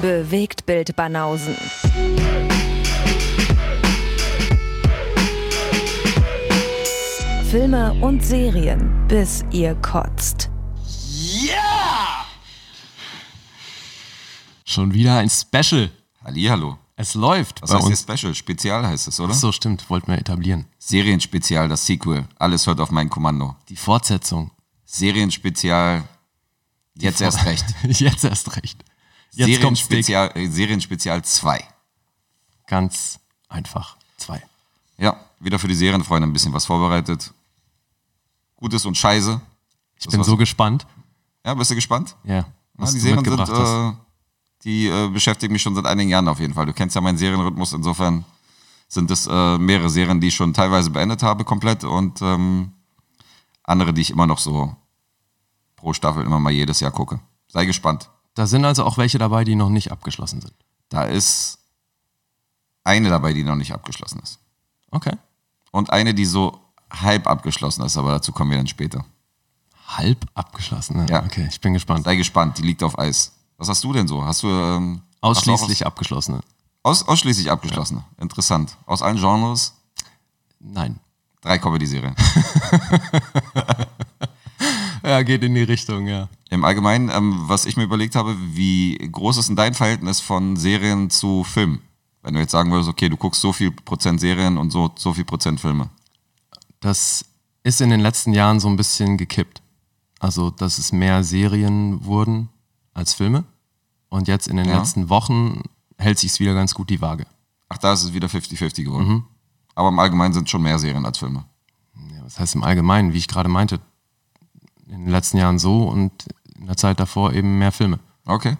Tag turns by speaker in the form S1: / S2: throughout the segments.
S1: Bewegtbild Banausen. Filme und Serien, bis ihr kotzt.
S2: Yeah! Schon wieder ein Special.
S3: Hallihallo.
S2: Es läuft
S3: Was
S2: bei
S3: heißt
S2: uns.
S3: hier Special? Spezial heißt es, oder?
S2: Ach So stimmt, wollten wir etablieren.
S3: Serienspezial, das Sequel. Alles hört auf mein Kommando.
S2: Die Fortsetzung.
S3: Serienspezial, jetzt erst recht.
S2: Jetzt erst recht. Jetzt kommt's dick.
S3: Serienspezial, äh, Serienspezial 2.
S2: Ganz einfach. Zwei.
S3: Ja, wieder für die Serienfreunde ein bisschen was vorbereitet. Gutes und Scheiße.
S2: Ich bin so gespannt.
S3: Ja, bist du gespannt?
S2: Ja.
S3: Ja,
S2: Was
S3: Ah, die
S2: du
S3: Serien sind,
S2: mitgebracht hast.
S3: äh, die äh, beschäftigen mich schon seit einigen Jahren auf jeden Fall. Du kennst ja meinen Serienrhythmus, insofern sind es äh, mehrere Serien, die ich schon teilweise beendet habe komplett und ähm, andere, die ich immer noch so pro Staffel immer mal jedes Jahr gucke. Sei gespannt.
S2: Da sind also auch welche dabei, die noch nicht abgeschlossen sind.
S3: Da ist eine dabei, die noch nicht abgeschlossen ist.
S2: Okay.
S3: Und eine, die so halb abgeschlossen ist, aber dazu kommen wir dann später.
S2: Halb abgeschlossen. ne?
S3: Ja.
S2: Okay, ich bin gespannt.
S3: Sei gespannt, die liegt auf Eis. Was hast du denn so? Hast du ähm, hast du auch
S2: Ausschließlich abgeschlossene.
S3: Aus, ausschließlich abgeschlossen. Interessant. Aus allen Genres
S2: Nein.
S3: drei Comedy-Serien.
S2: Ja, geht in die Richtung, ja.
S3: Im Allgemeinen, ähm, was ich mir überlegt habe, wie groß ist denn dein Verhältnis von Serien zu Film? Wenn du jetzt sagen würdest, okay, du guckst so viel Prozent Serien und so, so viel Prozent Filme.
S2: das ist in den letzten Jahren so ein bisschen gekippt. Also, dass es mehr Serien wurden als Filme. Und jetzt in den
S3: Ja.
S2: letzten Wochen hält sich es wieder ganz gut die Waage.
S3: Ach, da ist es wieder 50-50 geworden.
S2: Mhm.
S3: Aber im Allgemeinen sind schon mehr Serien als Filme.
S2: Ja, das heißt im Allgemeinen, wie ich gerade meinte, in den letzten Jahren so und in der Zeit davor eben mehr Filme.
S3: Okay.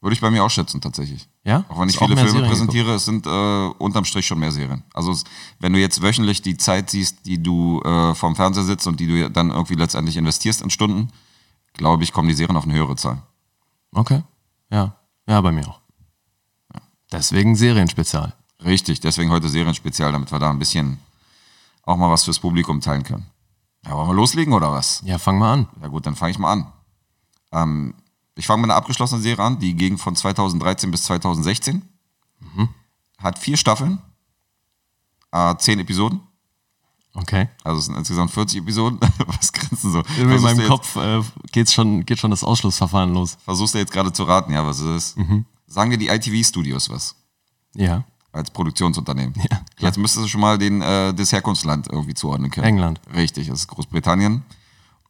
S3: Würde ich bei mir auch schätzen, tatsächlich.
S2: Ja?
S3: Auch wenn ich
S2: Hast du auch
S3: viele
S2: mehr
S3: Filme
S2: Serien
S3: präsentiere, es sind äh, unterm Strich schon mehr Serien. Also es- wenn du jetzt wöchentlich die Zeit siehst, die du äh, vom Fernseher sitzt und die du ja dann irgendwie letztendlich investierst in Stunden, glaube ich, kommen die Serien auf eine höhere Zahl.
S2: Okay. Ja. Ja, bei mir auch. Deswegen Serienspezial.
S3: Richtig, deswegen heute Serienspezial, damit wir da ein bisschen auch mal was fürs Publikum teilen können. Ja, wollen wir loslegen oder was?
S2: Ja, fang mal an.
S3: Ja gut, dann fange ich mal an. Ähm, ich fange mit einer abgeschlossenen Serie an, die ging von 2013 bis 2016.
S2: Mhm.
S3: Hat vier Staffeln, äh, zehn Episoden.
S2: Okay.
S3: Also es sind insgesamt 40 Episoden. Was grinsen so?
S2: In
S3: Versuchst du
S2: meinem
S3: jetzt,
S2: Kopf äh, geht's schon, geht schon das Ausschlussverfahren los.
S3: Versuchst du jetzt gerade zu raten, ja, was es ist.
S2: Mhm.
S3: Sagen dir die ITV-Studios was
S2: Ja.
S3: als Produktionsunternehmen.
S2: klar.
S3: jetzt müsstest du schon mal den, äh, das Herkunftsland irgendwie zuordnen können.
S2: England.
S3: Richtig, es ist Großbritannien.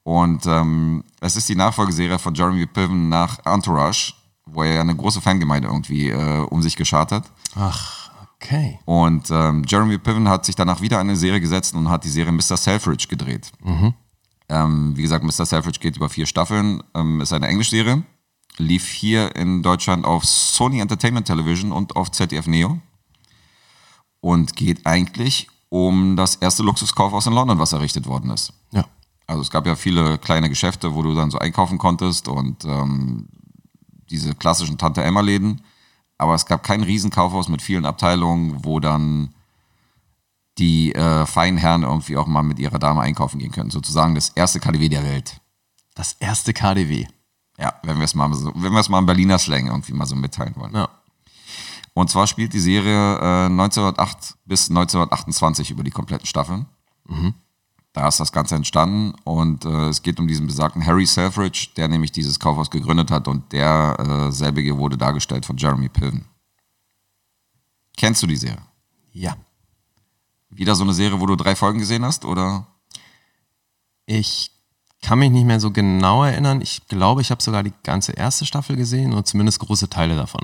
S3: Und ähm, es ist die Nachfolgeserie von Jeremy Piven nach Entourage, wo er ja eine große Fangemeinde irgendwie äh, um sich geschart hat.
S2: Ach, okay.
S3: Und ähm, Jeremy Piven hat sich danach wieder an eine Serie gesetzt und hat die Serie Mr. Selfridge gedreht. Ähm, wie gesagt, Mr. Selfridge geht über vier Staffeln, ähm, ist eine Englischserie, lief hier in Deutschland auf Sony Entertainment Television und auf ZDF Neo und geht eigentlich um das erste Luxuskaufhaus in London, was errichtet worden ist.
S2: Ja.
S3: Also es gab ja viele kleine Geschäfte, wo du dann so einkaufen konntest und ähm, diese klassischen Tante Emma Läden. Aber es gab kein Riesenkaufhaus mit vielen Abteilungen, wo dann die äh, feinen Herren irgendwie auch mal mit ihrer Dame einkaufen gehen können. Sozusagen das erste KDW der Welt.
S2: Das erste KDW.
S3: Ja, wenn wir es mal so, wenn wir es mal im Berliner Slang irgendwie mal so mitteilen wollen.
S2: Ja.
S3: Und zwar spielt die Serie äh, 1908 bis 1928 über die kompletten Staffeln.
S2: Mhm.
S3: Da ist das Ganze entstanden und äh, es geht um diesen besagten Harry Selfridge, der nämlich dieses Kaufhaus gegründet hat und der äh, selbige wurde dargestellt von Jeremy Piven. Kennst du die Serie?
S2: Ja.
S3: Wieder so eine Serie, wo du drei Folgen gesehen hast oder?
S2: Ich kann mich nicht mehr so genau erinnern. Ich glaube, ich habe sogar die ganze erste Staffel gesehen und zumindest große Teile davon.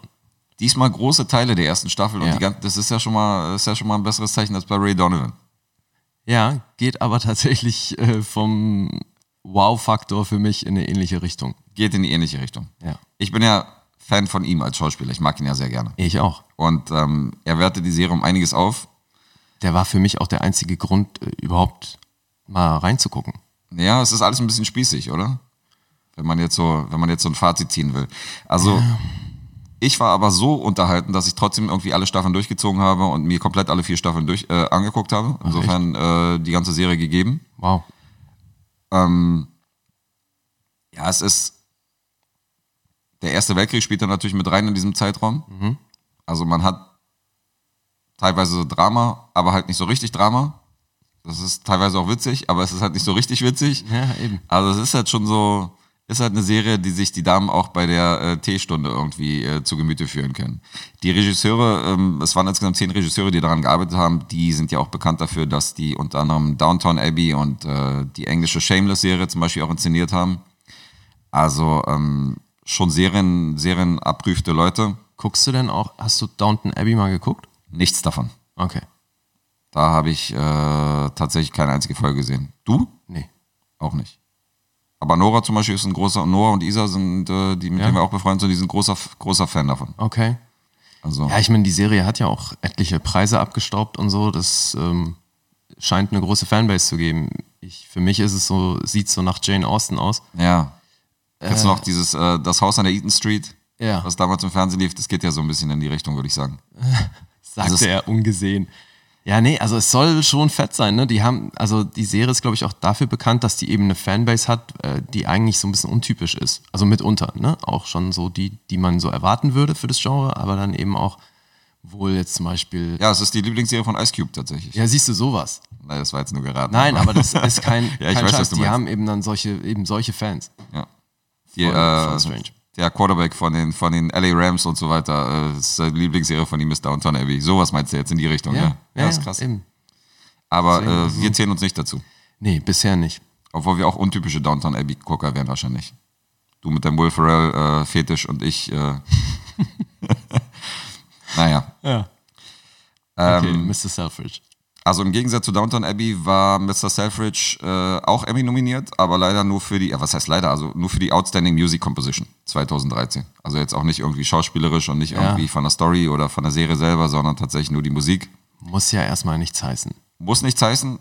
S3: Diesmal große Teile der ersten Staffel und
S2: Ja.
S3: die ganzen, das ist ja schon mal, das ist ja schon mal ein besseres Zeichen als bei Ray Donovan.
S2: Ja, geht aber tatsächlich äh, vom Wow-Faktor für mich in eine ähnliche Richtung.
S3: Geht in die ähnliche Richtung.
S2: Ja.
S3: Ich bin ja Fan von ihm als Schauspieler. Ich mag ihn ja sehr gerne.
S2: Ich auch.
S3: Und ähm, er wertet die Serie um einiges auf.
S2: Der war für mich auch der einzige Grund, äh, überhaupt mal reinzugucken.
S3: Ja, es ist alles ein bisschen spießig, oder? Wenn man jetzt so, wenn man jetzt so ein Fazit ziehen will. Also ich war aber so unterhalten, dass ich trotzdem irgendwie alle Staffeln durchgezogen habe und mir komplett alle vier Staffeln durch äh, angeguckt habe. Insofern äh, die ganze Serie gegeben.
S2: Wow.
S3: Ähm, ja, es ist Der Erste Weltkrieg spielt da natürlich mit rein in diesem Zeitraum. Also man hat teilweise so Drama, aber halt nicht so richtig Drama. Das ist teilweise auch witzig, aber es ist halt nicht so richtig witzig.
S2: Ja, eben.
S3: Also es ist halt schon so, ist halt eine Serie, die sich die Damen auch bei der äh, Teestunde irgendwie äh, zu Gemüte führen können. Die Regisseure, ähm, es waren insgesamt zehn Regisseure, die daran gearbeitet haben, die sind ja auch bekannt dafür, dass die unter anderem Downtown Abbey und äh, die englische Shameless-Serie zum Beispiel auch inszeniert haben. Also ähm, schon Serien, Serien abprüfte Leute.
S2: Guckst du denn auch, hast du Downton Abbey mal geguckt?
S3: Nichts davon.
S2: Okay.
S3: Da habe ich äh, tatsächlich keine einzige Folge gesehen. Du?
S2: Nee.
S3: Auch nicht. Aber Nora zum Beispiel ist ein großer, Nora und Isa sind, äh, die, mit denen wir auch befreundet sind, die sind großer, großer Fan davon.
S2: Okay.
S3: Also,
S2: Ja, ich meine, die Serie hat ja auch etliche Preise abgestaubt und so. Das ähm, scheint eine große Fanbase zu geben. Ich, für mich ist es so, sieht so nach Jane Austen aus.
S3: ja. Kennst du noch dieses, äh, das Haus an der Eaton Street,
S2: Ja.
S3: was damals im Fernsehen lief? Das geht ja so ein bisschen in die Richtung, würde ich sagen.
S2: sagte
S3: Also es-
S2: er ungesehen. Ja, nee, also es soll schon fett sein, ne? Die haben, also die Serie ist, glaube ich, auch dafür bekannt, dass die eben eine Fanbase hat, äh, die eigentlich so ein bisschen untypisch ist. Also mitunter, ne? Auch schon so die, die man so erwarten würde für das Genre, aber dann eben auch wohl jetzt zum Beispiel.
S3: Ja, es ist die Lieblingsserie von Ice Cube tatsächlich.
S2: Ja, siehst du sowas?
S3: Nein, das war jetzt nur geraten.
S2: Nein, aber das ist kein,
S3: ja, ich
S2: kein
S3: weiß,
S2: Scheiß.
S3: was du
S2: die
S3: meinst.
S2: haben eben dann solche, eben solche Fans.
S3: ja. Die,
S2: Voll-
S3: äh,
S2: voll strange.
S3: Der Quarterback von den, von den LA Rams und so weiter. Äh, das ist die Lieblingsserie von ihm ist Downton Abbey. Sowas meinst du jetzt in die Richtung, ja? ist krass.
S2: Eben.
S3: Aber
S2: Deswegen,
S3: äh,
S2: also-
S3: wir zählen uns nicht dazu.
S2: Nee, bisher nicht.
S3: Obwohl wir auch untypische Downtown Abbey-Gucker wären wahrscheinlich. Du mit deinem Will Ferrell-Fetisch und ich. Äh, naja.
S2: Ja. Okay, Mr. Selfridge.
S3: Also im Gegensatz zu Downtown Abbey war Mr. Selfridge äh, auch Emmy nominiert, aber leider nur für die, ja, was heißt leider, also nur für die Outstanding Music Composition 2013. Also jetzt auch nicht irgendwie schauspielerisch und nicht irgendwie von der Story oder von der Serie selber, sondern tatsächlich nur die Musik.
S2: Muss ja erstmal nichts heißen.
S3: Muss nichts heißen,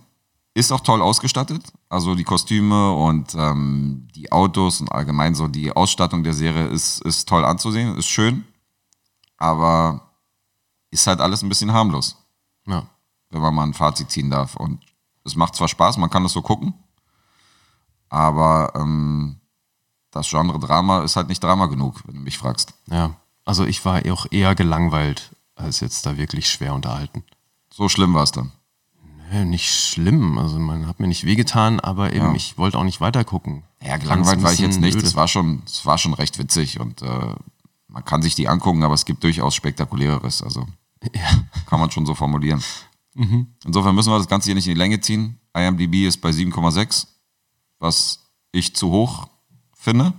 S3: ist auch toll ausgestattet. Also die Kostüme und ähm, die Autos und allgemein so die Ausstattung der Serie ist, ist toll anzusehen, ist schön. Aber ist halt alles ein bisschen harmlos,
S2: Ja.
S3: wenn man mal ein Fazit ziehen darf. Und es macht zwar Spaß, man kann das so gucken, aber ähm, das Genre Drama ist halt nicht Drama genug, wenn du mich fragst.
S2: Ja, also ich war auch eher gelangweilt als jetzt da wirklich schwer unterhalten.
S3: So schlimm war es dann.
S2: Nö, nicht schlimm, also man hat mir nicht wehgetan, aber eben ich wollte auch nicht weitergucken.
S3: Ja,
S2: Fand's
S3: gelangweilt
S2: ein
S3: war ich jetzt
S2: bisschen
S3: nicht.
S2: öde.
S3: Es war schon, es war schon recht witzig und äh, man kann sich die angucken, aber es gibt durchaus spektakuläreres. Also kann man schon so formulieren. Insofern müssen wir das Ganze hier nicht in die Länge ziehen. IMDb ist bei 7,6, was ich zu hoch finde.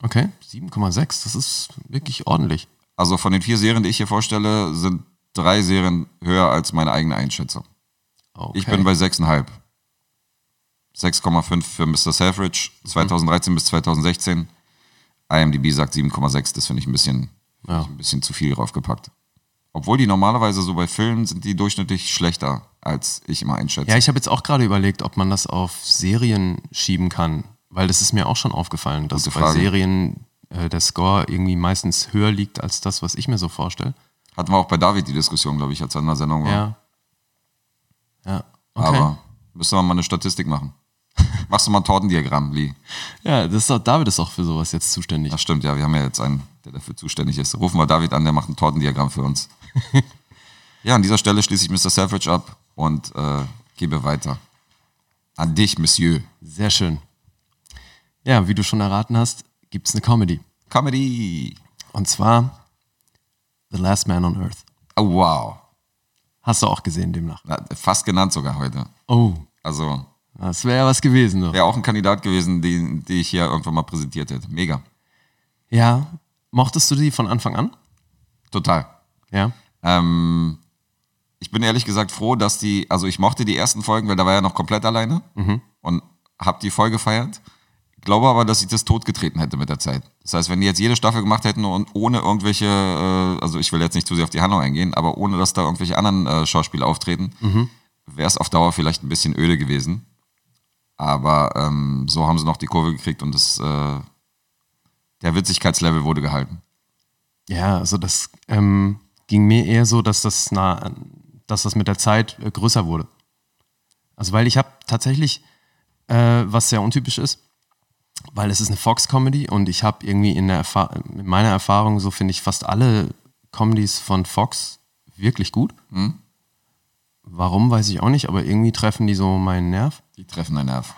S2: Okay, 7,6, das ist wirklich ordentlich.
S3: Also von den vier Serien, die ich hier vorstelle, sind drei Serien höher als meine eigene Einschätzung.
S2: Okay.
S3: Ich bin bei 6,5. 6,5 für Mr. Selfridge, 2013 bis 2016. IMDb sagt 7,6, das finde ich ein bisschen,
S2: Ja.
S3: ein bisschen zu viel draufgepackt. Obwohl die normalerweise so bei Filmen sind die durchschnittlich schlechter, als ich immer einschätze.
S2: ja, ich habe jetzt auch gerade überlegt, ob man das auf Serien schieben kann, weil das ist mir auch schon aufgefallen, dass
S3: Gute
S2: bei
S3: Frage.
S2: Serien äh, der Score irgendwie meistens höher liegt als das, was ich mir so vorstelle.
S3: Hatten wir auch bei David die Diskussion, glaube ich, als er in der Sendung war.
S2: Ja. Ja, okay.
S3: Aber müssen wir mal eine Statistik machen. Machst du mal ein Tortendiagramm, Lee?
S2: ja, das ist doch, David ist auch für sowas jetzt zuständig.
S3: Das stimmt, ja, wir haben ja jetzt einen, der dafür zuständig ist. Rufen wir David an, der macht ein Tortendiagramm für uns. ja, an dieser Stelle schließe ich Mr. Savage ab und äh, gebe weiter. An dich, Monsieur.
S2: Sehr schön. Ja, wie du schon erraten hast, gibt es eine Comedy.
S3: Comedy.
S2: Und zwar The Last Man on Earth.
S3: Oh, wow.
S2: Hast du auch gesehen demnach.
S3: Na, Fast genannt sogar heute.
S2: Oh,
S3: Also,
S2: das wäre ja was gewesen. Doch. Ja.
S3: wäre auch ein Kandidat gewesen, den, die ich hier irgendwann mal präsentiert hätte. Mega.
S2: mochtest du die von Anfang an?
S3: Total.
S2: Ja.
S3: Ähm, ich bin ehrlich gesagt froh, dass die, also ich mochte die ersten Folgen, weil da war ja noch komplett alleine und habe die voll gefeiert. Glaube aber, dass ich das totgetreten hätte mit der Zeit. Das heißt, wenn die jetzt jede Staffel gemacht hätten und ohne irgendwelche, äh, also ich will jetzt nicht zu sehr auf die Handlung eingehen, aber ohne, dass da irgendwelche anderen äh, Schauspieler auftreten, wäre es auf Dauer vielleicht ein bisschen öde gewesen. Aber ähm, so haben sie noch die Kurve gekriegt und das, äh, der Witzigkeitslevel wurde gehalten.
S2: Ja, also das ähm, ging mir eher so, dass das, na, dass das mit der Zeit äh, größer wurde. Also weil ich habe tatsächlich, äh, was sehr untypisch ist, weil es ist eine Fox-Comedy und ich habe irgendwie in, der Erfa in meiner Erfahrung so finde ich fast alle Comedies von Fox wirklich gut. Warum, weiß ich auch nicht, aber irgendwie treffen die so meinen Nerv.
S3: Die treffen deinen Nerv.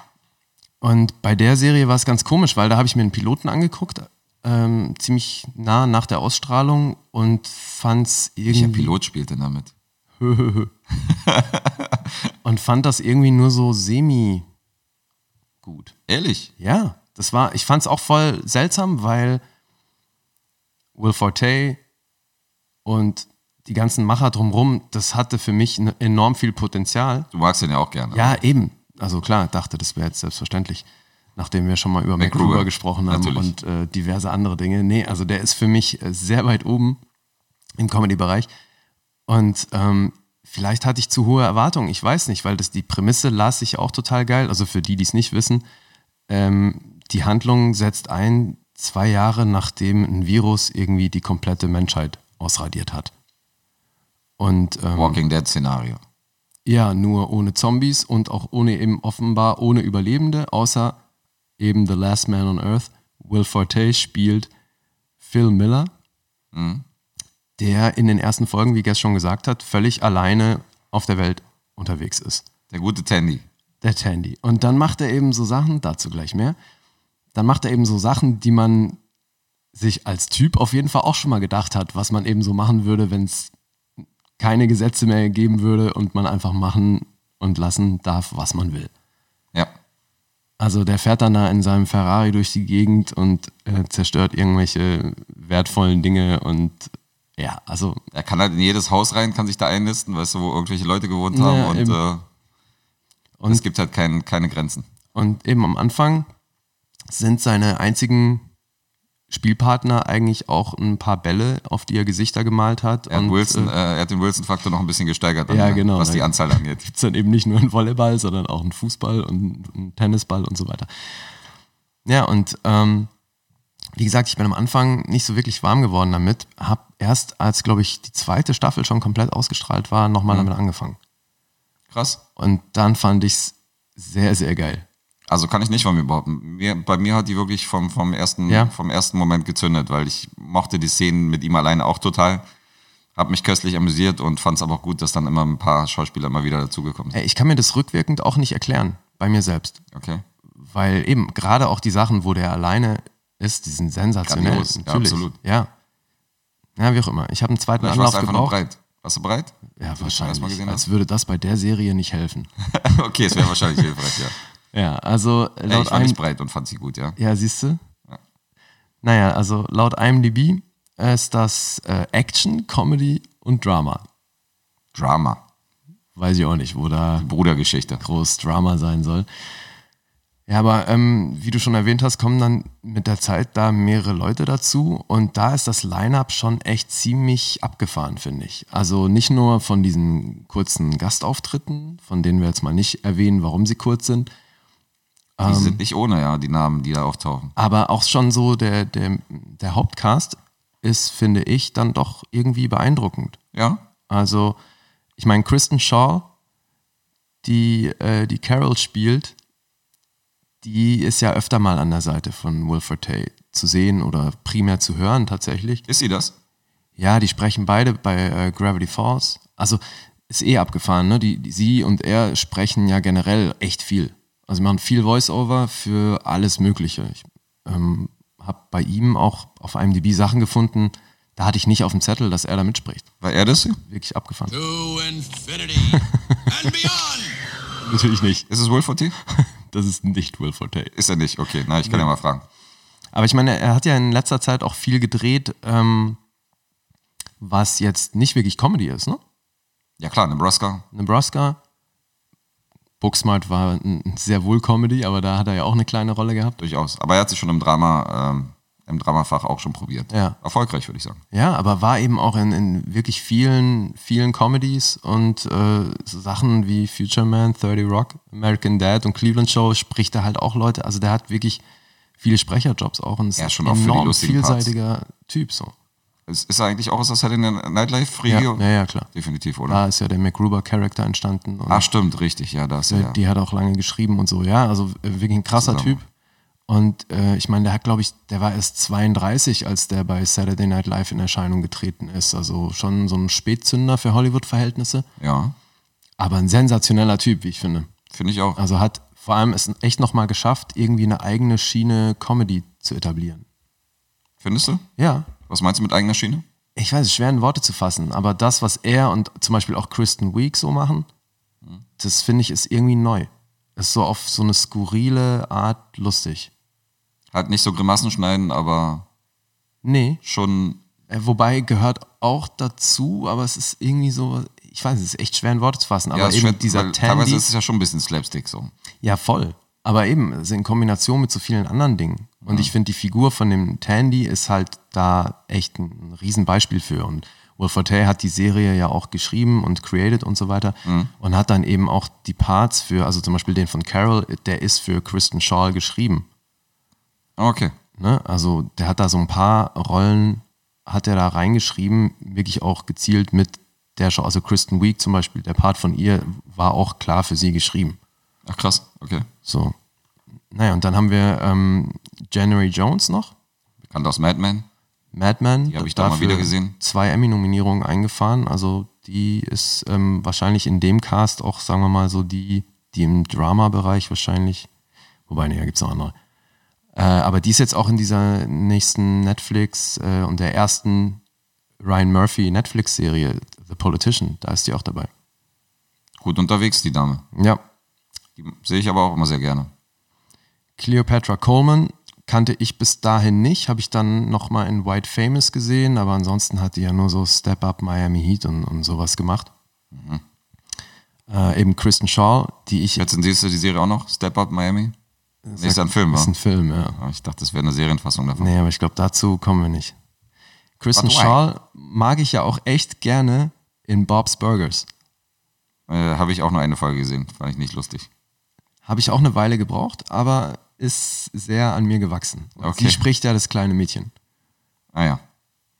S2: Und bei der Serie war es ganz komisch, weil da habe ich mir einen Piloten angeguckt, ähm, ziemlich nah nach der Ausstrahlung und fand es
S3: Welcher
S2: irgendwie
S3: Pilot spielt denn damit?
S2: und fand das irgendwie nur so semi gut.
S3: Ehrlich?
S2: Ja, das war, ich fand es auch voll seltsam, weil Will Forte und die ganzen Macher drumrum, das hatte für mich ne- enorm viel Potenzial.
S3: Du magst den ja auch gerne.
S2: Ja, eben. Also klar, dachte, das wäre jetzt selbstverständlich, nachdem wir schon mal über
S3: MacGruber.
S2: MacGruber, gesprochen haben
S3: Natürlich.
S2: und äh, diverse andere Dinge. Nee, also der ist für mich äh, sehr weit oben im Comedy-Bereich. Und ähm, vielleicht hatte ich zu hohe Erwartungen, ich weiß nicht, weil das die Prämisse las ich auch total geil. Also für die, die es nicht wissen, ähm, die Handlung setzt ein zwei Jahre nachdem ein Virus irgendwie die komplette Menschheit ausradiert hat. Und ähm,
S3: Walking Dead-Szenario.
S2: ja, nur ohne Zombies und auch ohne eben offenbar ohne Überlebende, außer eben The Last Man on Earth. Will Forte spielt Phil Miller, der in den ersten Folgen, wie Guess schon gesagt hat, völlig alleine auf der Welt unterwegs ist
S3: Der gute Tandy.
S2: der Tandy. Und dann macht er eben so Sachen, dazu gleich mehr, dann macht er eben so Sachen, die man sich als Typ auf jeden Fall auch schon mal gedacht hat, was man eben so machen würde, wenn es keine Gesetze mehr geben würde und man einfach machen und lassen darf, was man will.
S3: Ja.
S2: Also der fährt dann da in seinem Ferrari durch die Gegend und äh, zerstört irgendwelche wertvollen Dinge und ja, also
S3: Er kann halt in jedes Haus rein, kann sich da einnisten, weißt du, wo irgendwelche Leute gewohnt haben
S2: Ja,
S3: und,
S2: eben.
S3: äh,
S2: Und-
S3: es gibt halt kein, keine Grenzen.
S2: Und eben am Anfang sind seine einzigen Spielpartner eigentlich auch ein paar Bälle, auf die er Gesichter gemalt hat.
S3: Er hat,
S2: und
S3: Wilson,
S2: äh,
S3: äh, er hat den Wilson-Faktor noch ein bisschen gesteigert,
S2: Ja,
S3: äh,
S2: genau.
S3: was die Anzahl angeht.
S2: gibt's dann eben nicht nur einen Volleyball, sondern auch einen Fußball und einen Tennisball und so weiter. Ja, und ähm, wie gesagt, ich bin am Anfang nicht so wirklich warm geworden damit. Hab erst, als glaube ich die zweite Staffel schon komplett ausgestrahlt war, nochmal damit angefangen.
S3: Krass.
S2: Und dann fand ich's sehr, sehr geil.
S3: Also kann ich nicht von mir behaupten. Mir, bei mir hat die wirklich vom, vom, ersten,
S2: Ja.
S3: vom ersten Moment gezündet, weil ich mochte die Szenen mit ihm alleine auch total. Hab mich köstlich amüsiert und fand es aber auch gut, dass dann immer ein paar Schauspieler mal wieder dazugekommen sind.
S2: Ey, Ich kann mir das rückwirkend auch nicht erklären, bei mir selbst.
S3: Okay.
S2: weil eben gerade auch die Sachen, wo der alleine ist, die sind sensationell.
S3: Grandios, ja,
S2: natürlich.
S3: absolut.
S2: Ja. Ja, wie auch immer. Ich habe einen zweiten
S3: Vielleicht warst
S2: Anlauf
S3: du einfach nur
S2: gebraucht.
S3: breit. Warst du breit?
S2: Ja,
S3: erstmal
S2: wahrscheinlich.
S3: gesehen ne?
S2: Als
S3: hast.
S2: würde das bei der Serie nicht helfen.
S3: okay, es wäre wahrscheinlich hilfreich, ja.
S2: Ja, also äh,
S3: Ey, ich
S2: laut
S3: fand
S2: einem.
S3: nicht breit und fand sie gut, ja.
S2: Ja, siehst du?
S3: Ja.
S2: Naja, also laut IMDb ist das äh, Action, Comedy und Drama.
S3: Drama.
S2: Weiß ich auch nicht, wo da
S3: Brudergeschichte.
S2: groß Drama sein soll. Ja, aber ähm, wie du schon erwähnt hast, kommen dann mit der Zeit da mehrere Leute dazu und da ist das Line-up schon echt ziemlich abgefahren, finde ich. Also nicht nur von diesen kurzen Gastauftritten, von denen wir jetzt mal nicht erwähnen, warum sie kurz sind,
S3: Die sind nicht ohne, ja, die Namen, die da auftauchen.
S2: aber auch schon so der, der, der Hauptcast ist, finde ich, dann doch irgendwie beeindruckend.
S3: Ja?
S2: Also, ich meine, Kristen Shaw, die äh, die Carol spielt, die ist ja öfter mal an der Seite von Wilfred Tay zu sehen oder primär zu hören tatsächlich.
S3: Ist sie das?
S2: Ja, die sprechen beide bei äh, Gravity Falls. Also ist eh abgefahren, ne? Die, die, sie und er sprechen ja generell echt viel. Also sie machen viel Voice-Over für alles Mögliche. Ich ähm, habe bei ihm auch auf IMDb Sachen gefunden, da hatte ich nicht auf dem Zettel, dass er da mitspricht.
S3: War er das?
S2: Wirklich abgefahren.
S4: To infinity and beyond.
S2: Natürlich nicht.
S3: Ist es Wolf von T?
S2: Das ist nicht Will Forte.
S3: Ist er nicht, okay. Na, ich kann ja mal fragen.
S2: Aber ich meine, er hat ja in letzter Zeit auch viel gedreht, ähm, was jetzt nicht wirklich Comedy ist, ne?
S3: Ja klar, Nebraska.
S2: Nebraska, Booksmart war ein, sehr wohl Comedy, aber da hat er ja auch eine kleine Rolle gehabt.
S3: Durchaus. Aber er hat sich schon im Drama, ähm, im Dramafach auch schon probiert.
S2: Ja.
S3: Erfolgreich, würde ich sagen.
S2: Ja, aber war eben auch in, in wirklich vielen, vielen Comedies und äh, so Sachen wie Future Man, 30 Rock, American Dad und Cleveland Show spricht er halt auch Leute. Also der hat wirklich viele Sprecherjobs auch und ist
S3: Ja, schon
S2: ein
S3: auch für die
S2: enorm
S3: lustigen Parts.
S2: vielseitiger Typ so.
S3: Ist, ist er eigentlich auch aus der Saturday Night Live
S2: Ja,
S3: Regio?
S2: ja, Ah. ja, klar.
S3: Definitiv, oder?
S2: Da ist ja der MacGruber-Charakter entstanden. Und
S3: Ach stimmt, richtig, ja, da ist er. Ja.
S2: Die hat auch lange geschrieben und so. Ja, also äh, wirklich ein krasser
S3: Zusammen.
S2: Typ. Und äh, ich meine, der hat, glaube ich, der war erst 32, als der bei Saturday Night Live in Erscheinung getreten ist. Also schon so ein Spätzünder für Hollywood-Verhältnisse.
S3: Ja,
S2: Aber ein sensationeller Typ, wie ich finde.
S3: finde ich auch.
S2: Also hat vor allem es echt nochmal geschafft, irgendwie eine eigene Schiene Comedy zu etablieren.
S3: Findest du?
S2: Ja,
S3: Was meinst du mit eigener Schiene?
S2: ich weiß, es ist schwer in Worte zu fassen, aber das, was er und zum Beispiel auch Kristen Week so machen, das finde ich ist irgendwie neu. Ist so auf so eine skurrile Art lustig.
S3: Halt nicht so Grimassen schneiden, aber
S2: Nee,
S3: schon
S2: äh, wobei gehört auch dazu, aber es ist irgendwie so, ich weiß, es ist echt schwer in Worte zu fassen, aber
S3: ja, es
S2: eben
S3: schwert-
S2: dieser
S3: weil teilweise
S2: Tandy,
S3: ist es ja schon ein bisschen Slapstick so.
S2: ja voll, aber eben also in Kombination mit so vielen anderen Dingen. Und ich finde, die Figur von dem Tandy ist halt da echt ein, ein Riesenbeispiel für und Will Forte hat die Serie ja auch geschrieben und created und so weiter und hat dann eben auch die Parts für, also zum Beispiel den von Carol, der ist für Kristen Shaw geschrieben.
S3: Ah, Okay.
S2: Ne? Also der hat da so ein paar Rollen, hat er da reingeschrieben, wirklich auch gezielt mit der Show. Also Kristen Week zum Beispiel, der Part von ihr war auch klar für sie geschrieben.
S3: Ach krass, okay.
S2: So. Naja, und dann haben wir ähm, January Jones noch,
S3: Bekannt aus Mad Men.
S2: Madman.
S3: Die habe ich da mal
S2: Dafür
S3: wieder gesehen.
S2: Zwei Emmy-Nominierungen eingefahren. Also die ist ähm, wahrscheinlich in dem Cast auch, sagen wir mal, so die, die im Drama-Bereich wahrscheinlich. Wobei, nee, da gibt es noch andere. Äh, aber die ist jetzt auch in dieser nächsten Netflix äh, und der ersten Ryan Murphy Netflix-Serie, The Politician, da ist die auch dabei.
S3: Gut unterwegs, die Dame.
S2: Ja,
S3: Die sehe ich aber auch immer sehr gerne.
S2: Cleopatra Coleman kannte ich bis dahin nicht, habe ich dann nochmal in White Famous gesehen, aber ansonsten hat die ja nur so Step Up Miami Heat und, und sowas gemacht.
S3: Mhm.
S2: Äh, eben Kristen Shaw, die ich
S3: Jetzt siehst du die Serie auch noch, Step Up Miami. Nee, ist ja ein Film,
S2: ist
S3: wa?
S2: ein Film, ja.
S3: Ja, Ich dachte, das wäre eine Serienfassung davon.
S2: Nee, aber ich glaube, dazu kommen wir nicht. Kristen
S3: But why?
S2: Shaw mag ich ja auch echt gerne in Bob's Burgers.
S3: Äh, Habe ich auch nur eine Folge gesehen, fand ich nicht lustig.
S2: Habe ich auch eine Weile gebraucht, aber ist sehr an mir gewachsen. Und
S3: Okay.
S2: Sie spricht ja das kleine Mädchen.
S3: Ah ja.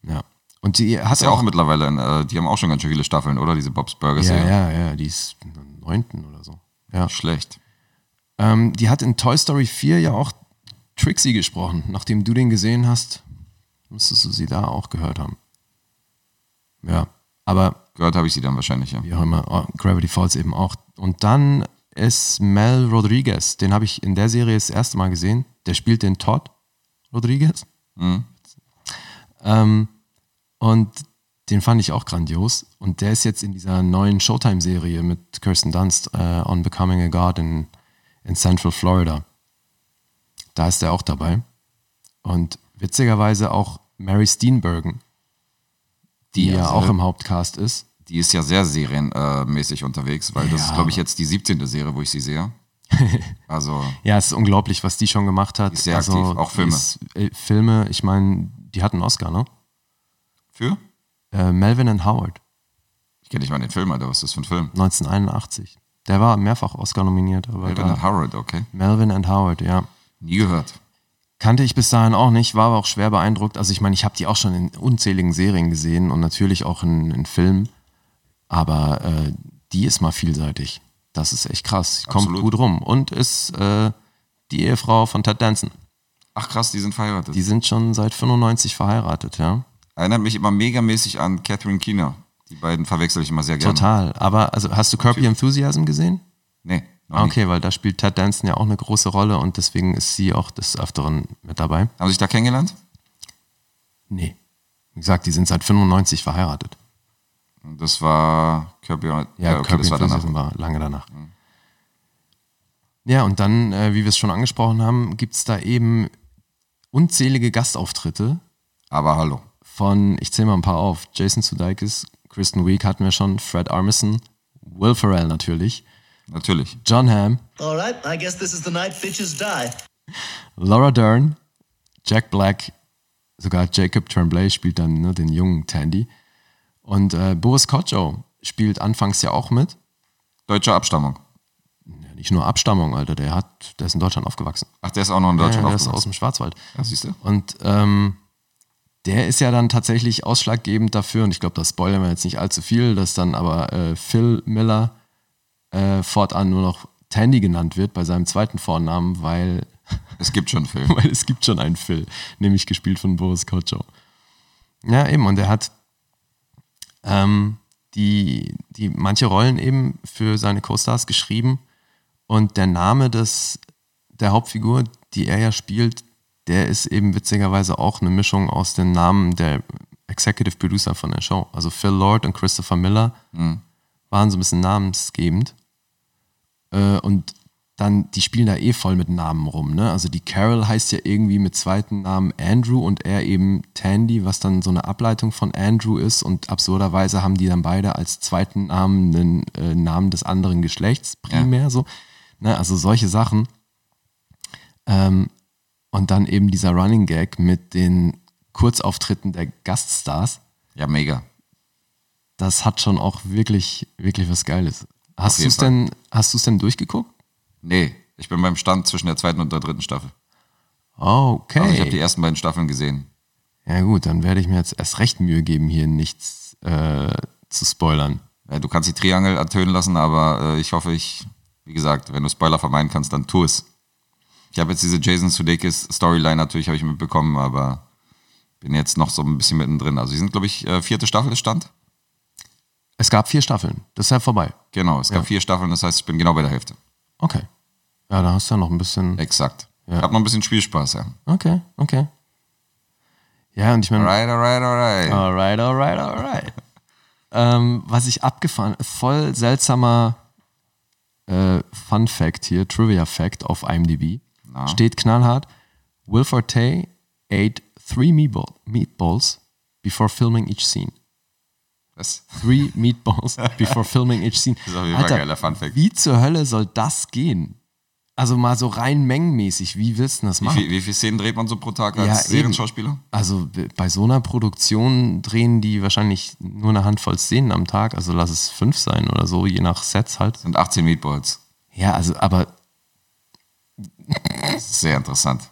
S2: Ja. Und die hat
S3: Ist ja auch mittlerweile, in, äh, die haben auch schon ganz schön viele Staffeln, oder? Diese Bob's Burgers.
S2: Ja,
S3: Serie.
S2: ja, ja, die ist in der neunten oder so. Ja.
S3: Schlecht.
S2: Ähm, die hat in Toy Story 4 ja auch Trixie gesprochen. Nachdem du den gesehen hast, müsstest du sie da auch gehört haben. Ja, aber
S3: Gehört habe ich sie dann wahrscheinlich, ja.
S2: wie auch immer, oh, Gravity Falls eben auch. Und dann ist Mel Rodriguez, den habe ich in der Serie das erste Mal gesehen. Der spielt den Todd Rodriguez. Ähm, und den fand ich auch grandios. Und der ist jetzt in dieser neuen Showtime-Serie mit Kirsten Dunst äh, on Becoming a God in, in Central Florida. Da ist er auch dabei. Und witzigerweise auch Mary Steenburgen, die ja
S3: also-
S2: auch im Hauptcast ist.
S3: Die ist ja sehr serienmäßig unterwegs, weil das ist,
S2: Ja,
S3: glaube ich, jetzt die 17. Serie, wo ich sie sehe. also,
S2: Ja, es ist unglaublich, was die schon gemacht hat.
S3: Die ist sehr aktiv, auch
S2: die
S3: Filme.
S2: Ist, äh, Filme, ich meine, die hatten einen Oscar, ne?
S3: für?
S2: Äh, Melvin and Howard,
S3: Ich kenne nicht mal den Film, Alter. Was ist das für ein Film?
S2: 1981. Der war mehrfach Oscar nominiert, aber
S3: Alvin
S2: da-
S3: and Howard, okay.
S2: Melvin and Howard, ja.
S3: Nie gehört.
S2: Kannte ich bis dahin auch nicht, war aber auch schwer beeindruckt. Also ich meine, ich habe die auch schon in unzähligen Serien gesehen und natürlich auch in, in Filmen. Aber äh, die ist mal vielseitig. Das ist echt krass. Sie kommt
S3: Absolut.
S2: gut rum. Und ist äh, die Ehefrau von Ted Danson.
S3: Ach krass, die sind verheiratet.
S2: Die sind schon seit 95 verheiratet, ja.
S3: Erinnert mich immer megamäßig an Catherine Keener. Die beiden verwechsel ich immer sehr gerne.
S2: Total. Aber also hast du Kirby Enthusiasm gesehen?
S3: Nee, noch
S2: Ah,
S3: nie.
S2: okay, weil da spielt Ted Danson ja auch eine große Rolle und deswegen ist sie auch des Öfteren mit dabei.
S3: Haben sie sich da kennengelernt?
S2: Nee. Wie gesagt, die sind seit 95 verheiratet.
S3: Das war Kirby. Ja,
S2: Ja,
S3: okay,
S2: Kirby
S3: das war danach. Mhm.
S2: Enthusiasm war lange danach. Ja, und dann, äh, wie wir es schon angesprochen haben, gibt es da eben unzählige Gastauftritte
S3: Aber hallo.
S2: von, ich zähle mal ein paar auf, Jason Sudeikis, Kristen Wiig hatten wir schon, Fred Armisen, Will Ferrell natürlich,
S3: Natürlich.
S2: John Hamm,
S5: All right, I guess this is the night bitches die.
S2: Laura Dern, Jack Black, sogar Jacob Tremblay spielt dann ne, den jungen Tandy und äh, Boris Kotschow spielt anfangs ja auch mit.
S3: Deutsche Abstammung.
S2: Ja, nicht nur Abstammung, Alter, der hat, der ist in Deutschland aufgewachsen.
S3: Ach, der ist auch noch in Deutschland
S2: ja, der ist aus
S3: aufgewachsen.
S2: dem Schwarzwald.
S3: Ja, siehst du?
S2: Und ähm, der ist ja dann tatsächlich ausschlaggebend dafür, und ich glaube, das spoilern wir jetzt nicht allzu viel, dass dann aber äh, Phil Miller äh, fortan nur noch Tandy genannt wird bei seinem zweiten Vornamen, weil
S3: Es gibt schon einen Film.
S2: weil es gibt schon einen Phil, nämlich gespielt von Boris Kotschow. Ja, eben, und er hat ähm, die, die manche Rollen eben für seine Co-Stars geschrieben und der Name des, der Hauptfigur, die er ja spielt, der ist eben witzigerweise auch eine Mischung aus den Namen der Executive Producer von der Show. Also Phil Lord und Christopher Miller waren so ein bisschen namensgebend. Äh, und dann, die spielen da eh voll mit Namen rum, ne? Also die Carol heißt ja irgendwie mit zweiten Namen Andrew und er eben Tandy, was dann so eine Ableitung von Andrew ist. Und absurderweise haben die dann beide als zweiten Namen den äh, Namen des anderen Geschlechts primär so. Ne? Also solche Sachen. Ähm, und dann eben dieser Running Gag mit den Kurzauftritten der Gaststars
S3: Ja, mega.
S2: das hat schon auch wirklich, wirklich was Geiles. Hast
S3: Auf
S2: du
S3: jeden
S2: es denn, hast du's denn durchgeguckt?
S3: Nee, ich bin beim Stand zwischen der zweiten und der dritten Staffel.
S2: Oh, okay.
S3: Aber Also ich habe die ersten beiden Staffeln gesehen.
S2: ja gut, dann werde ich mir jetzt erst recht Mühe geben, hier nichts äh, zu spoilern.
S3: Ja, du kannst die Triangel ertönen lassen, aber äh, ich hoffe, ich, wie gesagt, wenn du Spoiler vermeiden kannst, dann tu es. Ich habe jetzt diese Jason Sudeikis Storyline natürlich habe ich mitbekommen, aber bin jetzt noch so ein bisschen mittendrin. Also die sind, glaube ich, äh, vierte Staffel ist Stand.
S2: Es gab vier Staffeln. Das ist ja vorbei.
S3: Genau, es gab vier Staffeln, das heißt, ich bin genau bei der Hälfte.
S2: Okay. Ja, da hast du ja noch ein bisschen.
S3: Exakt.
S2: Ja. Hm.
S3: Ich habe noch ein bisschen Spielspaß, ja.
S2: Okay, okay. Ja, und ich meine,
S3: Alright, alright, alright.
S2: Alright, alright, alright. ähm, was ich abgefahren, voll seltsamer äh, Fun Fact hier, Trivia Fact auf IMDb. Steht knallhart: Will Forte ate three meatball, meatballs before filming each scene.
S3: Das
S2: Three meatballs before filming each scene.
S3: ist auf jeden Fall ein geiler Funfact.
S2: Wie zur Hölle soll das gehen? Also mal so rein mengenmäßig, wie willst du das
S3: Wie,
S2: machen?
S3: viel, wie viele Szenen dreht man so pro Tag
S2: Ja,
S3: als
S2: eben.
S3: Serienschauspieler?
S2: Also b- bei so einer Produktion drehen die wahrscheinlich nur eine Handvoll Szenen am Tag, also lass es fünf sein oder so, je nach Sets halt.
S3: Sind 18 Meatballs.
S2: Ja, also, aber
S3: Das ist sehr interessant.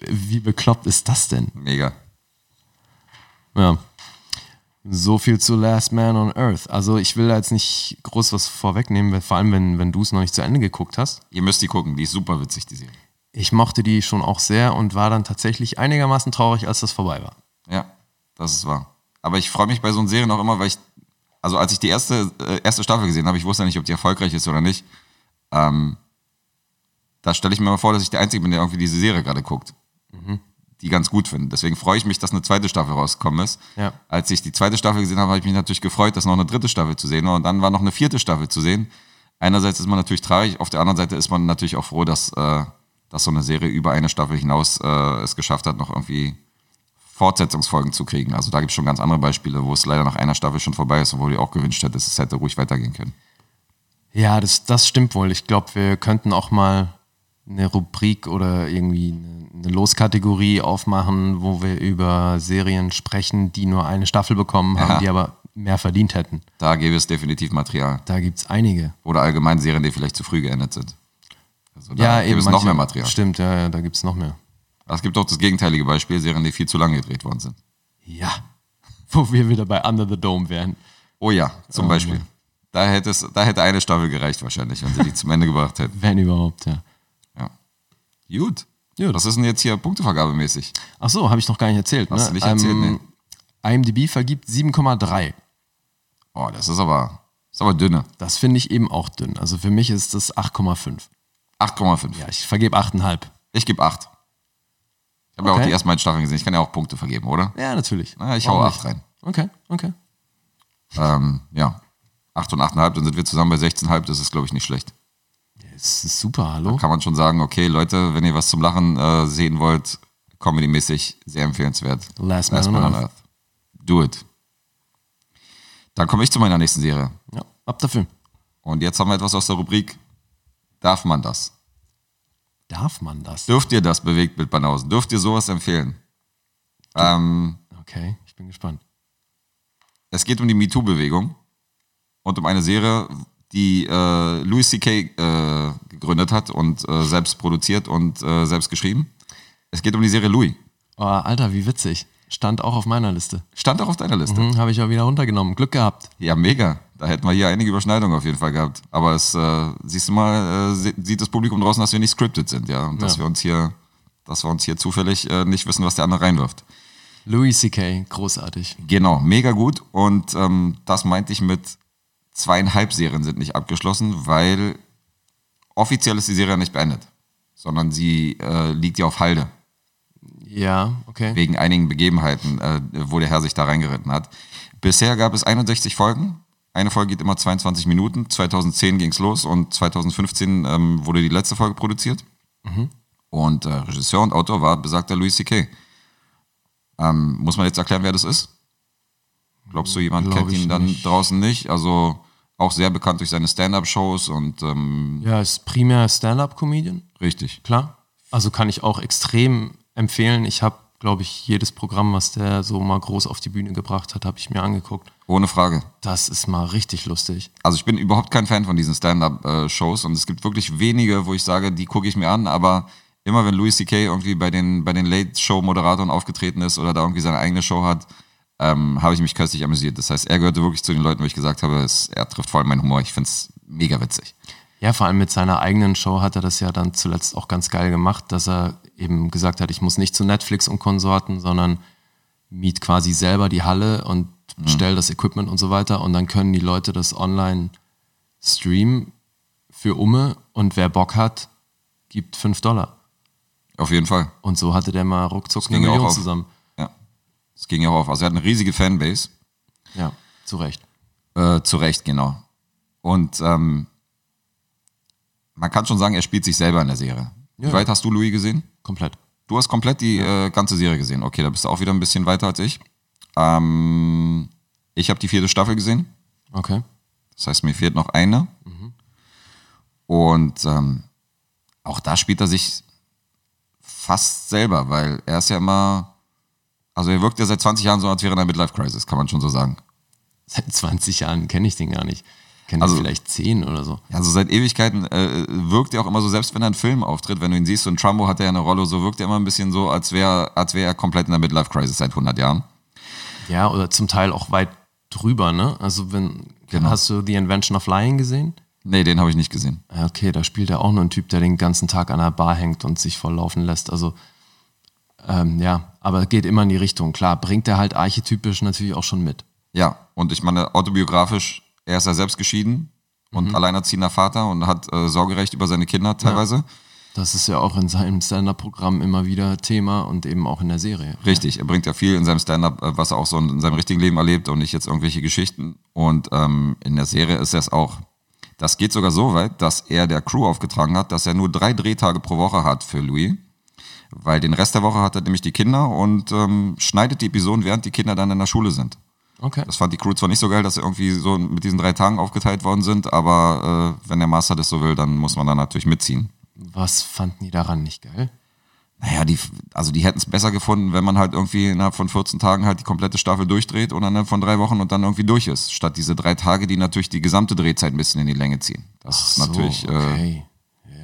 S2: wie bekloppt ist das denn?
S3: Mega.
S2: Ja. So viel zu Last Man on Earth. Also ich will da jetzt nicht groß was vorwegnehmen, weil- vor allem wenn, wenn du es noch nicht zu Ende geguckt hast.
S3: Ihr müsst die gucken, die ist super witzig, die Serie.
S2: Ich mochte die schon auch sehr und war dann tatsächlich einigermaßen traurig, als das vorbei war.
S3: Ja, das ist wahr. Aber ich freue mich bei so einer Serie auch immer, weil ich, also als ich die erste, äh, erste Staffel gesehen habe, ich wusste ja nicht, ob die erfolgreich ist oder nicht. Ähm, da stelle ich mir mal vor, dass ich der Einzige bin, der irgendwie diese Serie gerade guckt. Die ganz gut findet. Deswegen freue ich mich, dass eine zweite Staffel rausgekommen ist.
S2: Ja.
S3: Als ich die zweite Staffel gesehen habe, habe ich mich natürlich gefreut, dass noch eine dritte Staffel zu sehen war. Und dann war noch eine vierte Staffel zu sehen. Einerseits ist man natürlich traurig, auf der anderen Seite ist man natürlich auch froh, dass, äh, dass so eine Serie über eine Staffel hinaus äh, es geschafft hat, noch irgendwie Fortsetzungsfolgen zu kriegen. Also da gibt es schon ganz andere Beispiele, wo es leider nach einer Staffel schon vorbei ist, obwohl du auch gewünscht hättest, es hätte ruhig weitergehen können.
S2: Ja, das, das stimmt wohl. Ich glaube, wir könnten auch mal eine Rubrik oder irgendwie eine, eine Loskategorie aufmachen, wo wir über Serien sprechen, die nur eine Staffel bekommen haben,
S3: Ja.
S2: die aber mehr verdient hätten.
S3: Da gäbe es definitiv Material.
S2: Da gibt es einige.
S3: Oder allgemein Serien, die vielleicht zu früh geendet sind. Also da
S2: Ja,
S3: gäbe
S2: eben.
S3: es noch
S2: manche-
S3: mehr Material.
S2: Stimmt, ja, ja da gibt es noch mehr.
S3: Aber Es gibt auch das gegenteilige Beispiel, Serien, die viel zu lange gedreht worden sind.
S2: Ja. Wo wir wieder bei Under the Dome wären.
S3: Oh ja, zum Beispiel. Da hätte, es, da hätte eine Staffel gereicht wahrscheinlich, wenn sie die zum Ende gebracht hätten.
S2: Wenn überhaupt, ja.
S3: Ja. Gut.
S2: Gut.
S3: Was ist denn jetzt hier punktevergabemäßig?
S2: Ach so, habe ich noch gar nicht erzählt.
S3: Hast
S2: ne?
S3: du nicht erzählt,
S2: Ähm, IMDb vergibt 7,3.
S3: Oh, das ist aber, ist aber dünne.
S2: Das finde ich eben auch dünn. Also für mich ist das 8,5.
S3: 8,5.
S2: Ja, ich vergebe 8,5.
S3: Ich gebe 8. Ich habe ja auch
S2: Okay.
S3: die ersten beiden Staffeln gesehen. Ich kann ja auch Punkte vergeben, oder?
S2: Ja, natürlich.
S3: Na, ich hau
S2: Warum
S3: 8
S2: nicht?
S3: rein.
S2: Okay, okay.
S3: Ähm, ja. 8 und 8,5, dann sind wir zusammen bei 16,5. Das ist, glaube ich, nicht schlecht.
S2: Es ist super, hallo.
S3: Kann man schon sagen, okay, Leute, wenn ihr was zum Lachen äh, sehen wollt, comedy-mäßig sehr empfehlenswert.
S2: Last Man on Earth.
S3: Do it. Dann komme ich zu meiner nächsten Serie.
S2: Ja, ab dafür.
S3: Und jetzt haben wir etwas aus der Rubrik Darf man das?
S2: Darf man das?
S3: Dürft ihr das Bewegtbild Banausen? Dürft ihr sowas empfehlen? Ähm,
S2: Okay, ich bin gespannt.
S3: Es geht um die MeToo-Bewegung und um eine Serie, die äh, Louis C.K. Äh, gegründet hat und äh, selbst produziert und äh, selbst geschrieben. Es geht um die Serie Louis.
S2: Oh, Alter, wie witzig. Stand auch auf meiner Liste.
S3: Stand auch auf deiner Liste.
S2: Hm, Habe ich aber wieder runtergenommen. Glück gehabt.
S3: Ja, mega. Da hätten wir hier einige Überschneidungen auf jeden Fall gehabt. Aber es, äh, siehst du mal, äh, se- sieht das Publikum draußen, dass wir nicht scripted sind, ja. Und dass wir uns hier, dass wir uns hier zufällig äh, nicht wissen, was der andere reinwirft.
S2: Louis C.K., großartig.
S3: Genau, mega gut. Und ähm, das meinte ich mit zweieinhalb Serien sind nicht abgeschlossen, weil offiziell ist die Serie nicht beendet, sondern sie äh, liegt ja auf Halde
S2: Ja, okay.
S3: wegen einigen Begebenheiten, äh, wo der Herr sich da reingeritten hat. Bisher gab es 61 Folgen. Eine Folge geht immer 22 Minuten. 2010 ging es los und 2015 ähm, wurde die letzte Folge produziert.
S2: Mhm.
S3: Und äh, Regisseur und Autor war besagter Louis C.K. Ähm, muss man jetzt erklären, wer das ist? Glaubst du, jemand
S2: Glaub
S3: kennt
S2: ich
S3: ihn dann
S2: nicht.
S3: draußen nicht? Also auch sehr bekannt durch seine Stand-Up-Shows und ähm,
S2: Ja, ist primär Stand-up-Comedian.
S3: richtig.
S2: Klar. Also kann ich auch extrem empfehlen. Ich habe, glaube ich, jedes Programm, was der so mal groß auf die Bühne gebracht hat, habe ich mir angeguckt.
S3: Ohne Frage.
S2: Das ist mal richtig lustig.
S3: also ich bin überhaupt kein Fan von diesen Stand-up-Shows und es gibt wirklich wenige, wo ich sage, die gucke ich mir an, aber immer wenn Louis C.K. irgendwie bei den, bei den Late-Show-Moderatoren aufgetreten ist oder da irgendwie seine eigene Show hat, ähm, habe ich mich köstlich amüsiert. Das heißt, er gehörte wirklich zu den Leuten, wo ich gesagt habe, es, er trifft voll meinen Humor. Ich finde es mega witzig.
S2: Ja, vor allem mit seiner eigenen Show hat er das ja dann zuletzt auch ganz geil gemacht, dass er eben gesagt hat, ich muss nicht zu Netflix und Konsorten, sondern miet quasi selber die Halle und
S3: Mhm.
S2: stell das Equipment und so weiter und dann können die Leute das online streamen für Umme und wer Bock hat, gibt 5 Dollar.
S3: Auf jeden Fall.
S2: Und so hatte der mal ruckzuck eine
S3: ging ja auch
S2: Million
S3: auf.
S2: zusammen.
S3: Ja. Es ging ja auch auf. Also er hat eine riesige Fanbase.
S2: Ja, zu Recht.
S3: Äh, zu Recht, genau. Und ähm, man kann schon sagen, er spielt sich selber in der Serie. Wie
S2: Ja.
S3: weit hast du Louis gesehen?
S2: Komplett.
S3: Du hast komplett die äh, ganze Serie gesehen. Okay, da bist du auch wieder ein bisschen weiter als ich. Ähm, ich habe die vierte Staffel gesehen.
S2: Okay.
S3: Das heißt, mir fehlt noch eine. Und ähm, auch da spielt er sich fast selber, weil er ist ja immer. Also, er wirkt ja seit 20 Jahren so, als wäre er in einer Midlife-Crisis, kann man schon so sagen.
S2: Seit 20 Jahren kenne ich den gar nicht. Kenne
S3: Also-
S2: den vielleicht 10 oder so.
S3: Also seit Ewigkeiten äh, wirkt er auch immer so, selbst wenn er einen Film auftritt, wenn du ihn siehst, und Trumbo hat er ja eine Rolle, so wirkt er immer ein bisschen so, als wäre als wär er komplett in der Midlife-Crisis seit 100 Jahren.
S2: Ja, oder zum Teil auch weit drüber, ne? Also wenn
S3: Genau.
S2: hast du The Invention of Lying gesehen?
S3: Nee, den habe ich nicht gesehen.
S2: Ja, Okay, da spielt er auch nur ein Typ, der den ganzen Tag an der Bar hängt und sich volllaufen lässt. Also ähm, ja, aber geht immer in die Richtung. Klar, bringt er halt archetypisch natürlich auch schon mit.
S3: Ja, und ich meine, autobiografisch, er ist ja selbst geschieden und alleinerziehender Vater und hat äh, Sorgerecht über seine Kinder teilweise.
S2: Das ist ja auch in seinem Stand-up-Programm immer wieder Thema und eben auch in der Serie.
S3: Richtig, er bringt ja viel in seinem Stand-up, äh, was er auch so in in seinem richtigen Leben erlebt und nicht jetzt irgendwelche Geschichten. Und ähm, in der Serie ist das auch. Das geht sogar so weit, dass er der Crew aufgetragen hat, dass er nur drei Drehtage pro Woche hat für Louis. Weil den Rest der Woche hat er nämlich die Kinder und ähm, schneidet die Episoden, während die Kinder dann in der Schule sind.
S2: Okay.
S3: Das fand die Crew zwar nicht so geil, dass sie irgendwie so mit diesen drei Tagen aufgeteilt worden sind, aber äh, wenn der Master das so will, dann muss man da natürlich mitziehen.
S2: Was fanden die daran nicht geil?
S3: Naja, die, also die hätten es besser gefunden, wenn man halt irgendwie innerhalb von 14 Tagen halt die komplette Staffel durchdreht und innerhalb von drei Wochen und dann irgendwie durch ist. Statt diese drei Tage, die natürlich die gesamte Drehzeit ein bisschen in die Länge ziehen. Das ist natürlich. Äh,
S2: Okay.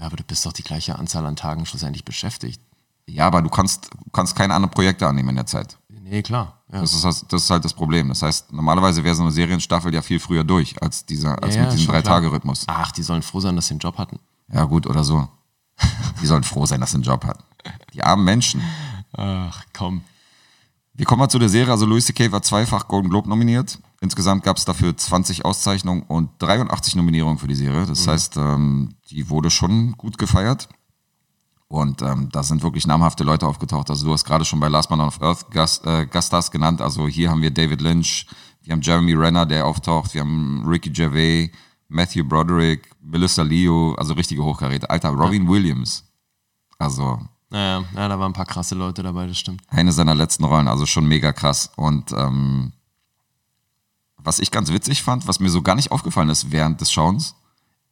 S2: ja, aber du bist doch die gleiche Anzahl an Tagen schlussendlich beschäftigt.
S3: ja, aber du kannst, du kannst keine anderen Projekte annehmen in der Zeit.
S2: Nee, klar. Ja.
S3: Das ist, halt- das ist halt das Problem. Das heißt, normalerweise wäre so eine Serienstaffel ja viel früher durch als, dieser, als mit diesem
S2: schon klar.
S3: Drei-Tage-Rhythmus.
S2: Ach, die sollen froh sein, dass sie einen Job hatten.
S3: Ja, gut, oder so. Die sollen froh sein, dass sie einen Job hatten. Die armen Menschen.
S2: Ach, komm.
S3: Wir kommen mal zu der Serie. Also Louis C.K. war zweifach Golden Globe nominiert. Insgesamt gab es dafür 20 Auszeichnungen und 83 Nominierungen für die Serie. Das heißt, ähm, die wurde schon gut gefeiert. Und ähm, da sind wirklich namhafte Leute aufgetaucht. Also du hast gerade schon bei Last Man on Earth Gast, äh, Gaststars genannt. Also hier haben wir David Lynch, wir haben Jeremy Renner, der auftaucht, wir haben Ricky Gervais, Matthew Broderick, Melissa Leo, also richtige Hochkaräter. Alter, Robin Williams. Also
S2: Naja, ja, da waren ein paar krasse Leute dabei, das stimmt.
S3: eine seiner letzten Rollen, also schon mega krass. Und ähm, was ich ganz witzig fand, was mir so gar nicht aufgefallen ist während des Schauens,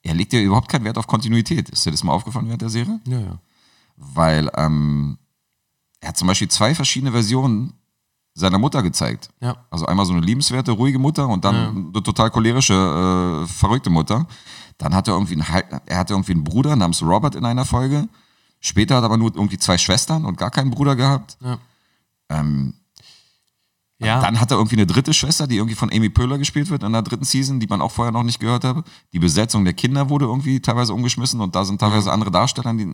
S3: er legt ja überhaupt keinen Wert auf Kontinuität. Ist dir das mal aufgefallen während der Serie?
S2: Ja, ja.
S3: Weil ähm, er hat zum Beispiel zwei verschiedene Versionen seiner Mutter gezeigt.
S2: Ja.
S3: Also einmal so eine liebenswerte, ruhige Mutter und dann eine total cholerische, äh, verrückte Mutter. Dann hat er irgendwie einen, Hal- er hatte irgendwie einen Bruder namens Robert in einer Folge. Später hat er aber nur irgendwie zwei Schwestern und gar keinen Bruder gehabt.
S2: Ja.
S3: Ähm,
S2: Ja.
S3: Dann hat er irgendwie eine dritte Schwester, die irgendwie von Amy Poehler gespielt wird in der dritten Season, die man auch vorher noch nicht gehört hat. Die Besetzung der Kinder wurde irgendwie teilweise umgeschmissen und da sind teilweise andere Darsteller die,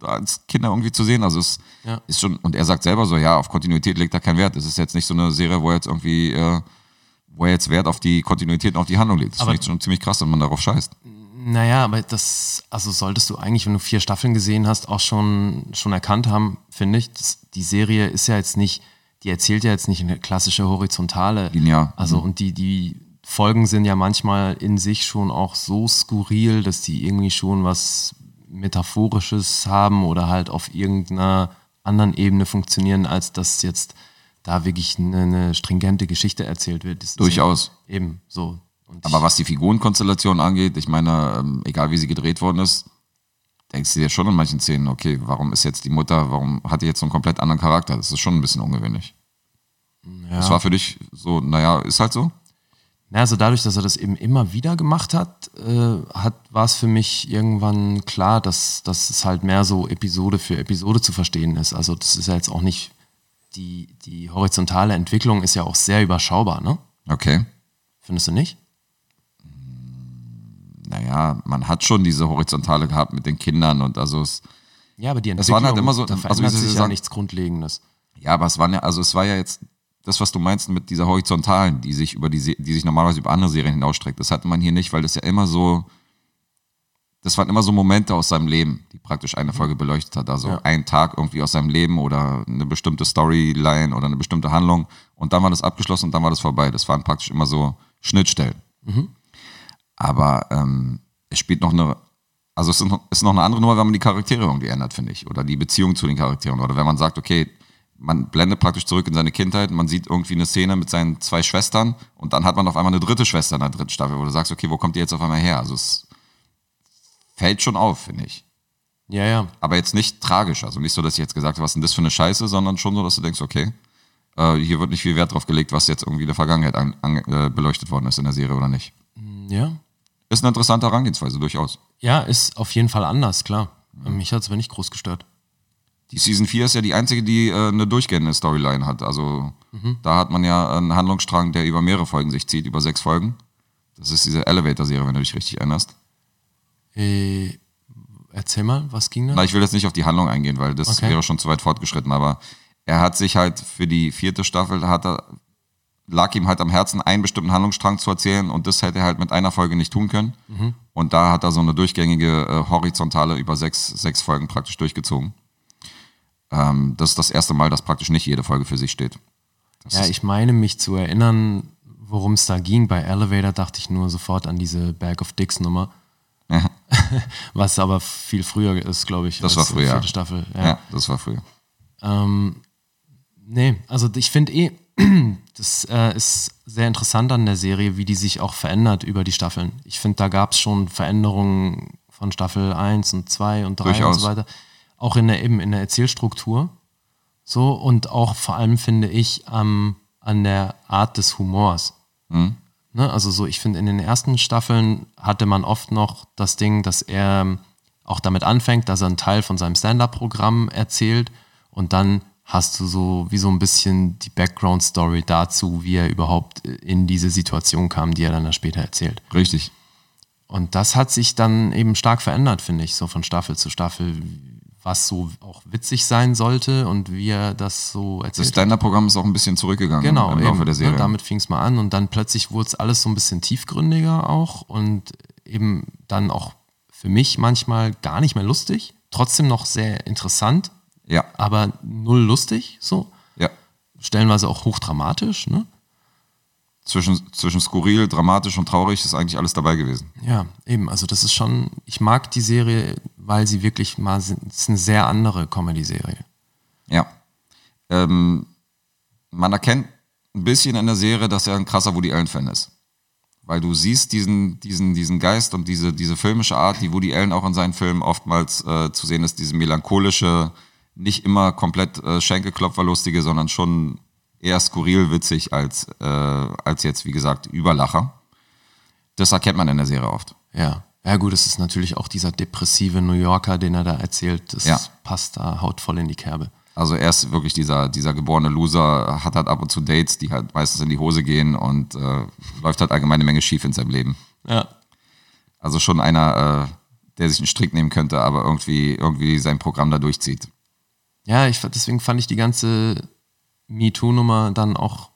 S3: als Kinder irgendwie zu sehen. Also es
S2: Ja.
S3: ist schon, und er sagt selber so, ja, auf Kontinuität legt er keinen Wert. Es ist jetzt nicht so eine Serie, wo er jetzt irgendwie, äh, wo er jetzt Wert auf die Kontinuität und auf die Handlung legt. Das
S2: Aber-
S3: finde ich schon ziemlich krass, wenn man darauf scheißt.
S2: Naja, aber das, also solltest du eigentlich, wenn du vier Staffeln gesehen hast, auch schon, schon erkannt haben, finde ich. Das, die Serie ist ja jetzt nicht, die erzählt ja jetzt nicht eine klassische horizontale.
S3: Linear. Mhm.
S2: Also, und die, die Folgen sind ja manchmal in sich schon auch so skurril, dass die irgendwie schon was Metaphorisches haben oder halt auf irgendeiner anderen Ebene funktionieren, als dass jetzt da wirklich eine, eine stringente Geschichte erzählt wird. Das ist
S3: Durchaus.
S2: ja Eben, so. Und
S3: Aber was die Figurenkonstellation angeht, ich meine, ähm, egal wie sie gedreht worden ist, denkst du dir schon in manchen Szenen, okay, warum ist jetzt die Mutter, warum hat die jetzt so einen komplett anderen Charakter? Das ist schon ein bisschen ungewöhnlich. Das war für dich so, naja, ist halt so.
S2: Na, also dadurch, dass er das eben immer wieder gemacht hat, äh, hat war es für mich irgendwann klar, dass, dass es halt mehr so Episode für Episode zu verstehen ist. Also das ist ja jetzt auch nicht, die, die horizontale Entwicklung ist ja auch sehr überschaubar, ne?
S3: Okay.
S2: Findest du nicht?
S3: Naja, man hat schon diese Horizontale gehabt mit den Kindern und also es,
S2: Ja, aber die
S3: Das
S2: Entwicklung,
S3: waren halt immer so-
S2: da
S3: also wie
S2: verändert
S3: soll ich
S2: sich ja
S3: sagen?
S2: nichts Grundlegendes.
S3: ja, aber es waren ja, also es war ja jetzt das, was du meinst mit dieser Horizontalen, die sich über die, Se- die sich normalerweise über andere Serien hinausstreckt. Das hatte man hier nicht, weil das ja immer so, das waren immer so Momente aus seinem Leben, die praktisch eine Folge beleuchtet hat. Also ein Tag irgendwie aus seinem Leben oder eine bestimmte Storyline oder eine bestimmte Handlung. Und dann war das abgeschlossen und dann war das vorbei. Das waren praktisch immer so Schnittstellen. Aber ähm, es spielt noch eine, also es ist noch, ist noch eine andere Nummer, wenn man die Charaktere irgendwie ändert, finde ich. Oder die Beziehung zu den Charakteren. Oder wenn man sagt, okay, man blendet praktisch zurück in seine Kindheit, man sieht irgendwie eine Szene mit seinen zwei Schwestern und dann hat man auf einmal eine dritte Schwester in der dritten Staffel, wo du sagst, okay, wo kommt die jetzt auf einmal her? Also es fällt schon auf, finde ich.
S2: Ja, ja.
S3: Aber jetzt nicht tragisch. Also nicht so, dass ich jetzt gesagt habe, was ist denn das für eine Scheiße, sondern schon so, dass du denkst, okay, äh, hier wird nicht viel Wert drauf gelegt, was jetzt irgendwie in der Vergangenheit an, an, äh, beleuchtet worden ist in der Serie oder nicht.
S2: Ja.
S3: Ist eine interessante Herangehensweise, durchaus.
S2: Ja, ist auf jeden Fall anders, klar. Mich hat es aber nicht groß gestört.
S3: Die Season 4 ist ja die einzige, die äh, eine durchgehende Storyline hat. Also da hat man ja einen Handlungsstrang, der über mehrere Folgen sich zieht, über sechs Folgen. Das ist diese Elevator-Serie, wenn du dich richtig erinnerst.
S2: Äh, erzähl mal, was ging da?
S3: Na, ich will jetzt nicht auf die Handlung eingehen, weil das
S2: Okay.
S3: wäre schon zu weit fortgeschritten, aber er hat sich halt für die vierte Staffel, hat er, lag ihm halt am Herzen, einen bestimmten Handlungsstrang zu erzählen und das hätte er halt mit einer Folge nicht tun können.
S2: Mhm.
S3: Und da hat er so eine durchgängige äh, horizontale über sechs, sechs Folgen praktisch durchgezogen. Ähm, das ist das erste Mal, dass praktisch nicht jede Folge für sich steht.
S2: Ja, ich meine mich zu erinnern, worum es da ging. Bei Elevator dachte ich nur sofort an diese Bag of Dicks Nummer,
S3: Ja,
S2: was aber viel früher ist, glaube ich.
S3: Das war
S2: als die
S3: früher.
S2: Vierte Staffel. Ja.
S3: ja, das war früher.
S2: Ähm, nee, also ich finde eh, das äh, ist sehr interessant an der Serie, wie die sich auch verändert über die Staffeln. Ich finde, da gab es schon Veränderungen von Staffel 1 und 2 und 3 und
S3: Durchaus.
S2: so weiter. Auch in der, eben in der Erzählstruktur. So, und auch vor allem finde ich ähm, an der Art des Humors. Ne, also so, ich finde, in den ersten Staffeln hatte man oft noch das Ding, dass er ähm, auch damit anfängt, dass er einen Teil von seinem Stand-up-Programm erzählt und dann hast du so wie so ein bisschen die Background-Story dazu, wie er überhaupt äh, in diese Situation kam, die er dann da später erzählt.
S3: Richtig.
S2: Und das hat sich dann eben stark verändert, finde ich, so von Staffel zu Staffel, was so auch witzig sein sollte und wie er das so
S3: Das
S2: erzählt
S3: Stand-Up-Programm ist auch ein bisschen zurückgegangen
S2: Genau,
S3: im Laufe
S2: eben,
S3: der Serie.
S2: Ne, damit fing es mal an und dann plötzlich wurde es alles so ein bisschen tiefgründiger auch und eben dann auch für mich manchmal gar nicht mehr lustig, trotzdem noch sehr interessant,
S3: ja,
S2: aber null lustig, so
S3: ja.
S2: stellenweise auch hochdramatisch, ne?
S3: Zwischen, zwischen skurril, dramatisch und traurig ist eigentlich alles dabei gewesen.
S2: Ja, eben, also das ist schon, ich mag die Serie, weil sie wirklich mal, es ist eine sehr andere Comedy-Serie.
S3: Ja. Ähm, man erkennt ein bisschen in der Serie, dass er ein krasser Woody Allen-Fan ist. Weil du siehst diesen, diesen, diesen Geist und diese, diese filmische Art, die Woody Allen auch in seinen Filmen oftmals äh, zu sehen ist, diese melancholische, nicht immer komplett äh, Schenkelklopferlustige, sondern schon eher skurril witzig als, äh, als jetzt, wie gesagt, Überlacher. Das erkennt man in der Serie oft.
S2: Ja. Ja gut, es ist natürlich auch dieser depressive New Yorker, den er da erzählt, das
S3: Ja.
S2: passt da hautvoll in die Kerbe.
S3: Also er ist wirklich dieser, dieser geborene Loser, hat halt ab und zu Dates, die halt meistens in die Hose gehen und äh, läuft halt allgemeine Menge schief in seinem Leben.
S2: Ja.
S3: Also schon einer, äh, der sich einen Strick nehmen könnte, aber irgendwie, irgendwie sein Programm da durchzieht.
S2: Ja, ich, fa- deswegen fand ich die ganze MeToo-Nummer dann auch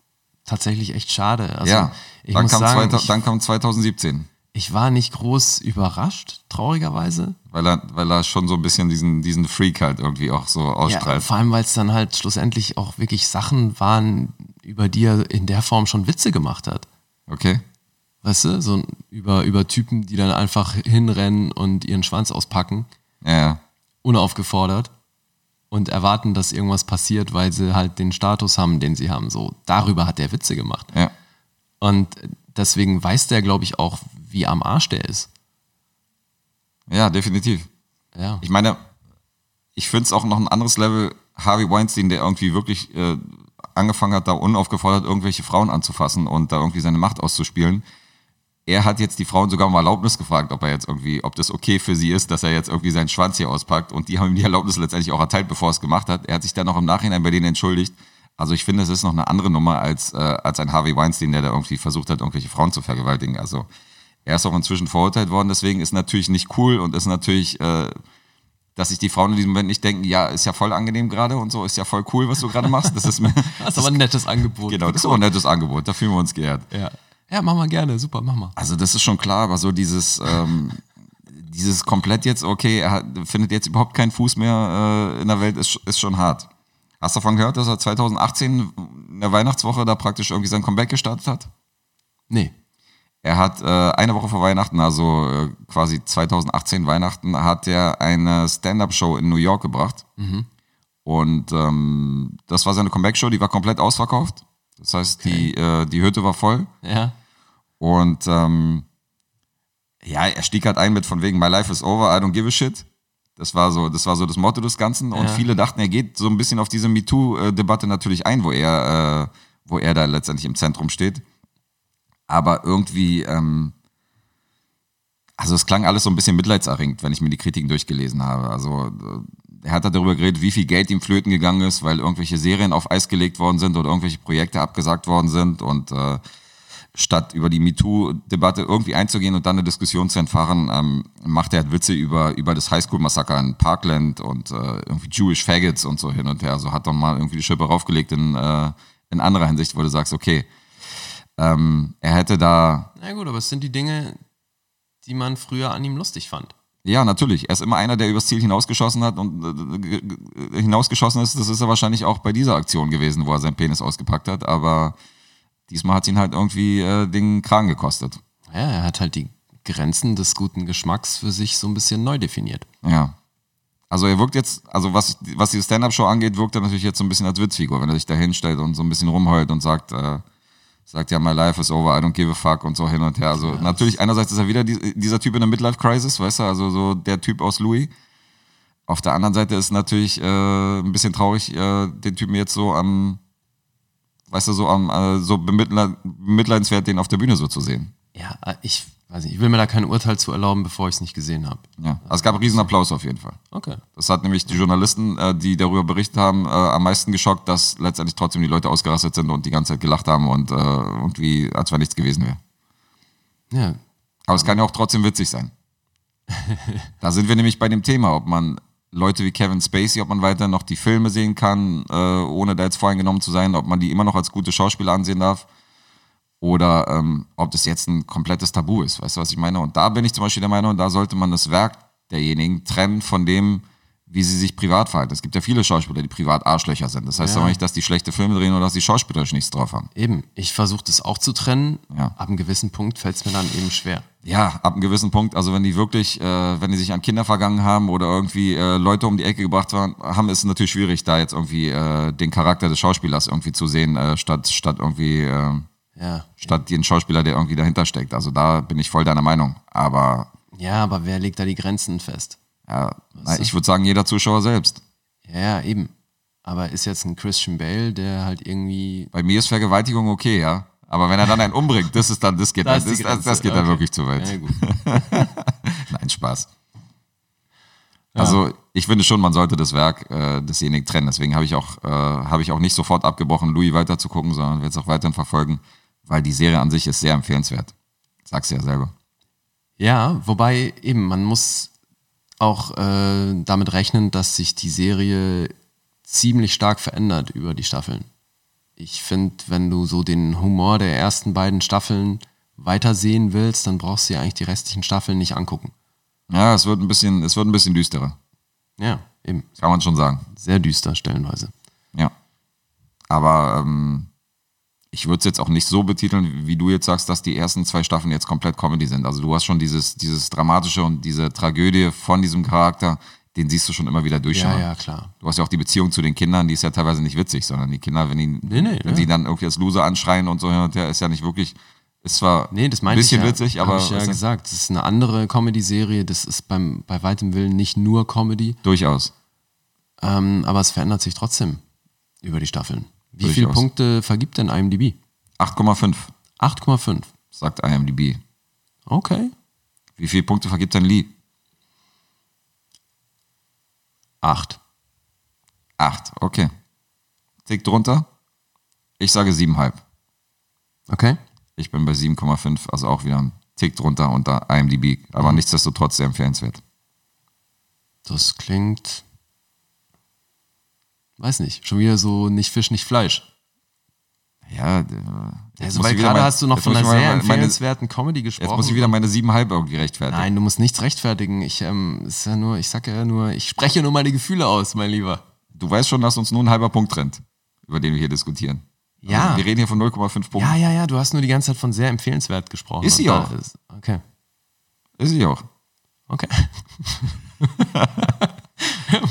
S2: tatsächlich echt schade. Also,
S3: ja,
S2: ich
S3: dann
S2: muss
S3: kam,
S2: sagen,
S3: 2000
S2: ich,
S3: dann kam 2017,
S2: ich war nicht groß überrascht, traurigerweise.
S3: weil er, weil er schon so ein bisschen diesen, diesen Freak halt irgendwie auch so
S2: Ja,
S3: ausstrahlt.
S2: vor allem, weil es dann halt schlussendlich auch wirklich Sachen waren, über die er in der Form schon Witze gemacht hat.
S3: okay?
S2: Weißt du, so über, über Typen, die dann einfach hinrennen und ihren Schwanz auspacken,
S3: Ja, ja.
S2: unaufgefordert und erwarten, dass irgendwas passiert, weil sie halt den Status haben, den sie haben. So, darüber hat er Witze gemacht.
S3: ja.
S2: Und deswegen weiß der, glaube ich, auch, wie am Arsch der ist.
S3: Ja, definitiv.
S2: Ja.
S3: Ich meine, ich finde es auch noch ein anderes Level, Harvey Weinstein, der irgendwie wirklich äh, angefangen hat, da unaufgefordert irgendwelche Frauen anzufassen und da irgendwie seine Macht auszuspielen. Er hat jetzt die Frauen sogar um Erlaubnis gefragt, ob er jetzt irgendwie, ob das okay für sie ist, dass er jetzt irgendwie seinen Schwanz hier auspackt. Und die haben ihm die Erlaubnis letztendlich auch erteilt, bevor er es gemacht hat. Er hat sich dann noch im Nachhinein bei denen entschuldigt. Also ich finde, es ist noch eine andere Nummer als, äh, als ein Harvey Weinstein, der da irgendwie versucht hat, irgendwelche Frauen zu vergewaltigen. Also er ist auch inzwischen verurteilt worden, deswegen ist natürlich nicht cool und ist natürlich äh, dass sich die Frauen in diesem Moment nicht denken, ja, ist ja voll angenehm gerade und so, ist ja voll cool, was du gerade machst. Das ist mir,
S2: das ist aber ein nettes Angebot.
S3: genau, das ist auch ein nettes Angebot, da fühlen wir uns geehrt.
S2: Ja. ja, mach mal gerne. Super, mach mal.
S3: Also das ist schon klar, aber so dieses, ähm, dieses komplett jetzt, okay, er hat, findet jetzt überhaupt keinen Fuß mehr äh, in der Welt, ist, sch- ist schon hart. Hast du davon gehört, dass er 2018 in der Weihnachtswoche da praktisch irgendwie sein Comeback gestartet hat?
S2: Nee.
S3: Er hat äh, eine Woche vor Weihnachten, also äh, quasi 2018 Weihnachten, hat er eine Stand-up-Show in New York gebracht. Und ähm, das war seine Comeback-Show, die war komplett ausverkauft. Das heißt, die, äh, die Hütte war voll.
S2: Ja.
S3: Und ähm, ja, er stieg halt ein mit von wegen My life is over, I don't give a shit. Das war so, das war so das Motto des Ganzen. Und
S2: Ja.
S3: viele dachten, er geht so ein bisschen auf diese MeToo-Debatte natürlich ein, wo er, äh, wo er da letztendlich im Zentrum steht. Aber irgendwie, ähm, also es klang alles so ein bisschen mitleidserregend, wenn ich mir die Kritiken durchgelesen habe. Also äh, er hat da darüber geredet, wie viel Geld ihm flöten gegangen ist, weil irgendwelche Serien auf Eis gelegt worden sind oder irgendwelche Projekte abgesagt worden sind und äh, statt über die MeToo-Debatte irgendwie einzugehen und dann eine Diskussion zu entfachen, ähm, macht er halt Witze über, über das Highschool-Massaker in Parkland und äh, irgendwie Jewish Faggots und so hin und her. Also hat dann mal irgendwie die Schippe raufgelegt in, äh, in anderer Hinsicht, wo du sagst, okay, ähm, er hätte da,
S2: Na gut, aber es sind die Dinge, die man früher an ihm lustig fand.
S3: ja natürlich, er ist immer einer, der übers Ziel hinausgeschossen hat und äh, ge- ge- hinausgeschossen ist. Das ist er wahrscheinlich auch bei dieser Aktion gewesen, wo er seinen Penis ausgepackt hat, aber diesmal hat ihn halt irgendwie äh, den Kragen gekostet.
S2: Ja, er hat halt die Grenzen des guten Geschmacks für sich so ein bisschen neu definiert.
S3: Ja. Also er wirkt jetzt, also was, was die Stand-Up-Show angeht, wirkt er natürlich jetzt so ein bisschen als Witzfigur, wenn er sich da hinstellt und so ein bisschen rumheult und sagt, äh, sagt ja, my life is over, I don't give a fuck und so hin und her. Also natürlich, einerseits ist er wieder die, dieser Typ in der Midlife-Crisis, weißt du, also so der Typ aus Louis. Auf der anderen Seite ist natürlich äh, ein bisschen traurig, äh, den Typen jetzt so am, weißt du, so am, äh, so bemitleid- bemitleidenswert, den auf der Bühne so zu sehen.
S2: Ja, äh, ich weiß nicht, ich will mir da kein Urteil zu erlauben, bevor ich es nicht gesehen habe.
S3: Ja, also es gab einen riesen Applaus auf jeden Fall.
S2: Okay.
S3: Das hat nämlich die Journalisten, äh, die darüber berichtet haben, äh, am meisten geschockt, dass letztendlich trotzdem die Leute ausgerastet sind und die ganze Zeit gelacht haben und äh, irgendwie, als wenn nichts gewesen wäre.
S2: Ja.
S3: Aber es kann ja auch trotzdem witzig sein. da sind wir nämlich bei dem Thema, ob man Leute wie Kevin Spacey, ob man weiter noch die Filme sehen kann, äh, ohne da jetzt voreingenommen zu sein, ob man die immer noch als gute Schauspieler ansehen darf oder ähm, ob das jetzt ein komplettes Tabu ist. Weißt du, was ich meine? Und da bin ich zum Beispiel der Meinung, da sollte man das Werk derjenigen trennen von dem, wie sie sich privat verhalten. Es gibt ja viele Schauspieler, die privat Arschlöcher sind. Das heißt
S2: Ja.
S3: aber nicht, dass die schlechte Filme drehen oder dass die Schauspieler nichts drauf haben.
S2: Eben, ich versuche das auch zu trennen.
S3: Ja.
S2: Ab einem gewissen Punkt fällt es mir dann eben schwer.
S3: Ja, ab einem gewissen Punkt, also wenn die wirklich, äh, wenn die sich an Kinder vergangen haben oder irgendwie äh, Leute um die Ecke gebracht waren, haben, ist es natürlich schwierig, da jetzt irgendwie äh, den Charakter des Schauspielers irgendwie zu sehen, äh, statt, statt irgendwie, äh,
S2: Ja.
S3: statt den Schauspieler, der irgendwie dahinter steckt. Also da bin ich voll deiner Meinung. Aber
S2: Ja, aber wer legt da die Grenzen fest?
S3: ja, na, ich würde sagen, jeder Zuschauer selbst.
S2: Ja, ja, eben. Aber ist jetzt ein Christian Bale, der halt irgendwie.
S3: Bei mir ist Vergewaltigung okay, ja. Aber wenn er dann einen umbringt, das ist dann, das geht,
S2: Da
S3: dann,
S2: ist die
S3: das, das,
S2: Grenze,
S3: das geht dann
S2: okay.
S3: wirklich zu weit.
S2: Ja, gut.
S3: Nein, Spaß. Also ich finde schon, man sollte das Werk äh, desjenigen trennen. Deswegen habe ich auch äh, habe ich auch nicht sofort abgebrochen, Louis weiter zu gucken, sondern werde es auch weiterhin verfolgen, weil die Serie an sich ist sehr empfehlenswert. Sag's ja selber.
S2: Ja, wobei eben, man muss auch äh, damit rechnen, dass sich die Serie ziemlich stark verändert über die Staffeln. Ich finde, wenn du so den Humor der ersten beiden Staffeln weitersehen willst, dann brauchst du ja eigentlich die restlichen Staffeln nicht angucken.
S3: Ja, es wird ein bisschen, es wird ein bisschen düsterer,
S2: Ja, eben.
S3: kann man schon sagen.
S2: Sehr düster stellenweise.
S3: Ja. Aber ähm, ich würde es jetzt auch nicht so betiteln, wie du jetzt sagst, dass die ersten zwei Staffeln jetzt komplett Comedy sind. Also du hast schon dieses, dieses Dramatische und diese Tragödie von diesem Charakter, den siehst du schon immer wieder
S2: Ja,
S3: durchschauen.
S2: ja, klar.
S3: Du hast ja auch die Beziehung zu den Kindern, die ist ja teilweise nicht witzig, sondern die Kinder, wenn die,
S2: Nee, nee, ja.
S3: wenn die dann irgendwie als Loser anschreien und so, der ist ja nicht wirklich, ist zwar
S2: Nee, das
S3: ein
S2: meine ich
S3: bisschen
S2: ja,
S3: witzig,
S2: hab
S3: aber
S2: ich ja
S3: ist ja
S2: gesagt, das ist eine andere Comedy-Serie. Das ist beim, bei weitem Willen nicht nur Comedy.
S3: durchaus.
S2: Ähm, aber es verändert sich trotzdem über die Staffeln. Wie viele
S3: Durchaus.
S2: Punkte vergibt denn IMDb?
S3: 8,5
S2: 8,5.
S3: sagt IMDb.
S2: Okay.
S3: Wie viele Punkte vergibt denn Lee?
S2: 8.
S3: Acht, okay. Tick drunter. Ich sage siebeneinhalb.
S2: Okay.
S3: Ich bin bei 7,5, also auch wieder ein Tick drunter unter IMDb.
S2: Mhm.
S3: Aber nichtsdestotrotz sehr empfehlenswert.
S2: Das klingt. Weiß nicht. Schon wieder so nicht Fisch, nicht Fleisch.
S3: Ja, äh, jetzt
S2: Also,
S3: muss
S2: weil
S3: ich wieder
S2: gerade
S3: mein-
S2: hast du noch
S3: jetzt
S2: von einer
S3: muss ich mal
S2: sehr
S3: meine- meine-
S2: empfehlenswerten Comedy gesprochen.
S3: Jetzt muss ich wieder meine siebeneinhalb irgendwie rechtfertigen.
S2: Nein, du musst nichts rechtfertigen. Ich, ähm, ist ja nur, ich sag ja nur, ich spreche nur meine Gefühle aus, mein Lieber.
S3: Du weißt schon, dass uns nur ein halber Punkt trennt, über den wir hier diskutieren.
S2: Ja.
S3: Also, wir reden hier von 0,5 Punkten.
S2: Ja, ja, ja, du hast nur die ganze Zeit von sehr empfehlenswert gesprochen.
S3: Ist sie
S2: Und da
S3: auch.
S2: Ist, okay.
S3: Ist ich auch.
S2: Okay.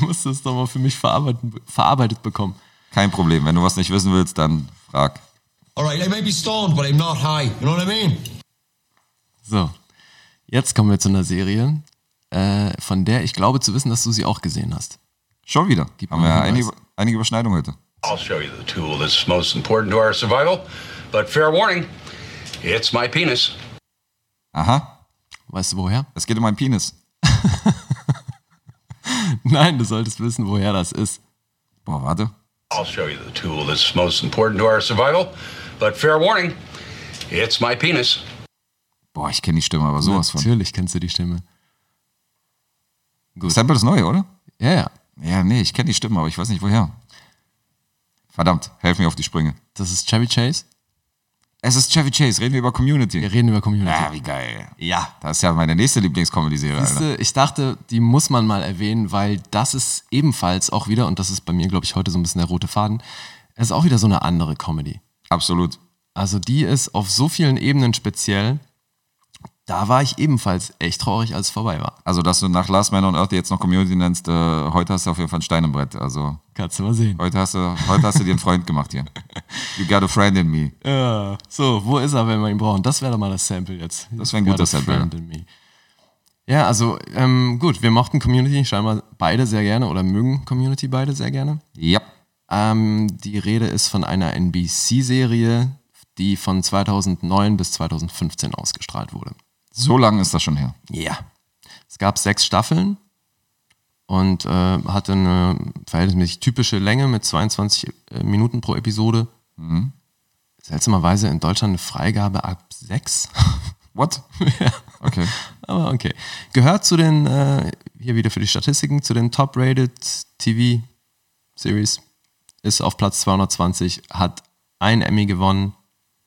S2: Musst du es doch mal für mich verarbeiten, verarbeitet bekommen.
S3: Kein Problem. Wenn du was nicht wissen willst, dann frag.
S4: All right, I may be stoned, but I'm not high. You know what I mean?
S2: So, jetzt kommen wir zu einer Serie, äh, von der ich glaube zu wissen, dass du sie auch gesehen hast.
S3: Schon wieder.
S2: Gib
S3: Haben
S2: mir
S3: wir ja
S2: einen
S3: einige, einige Überschneidungen heute.
S6: I'll show you the tool that's most important to our survival. But fair warning, it's my penis.
S3: Aha,
S2: Weißt du woher?
S3: es geht um meinen Penis.
S2: Nein, du solltest wissen, woher das ist.
S3: Boah, warte.
S6: I'll show you the tool that's most important to our survival. But fair warning, it's my penis.
S3: Boah, ich kenne die Stimme aber sowas von.
S2: Natürlich kennst du die Stimme. Gut.
S3: Sample ist neu, oder?
S2: Ja, ja.
S3: Ja, nee, ich kenne die Stimme, aber ich weiß nicht woher. Verdammt, helf mir auf die Sprünge.
S2: Das ist Chevy Chase.
S3: Es ist Chevy Chase, reden wir über Community.
S2: Wir reden über Community.
S3: Ja, wie geil. Ja, das ist ja meine nächste Lieblingscomedy-Serie, Alter.
S2: Siehste, ich dachte, die muss man mal erwähnen, weil das ist ebenfalls auch wieder, und das ist bei mir, glaube ich, heute so ein bisschen der rote Faden, es ist auch wieder so eine andere Comedy.
S3: Absolut.
S2: Also die ist auf so vielen Ebenen speziell, da war ich ebenfalls echt traurig, als es vorbei war.
S3: Also, dass du nach Last Man on Earth jetzt noch Community nennst, äh, heute hast du auf jeden Fall einen Stein im Brett. Also,
S2: Kannst du mal sehen.
S3: heute hast du, heute hast du dir einen Freund gemacht hier. You got a friend in me.
S2: Ja. So, wo ist er, wenn wir ihn brauchen? Das wäre doch mal das Sample jetzt.
S3: Das wäre ein guter
S2: Got a
S3: Sample,
S2: friend in me. Ja, also ähm, gut, wir mochten Community scheinbar beide sehr gerne oder mögen Community beide sehr gerne.
S3: Ja.
S2: Ähm, die Rede ist von einer NBC-Serie, die von 2009 bis 2015 ausgestrahlt wurde.
S3: So lange ist das schon her.
S2: Ja. Es gab sechs Staffeln und äh, hatte eine verhältnismäßig typische Länge mit 22 äh, Minuten pro Episode.
S3: Mhm.
S2: Seltsamerweise in Deutschland eine Freigabe ab sechs.
S3: What?
S2: ja.
S3: Okay.
S2: Aber okay. Gehört zu den, äh, hier wieder für die Statistiken, zu den Top-Rated TV-Series. Ist auf Platz 220, hat ein Emmy gewonnen,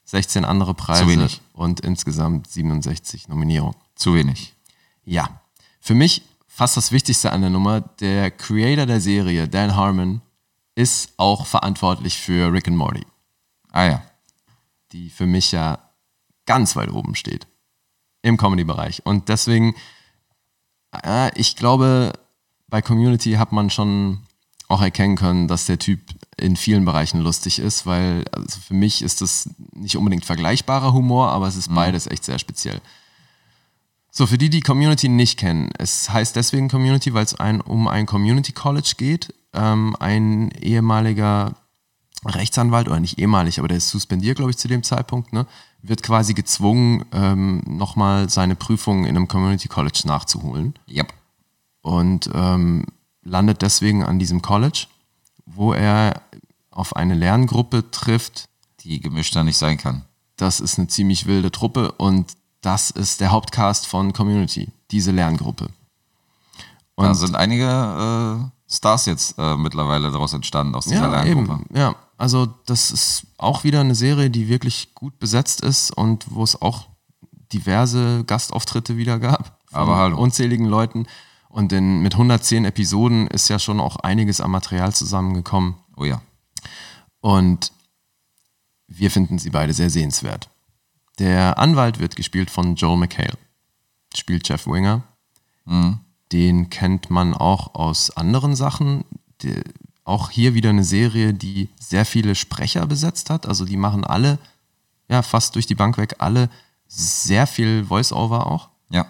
S2: 16 andere Preise
S3: Zu wenig.
S2: und insgesamt 67 Nominierungen.
S3: Zu wenig.
S2: Ja. Für mich fast das Wichtigste an der Nummer, der Creator der Serie, Dan Harmon, ist auch verantwortlich für Rick and Morty,
S3: Ah ja.
S2: die für mich ja ganz weit oben steht im Comedy-Bereich. Und deswegen, äh, ich glaube, bei Community hat man schon auch erkennen können, dass der Typ in vielen Bereichen lustig ist, weil also für mich ist das nicht unbedingt vergleichbarer Humor, aber es ist beides echt sehr speziell. So, für die, die Community nicht kennen, es heißt deswegen Community, weil es ein, um ein Community College geht. Ähm, ein ehemaliger Rechtsanwalt, oder nicht ehemalig, aber der ist suspendiert, glaube ich, zu dem Zeitpunkt, ne, wird quasi gezwungen, ähm, nochmal seine Prüfungen in einem Community College nachzuholen.
S3: Ja.
S2: und ähm, landet deswegen an diesem College, wo er auf eine Lerngruppe trifft.
S3: die gemischter nicht sein kann.
S2: Das ist eine ziemlich wilde Truppe und das ist der Hauptcast von Community, diese Lerngruppe.
S3: Da
S2: Und-
S3: sind einige äh, Stars jetzt äh, mittlerweile daraus entstanden aus dieser
S2: Ja,
S3: Lerngruppe.
S2: eben. Ja, also das ist auch wieder eine Serie, die wirklich gut besetzt ist und wo es auch diverse Gastauftritte wieder gab. Von
S3: Aber hallo.
S2: Unzähligen Leuten. Und in, mit 110 Episoden ist ja schon auch einiges am Material zusammengekommen.
S3: Oh ja.
S2: Und wir finden sie beide sehr sehenswert. Der Anwalt wird gespielt von Joe McHale. Spielt Jeff Winger. Den kennt man auch aus anderen Sachen. Die, auch hier wieder eine Serie, die sehr viele Sprecher besetzt hat. Also die machen alle, ja, fast durch die Bank weg, alle sehr viel Voice-Over auch.
S3: Ja.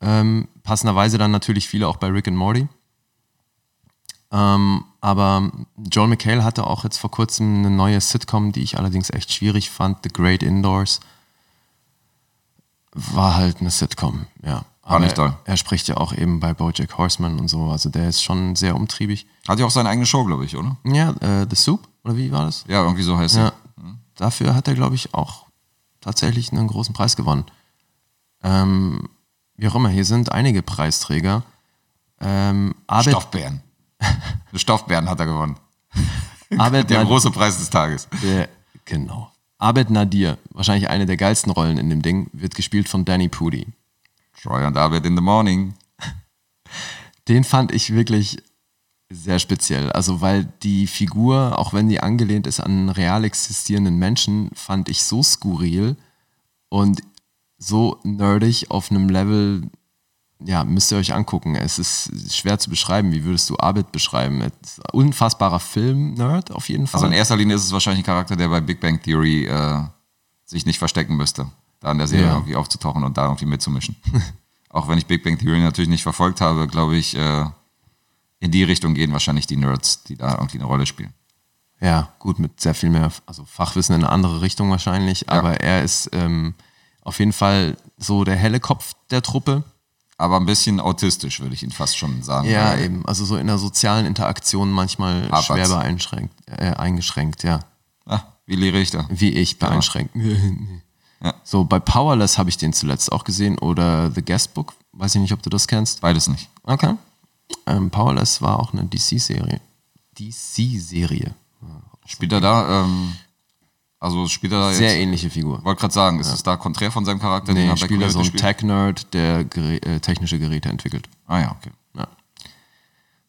S2: Ähm, passenderweise dann natürlich viele auch bei Rick and Morty. Ähm, aber John McHale hatte auch jetzt vor kurzem eine neue Sitcom, die ich allerdings echt schwierig fand, The Great Indoors. War halt eine Sitcom, ja.
S3: War nicht
S2: er,
S3: doll.
S2: er spricht ja auch eben bei Bojack Horseman und so, also der ist schon sehr umtriebig.
S3: Hat ja auch seine eigene Show, glaube ich, oder?
S2: Ja, äh, The Soup, oder wie war das?
S3: Ja, irgendwie so heißt
S2: Ja.
S3: sie.
S2: Mhm. Dafür hat er, glaube ich, auch tatsächlich einen großen Preis gewonnen. Ähm, wie auch immer, hier sind einige Preisträger. Ähm, Abed,
S3: Stoffbären. Eine Stoffbären hat er gewonnen.
S2: Abed
S3: Der
S2: Nad-
S3: große Preis des Tages.
S2: Der, genau. Abed Nadir, wahrscheinlich eine der geilsten Rollen in dem Ding, wird gespielt von Danny Pudi.
S3: Troy und Abed in the Morning.
S2: Den fand ich wirklich sehr speziell. Also, weil die Figur, auch wenn die angelehnt ist an einen real existierenden Menschen, fand ich so skurril und so nerdig auf einem Level, ja, müsst ihr euch angucken. Es ist schwer zu beschreiben. Wie würdest du Abed beschreiben? Es ist ein unfassbarer Film-Nerd auf jeden Fall.
S3: Also in erster Linie ist es wahrscheinlich ein Charakter, der bei Big Bang Theory äh, sich nicht verstecken müsste, da in der Serie
S2: Ja.
S3: irgendwie aufzutauchen und da irgendwie mitzumischen. Auch wenn ich Big Bang Theory natürlich nicht verfolgt habe, glaube ich, äh, in die Richtung gehen wahrscheinlich die Nerds, die da irgendwie eine Rolle spielen.
S2: Ja, gut, mit sehr viel mehr also Fachwissen in eine andere Richtung wahrscheinlich, aber er ist ähm, auf jeden Fall so der helle Kopf der Truppe.
S3: Aber ein bisschen autistisch, würde ich ihn fast schon sagen.
S2: Ja,
S3: Weil
S2: eben. Also so in der sozialen Interaktion manchmal
S3: Hapert's.
S2: schwer beeinschränkt, äh, eingeschränkt, ja.
S3: Ah, Willi Richter.
S2: Wie ich beeinschränkt.
S3: Ja.
S2: So, bei Powerless habe ich den zuletzt auch gesehen oder The Guestbook. Weiß ich nicht, ob du das kennst.
S3: Beides nicht.
S2: Okay. Ähm, Powerless war auch eine DC-Serie. DC-Serie.
S3: Spielt er da, ähm, also spielt er da jetzt,
S2: Sehr ähnliche Figur.
S3: wollte gerade sagen, ist es da konträr von seinem Charakter?
S2: Nee,
S3: er
S2: ich
S3: bei
S2: spiele so
S3: Community
S2: einen Tech-Nerd, der Gerä äh, technische Geräte entwickelt.
S3: Ah ja, okay.
S2: Ja.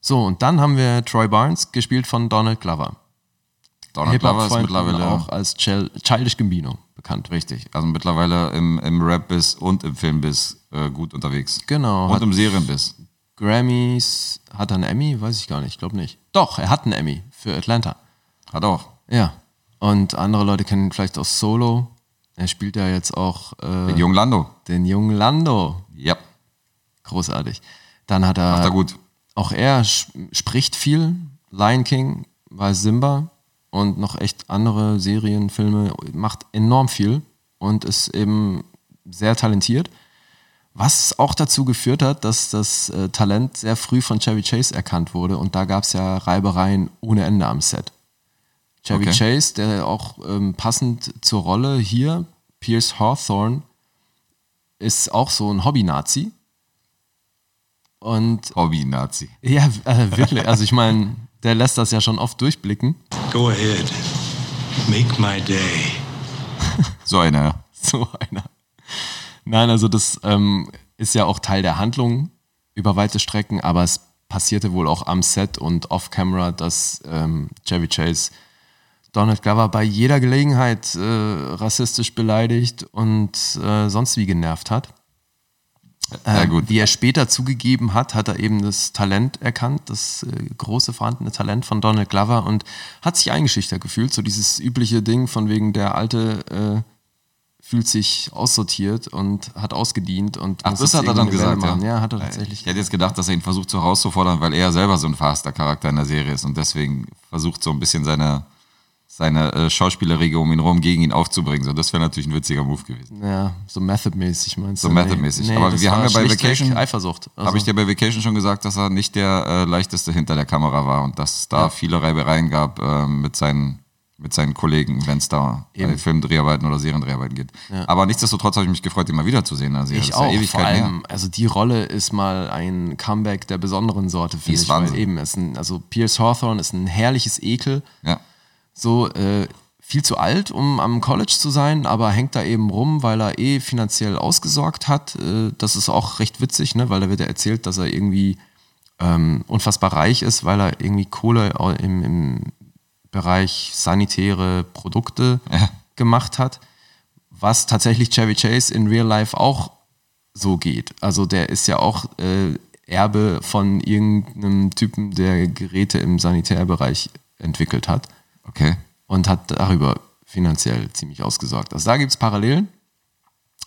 S2: So, und dann haben wir Troy Barnes, gespielt von Donald Glover.
S3: Donald Glover ist
S2: Hip-Hop-Freund
S3: mittlerweile
S2: auch als Chil Childish Gambino bekannt. Richtig.
S3: Also mittlerweile im, im Rap-Biss und im Film-Biss äh, gut unterwegs.
S2: Genau,
S3: Und
S2: hat-
S3: im Serienbiss.
S2: Grammys, hat er einen Emmy? Weiß ich gar nicht, glaube nicht. Doch, er hat einen Emmy für Atlanta.
S3: Hat auch.
S2: Ja. Und andere Leute kennen ihn vielleicht aus Solo. Er spielt ja jetzt auch äh,
S3: Den jungen Lando.
S2: den jungen Lando.
S3: Ja.
S2: Großartig. Dann hat er.
S3: Macht er gut.
S2: Auch er sch- spricht viel. Lion King war Simba und noch echt andere Serien, Filme, macht enorm viel und ist eben sehr talentiert. Was auch dazu geführt hat, dass das äh, Talent sehr früh von Chevy Chase erkannt wurde und da gab es ja Reibereien ohne Ende am Set. Chevy
S3: Okay.
S2: Chase, der auch ähm, passend zur Rolle hier, Pierce Hawthorne, ist auch so ein Hobby-Nazi. Und
S3: Hobby-Nazi.
S2: ja, äh, wirklich. Also ich meine, der lässt das ja schon oft durchblicken.
S7: Go ahead. Make my day.
S3: So einer.
S2: So einer. Nein, also das ähm, ist ja auch Teil der Handlung über weite Strecken, aber es passierte wohl auch am Set und off-camera, dass ähm, Chevy Chase Donald Glover bei jeder Gelegenheit äh, rassistisch beleidigt und äh, sonst wie genervt hat.
S3: Ja,
S2: Ähm,
S3: gut.
S2: Wie er später zugegeben hat, hat er eben das Talent erkannt, das äh, große vorhandene Talent von Donald Glover und hat sich eingeschüchtert gefühlt. So dieses übliche Ding von wegen der Alte äh, fühlt sich aussortiert und hat ausgedient und
S3: Ach,
S2: muss
S3: das
S2: jetzt
S3: hat er dann
S2: irgendwie eine Welle
S3: gesagt, ja.
S2: machen. ja, hat er tatsächlich.
S3: Ich hätte jetzt gedacht, dass er ihn versucht, so rauszufordern, weil er selber so ein verhasster Charakter in der Serie ist und deswegen versucht, so ein bisschen seine, seine äh, Schauspielerriege um ihn rum gegen ihn aufzubringen. So, das wäre natürlich ein witziger Move gewesen.
S2: Ja, so Method-mäßig meinst
S3: So
S2: du?
S3: Method-mäßig. Aber
S2: das
S3: wir haben
S2: war
S3: ja bei
S2: schlichtweg
S3: Vacation-
S2: Eifersucht. Also,
S3: Habe ich dir bei Vacation schon gesagt, dass er nicht der äh, leichteste hinter der Kamera war und dass es da viele Reibereien gab äh, mit, seinen, mit seinen Kollegen, wenn es da bei Filmdreharbeiten oder Seriendreharbeiten geht. Aber nichtsdestotrotz habe ich mich gefreut, ihn mal wiederzusehen. Also,
S2: ich
S3: das ist ja
S2: auch,
S3: Ewigkeit
S2: vor
S3: her.
S2: allem, also die Rolle ist mal ein Comeback der besonderen Sorte, finde
S3: ist
S2: ich. Weil
S3: Wahnsinn.
S2: eben, ist ein, also Pierce Hawthorne ist ein herrliches Ekel,
S3: Ja.
S2: so äh, viel zu alt, um am College zu sein, aber hängt da eben rum, weil er eh finanziell ausgesorgt hat. Äh, das ist auch recht witzig, ne? weil da wird ja erzählt, dass er irgendwie ähm, unfassbar reich ist, weil er irgendwie Kohle au- im, im Bereich sanitäre Produkte
S3: Ja.
S2: gemacht hat, was tatsächlich Chevy Chase in Real Life auch so geht. Also der ist ja auch äh, Erbe von irgendeinem Typen, der Geräte im Sanitärbereich entwickelt hat
S3: Okay.
S2: und hat darüber finanziell ziemlich ausgesorgt. Also da gibt es Parallelen,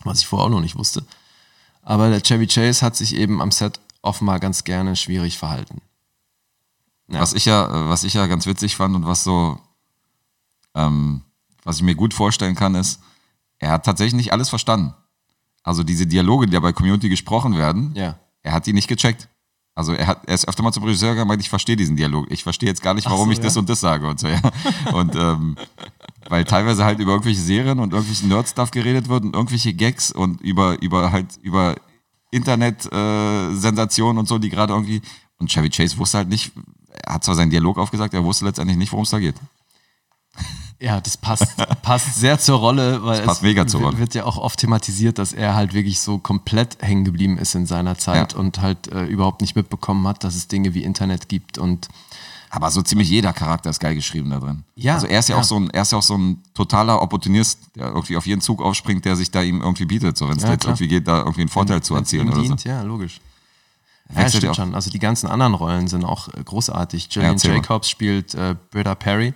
S2: was ich vorher auch noch nicht wusste. Aber der Chevy Chase hat sich eben am Set offenbar ganz gerne schwierig verhalten. Ja.
S3: Was ich ja, äh, was ich ja ganz witzig fand und was so, ähm, was ich mir gut vorstellen kann, ist, er hat tatsächlich nicht alles verstanden. Also diese Dialoge, die da bei Community gesprochen werden,
S2: Ja.
S3: er hat die nicht gecheckt. Also er, hat, er ist öfter mal zum Regisseur gegangen und meint, ich verstehe diesen Dialog. Ich verstehe jetzt gar nicht, warum
S2: so,
S3: ich das
S2: ja.
S3: und das sage und so. Ja. Und ähm, weil teilweise halt über irgendwelche Serien und irgendwelchen Nerd-Stuff geredet wird und irgendwelche Gags und über, über halt über Internet-Sensationen und so, die gerade irgendwie. Und Chevy Chase wusste halt nicht, er hat zwar seinen Dialog aufgesagt, er wusste letztendlich nicht, worum es da geht.
S2: Ja, das passt, passt sehr zur Rolle, weil
S3: passt
S2: es
S3: mega zur
S2: wird,
S3: Rolle.
S2: wird ja auch oft thematisiert, dass er halt wirklich so komplett hängen geblieben ist in seiner Zeit
S3: Ja.
S2: und halt äh, überhaupt nicht mitbekommen hat, dass es Dinge wie Internet gibt und
S3: Aber so ziemlich jeder Charakter ist geil geschrieben da drin.
S2: Ja,
S3: Also er ist ja,
S2: ja.
S3: auch so ein, er ist ja auch so ein totaler Opportunist, der irgendwie auf jeden Zug aufspringt, der sich da ihm irgendwie bietet, so wenn es
S2: Ja,
S3: da jetzt
S2: klar.
S3: irgendwie geht, da irgendwie einen Vorteil zu
S2: wenn's ihm
S3: erzielen oder so.
S2: dient, Ja, logisch. Ja,
S3: Wechselt ja
S2: stimmt
S3: auch.
S2: schon. Also die ganzen anderen Rollen sind auch äh, großartig. Gillian
S3: erzähl mal.
S2: Jacobs spielt äh, Britta Perry.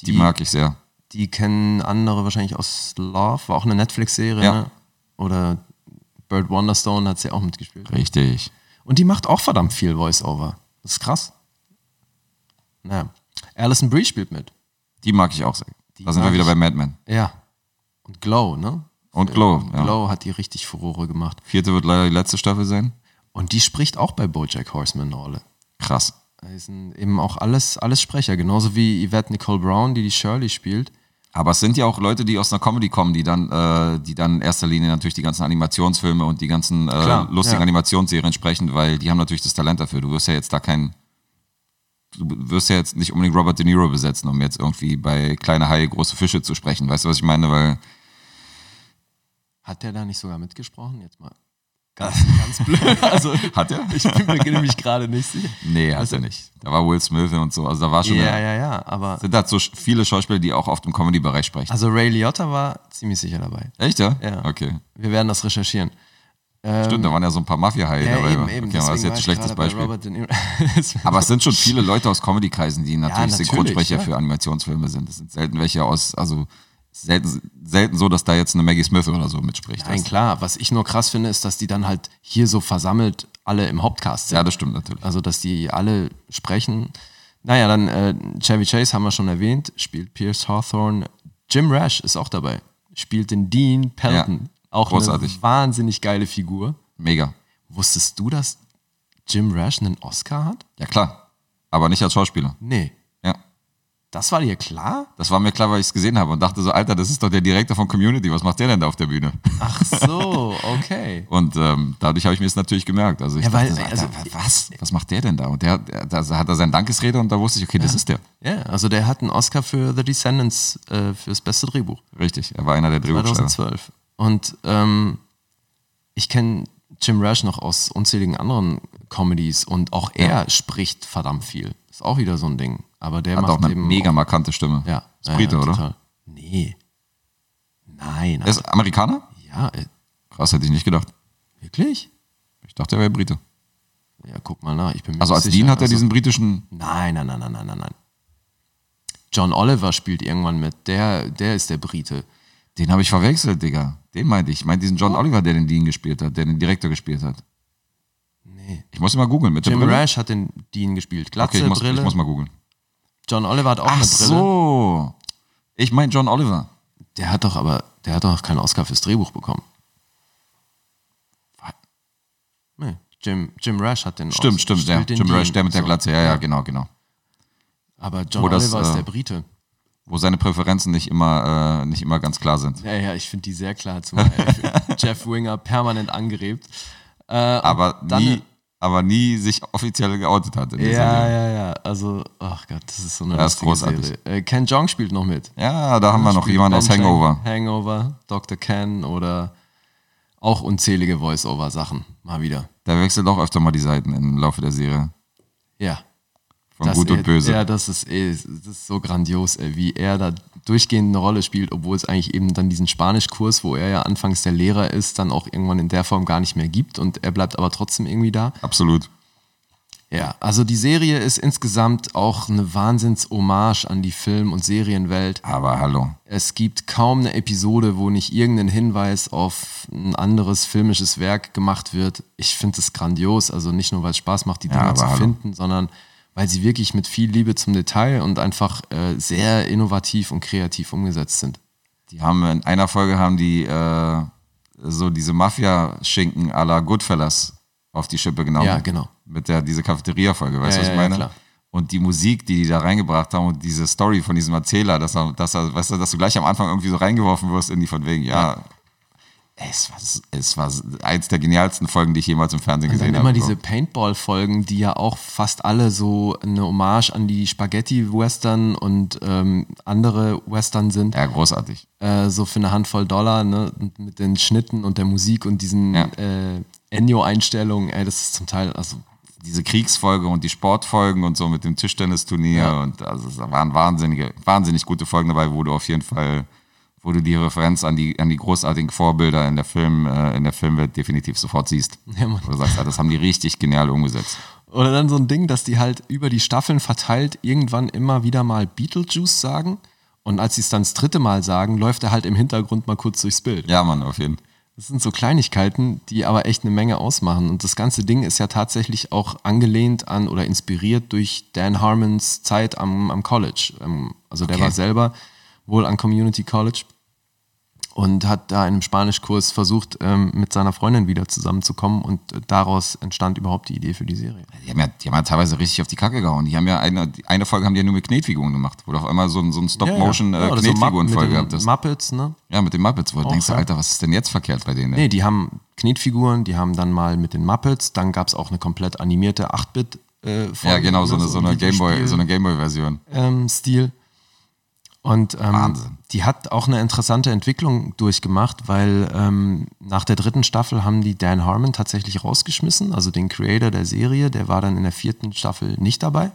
S3: Die, mag ich sehr.
S2: die kennen andere wahrscheinlich aus Love, war auch eine Netflix-Serie.
S3: Ja.
S2: Ne? Oder Bird Wonderstone hat sie auch mitgespielt.
S3: Richtig.
S2: Und die macht auch verdammt viel Voice-Over. Das ist krass. Naja. Alison Brie spielt mit.
S3: Die mag ich auch sehr.
S2: Die
S3: da sind
S2: mag
S3: wir wieder
S2: ich.
S3: bei Mad Men.
S2: Ja. Und Glow, ne?
S3: Und Glow. Ja.
S2: Glow hat die richtig Furore gemacht.
S3: Vierte wird leider die letzte Staffel sein.
S2: Und die spricht auch bei BoJack Horseman eine Rolle.
S3: Krass.
S2: Das sind eben auch alles, alles Sprecher. Genauso wie Yvette Nicole Brown, die die Shirley spielt.
S3: Aber es sind ja auch Leute, die aus einer Comedy kommen, die dann, äh, die dann in erster Linie natürlich die ganzen Animationsfilme und die ganzen äh,
S2: Klar,
S3: lustigen
S2: ja.
S3: Animationsserien sprechen, weil die haben natürlich das Talent dafür. Du wirst ja jetzt da kein, du wirst ja jetzt nicht unbedingt Robert De Niro besetzen, um jetzt irgendwie bei kleine Haie große Fische zu sprechen. Weißt du, was ich meine? Weil
S2: Hat der da nicht sogar mitgesprochen? Jetzt mal ganz, ganz blöd. Also,
S3: hat er?
S2: ich bin mir nämlich gerade nicht sicher.
S3: nee, hat
S2: Also-
S3: er nicht. Da war Will Smith und so. Also da war schon.
S2: Ja,
S3: eine,
S2: ja, ja. Aber
S3: Sind da so sch- viele Schauspieler, die auch auf dem Comedy-Bereich sprechen?
S2: also Ray Liotta war ziemlich sicher dabei.
S3: Echt, ja?
S2: Ah. Ja.
S3: Okay.
S2: Wir werden das recherchieren.
S3: Stimmt, da
S2: Ähm,
S3: waren ja so ein paar Mafia-Haie dabei. Okay, aber
S2: Deswegen
S3: das ist jetzt
S2: war
S3: ein
S2: ich
S3: schlechtes
S2: gerade bei
S3: Beispiel.
S2: Robert De Niro.
S3: Aber es sind schon viele Leute aus Comedy-Kreisen, die natürlich,
S2: natürlich,
S3: Synchronsprecher
S2: ja.
S3: für Animationsfilme sind. Es sind selten welche aus, also selten, selten so, dass da jetzt eine Maggie Smith oder so mitspricht.
S2: Nein,
S3: Das-
S2: klar. Was ich nur krass finde, ist, dass die dann halt hier so versammelt alle im Hauptcast sind.
S3: Ja, das stimmt natürlich.
S2: Also, dass die alle sprechen. Naja, dann äh, Chevy Chase haben wir schon erwähnt, spielt Pierce Hawthorne. Jim Rash ist auch dabei. Spielt den Dean Pelton.
S3: Ja,
S2: auch
S3: großartig.
S2: eine wahnsinnig geile Figur.
S3: Mega.
S2: Wusstest du, dass Jim Rash einen Oscar hat?
S3: Ja, klar. Aber nicht als Schauspieler.
S2: Nee.
S3: Ja.
S2: Das war dir klar?
S3: Das war mir klar, weil ich es gesehen habe und dachte so, Alter, das ist doch der Direktor von Community. Was macht der denn da auf der Bühne?
S2: Ach so, okay.
S3: Und ähm, dadurch habe ich mir es natürlich gemerkt. Also ich
S2: Ja, weil-
S3: dachte so, Alter,
S2: also-
S3: wa- was? Was macht der denn da? Und der, der, da hat er seine Dankesrede und da wusste ich, okay, das ist der.
S2: Ja, also der hat einen Oscar für The Descendants äh, fürs beste Drehbuch
S3: Richtig, er war einer der Drehbuchschreiber.
S2: 2012. Und ähm, ich kenne Jim Rash noch aus unzähligen anderen Comedies und auch er spricht verdammt viel. Ist auch wieder so ein Ding. Aber der
S3: Hat
S2: macht
S3: auch eine
S2: eben
S3: mega markante Stimme.
S2: ja,
S3: Ist Brite,
S2: ja, ja,
S3: oder?
S2: total. Nee. Nein.
S3: Er ist Amerikaner?
S2: ja, äh,
S3: Krass, hätte ich nicht gedacht.
S2: wirklich?
S3: Ich dachte, er wäre Brite.
S2: Ja, guck mal nach. Ich bin mir
S3: Also
S2: nicht
S3: als
S2: sicher.
S3: Dean hat er
S2: Also-
S3: diesen britischen.
S2: Nein, nein, nein, nein, nein, nein, nein. John Oliver spielt irgendwann mit. Der, der ist der Brite.
S3: Den habe ich verwechselt, Digga. Den meinte ich. Ich meinte diesen
S2: Oh.
S3: John Oliver, der den Dean gespielt hat, der den Direktor gespielt hat. Nee. Ich muss ihn mal googeln mit
S2: Jim
S3: der Brille.
S2: Rash hat den Dean gespielt. Glatze,
S3: Okay, ich muss,
S2: Brille.
S3: ich muss mal googeln.
S2: John Oliver hat auch eine
S3: Ach
S2: Brille.
S3: so. Ich meine John Oliver.
S2: Der hat doch aber, der hat doch noch keinen Oscar fürs Drehbuch bekommen. Was? Nee, Jim, Jim Rash hat den
S3: Stimmt,
S2: Oscar-
S3: stimmt, ja.
S2: spielt den
S3: Jim Rush,
S2: Dean.
S3: der mit der
S2: So.
S3: Glatze. Ja, ja, genau, genau.
S2: Aber John
S3: Wo das,
S2: Oliver ist
S3: äh,
S2: der Brite.
S3: Wo seine Präferenzen nicht immer, äh, nicht immer ganz klar sind.
S2: Ja, ja, ich finde die sehr klar. Zumal er Jeff Winger permanent Äh, angerebt.
S3: aber,
S2: dann- äh,
S3: nie, aber nie sich offiziell geoutet hat. In dieser
S2: Ja,
S3: Serie.
S2: ja, ja. Also, ach Gott, das ist so eine
S3: Ja, ist
S2: lustige
S3: großartig.
S2: Serie. Äh, Ken Jong spielt noch mit.
S3: ja, da haben wir noch
S2: Spielt
S3: jemanden aus
S2: Ben Chang,
S3: Hangover.
S2: Hangover, Dr. Ken oder auch unzählige Voice-Over-Sachen. Mal wieder.
S3: Der wechselt auch öfter mal die Seiten im Laufe der Serie.
S2: Ja.
S3: Von
S2: Das
S3: Gut
S2: eh-
S3: und Böse.
S2: Ja, das ist, eh, das ist so grandios, ey, wie er da durchgehend eine Rolle spielt, obwohl es eigentlich eben dann diesen Spanischkurs, wo er ja anfangs der Lehrer ist, dann auch irgendwann in der Form gar nicht mehr gibt und er bleibt aber trotzdem irgendwie da.
S3: Absolut.
S2: Ja, also die Serie ist insgesamt auch eine Wahnsinns-Hommage an die Film- und Serienwelt.
S3: Aber hallo.
S2: Es gibt kaum eine Episode, wo nicht irgendein Hinweis auf ein anderes filmisches Werk gemacht wird. Ich finde es grandios. Also nicht nur, weil es Spaß macht, die Dinger
S3: aber
S2: zu
S3: hallo.
S2: finden, sondern weil sie wirklich mit viel Liebe zum Detail und einfach äh, sehr innovativ und kreativ umgesetzt sind.
S3: Die haben in einer Folge haben die äh, so diese Mafia-Schinken à la Goodfellas auf die Schippe genommen.
S2: Ja, genau.
S3: Mit der diese Cafeteria-Folge, weißt du,
S2: Ja,
S3: was
S2: ja,
S3: ich
S2: ja,
S3: meine?
S2: klar.
S3: Und die Musik, die die da reingebracht haben und diese Story von diesem Erzähler, dass er, dass er, weißt du, dass du gleich am Anfang irgendwie so reingeworfen wirst in die von wegen, ja, Es, war, es war eins der genialsten Folgen, die ich jemals im Fernsehen
S2: Und dann
S3: gesehen
S2: immer
S3: habe.
S2: diese Paintball-Folgen, die ja auch fast alle so eine Hommage an die Spaghetti-Western und ähm, andere Western sind.
S3: ja, großartig.
S2: äh, so für eine Handvoll Dollar, ne, mit den Schnitten und der Musik und diesen
S3: Ja.
S2: äh, Ennio-Einstellungen, ey, das ist zum Teil, also
S3: Diese Kriegsfolge und die Sportfolgen und so mit dem Tischtennisturnier
S2: Ja.
S3: und also es waren wahnsinnige, wahnsinnig gute Folgen dabei, wo du auf jeden Fall, wo du die Referenz an die, an die großartigen Vorbilder in der Film, äh, in der Filmwelt definitiv sofort siehst.
S2: Ja, Mann.
S3: Wo du sagst, ah, das haben die richtig genial umgesetzt.
S2: Oder dann so ein Ding, dass die halt über die Staffeln verteilt irgendwann immer wieder mal Beetlejuice sagen. Und als sie es dann das dritte Mal sagen, läuft er halt im Hintergrund mal kurz durchs Bild.
S3: Ja, Mann, auf jeden Fall.
S2: Das sind so Kleinigkeiten, die aber echt eine Menge ausmachen. Und das ganze Ding ist ja tatsächlich auch angelehnt an oder inspiriert durch Dan Harmons Zeit am, am College. Ähm, Also der
S3: Okay.
S2: war selber wohl an Community College und hat da in einem Spanischkurs versucht, ähm, mit seiner Freundin wieder zusammenzukommen. Und äh, daraus entstand überhaupt die Idee für die Serie.
S3: Die haben, ja, die haben ja teilweise richtig auf die Kacke gehauen. Die haben ja eine, eine Folge haben die ja nur mit Knetfiguren gemacht, wo du auf einmal so ein, äh, so ein
S2: oder so Mupp-
S3: Stop-Motion-Knetfiguren-Folge
S2: mit den
S3: hattest.
S2: Muppets, ne?
S3: Ja, mit den Muppets, wo du
S2: Auch,
S3: denkst,
S2: ja.
S3: Alter, was ist denn jetzt verkehrt bei denen?
S2: Nee, die haben Knetfiguren, die haben dann mal mit den Muppets, dann gab es auch eine komplett animierte 8-Bit- äh,
S3: ja,
S2: Folge,
S3: genau,
S2: ne,
S3: so eine, so eine
S2: ein
S3: Gameboy,
S2: Videospiel.
S3: so eine Gameboy-Version.
S2: ähm, Stil. Und ähm,
S3: Wahnsinn.
S2: die hat auch eine interessante Entwicklung durchgemacht, weil ähm, nach der dritten Staffel haben die Dan Harmon tatsächlich rausgeschmissen, also den Creator der Serie, der war dann in der vierten Staffel nicht dabei.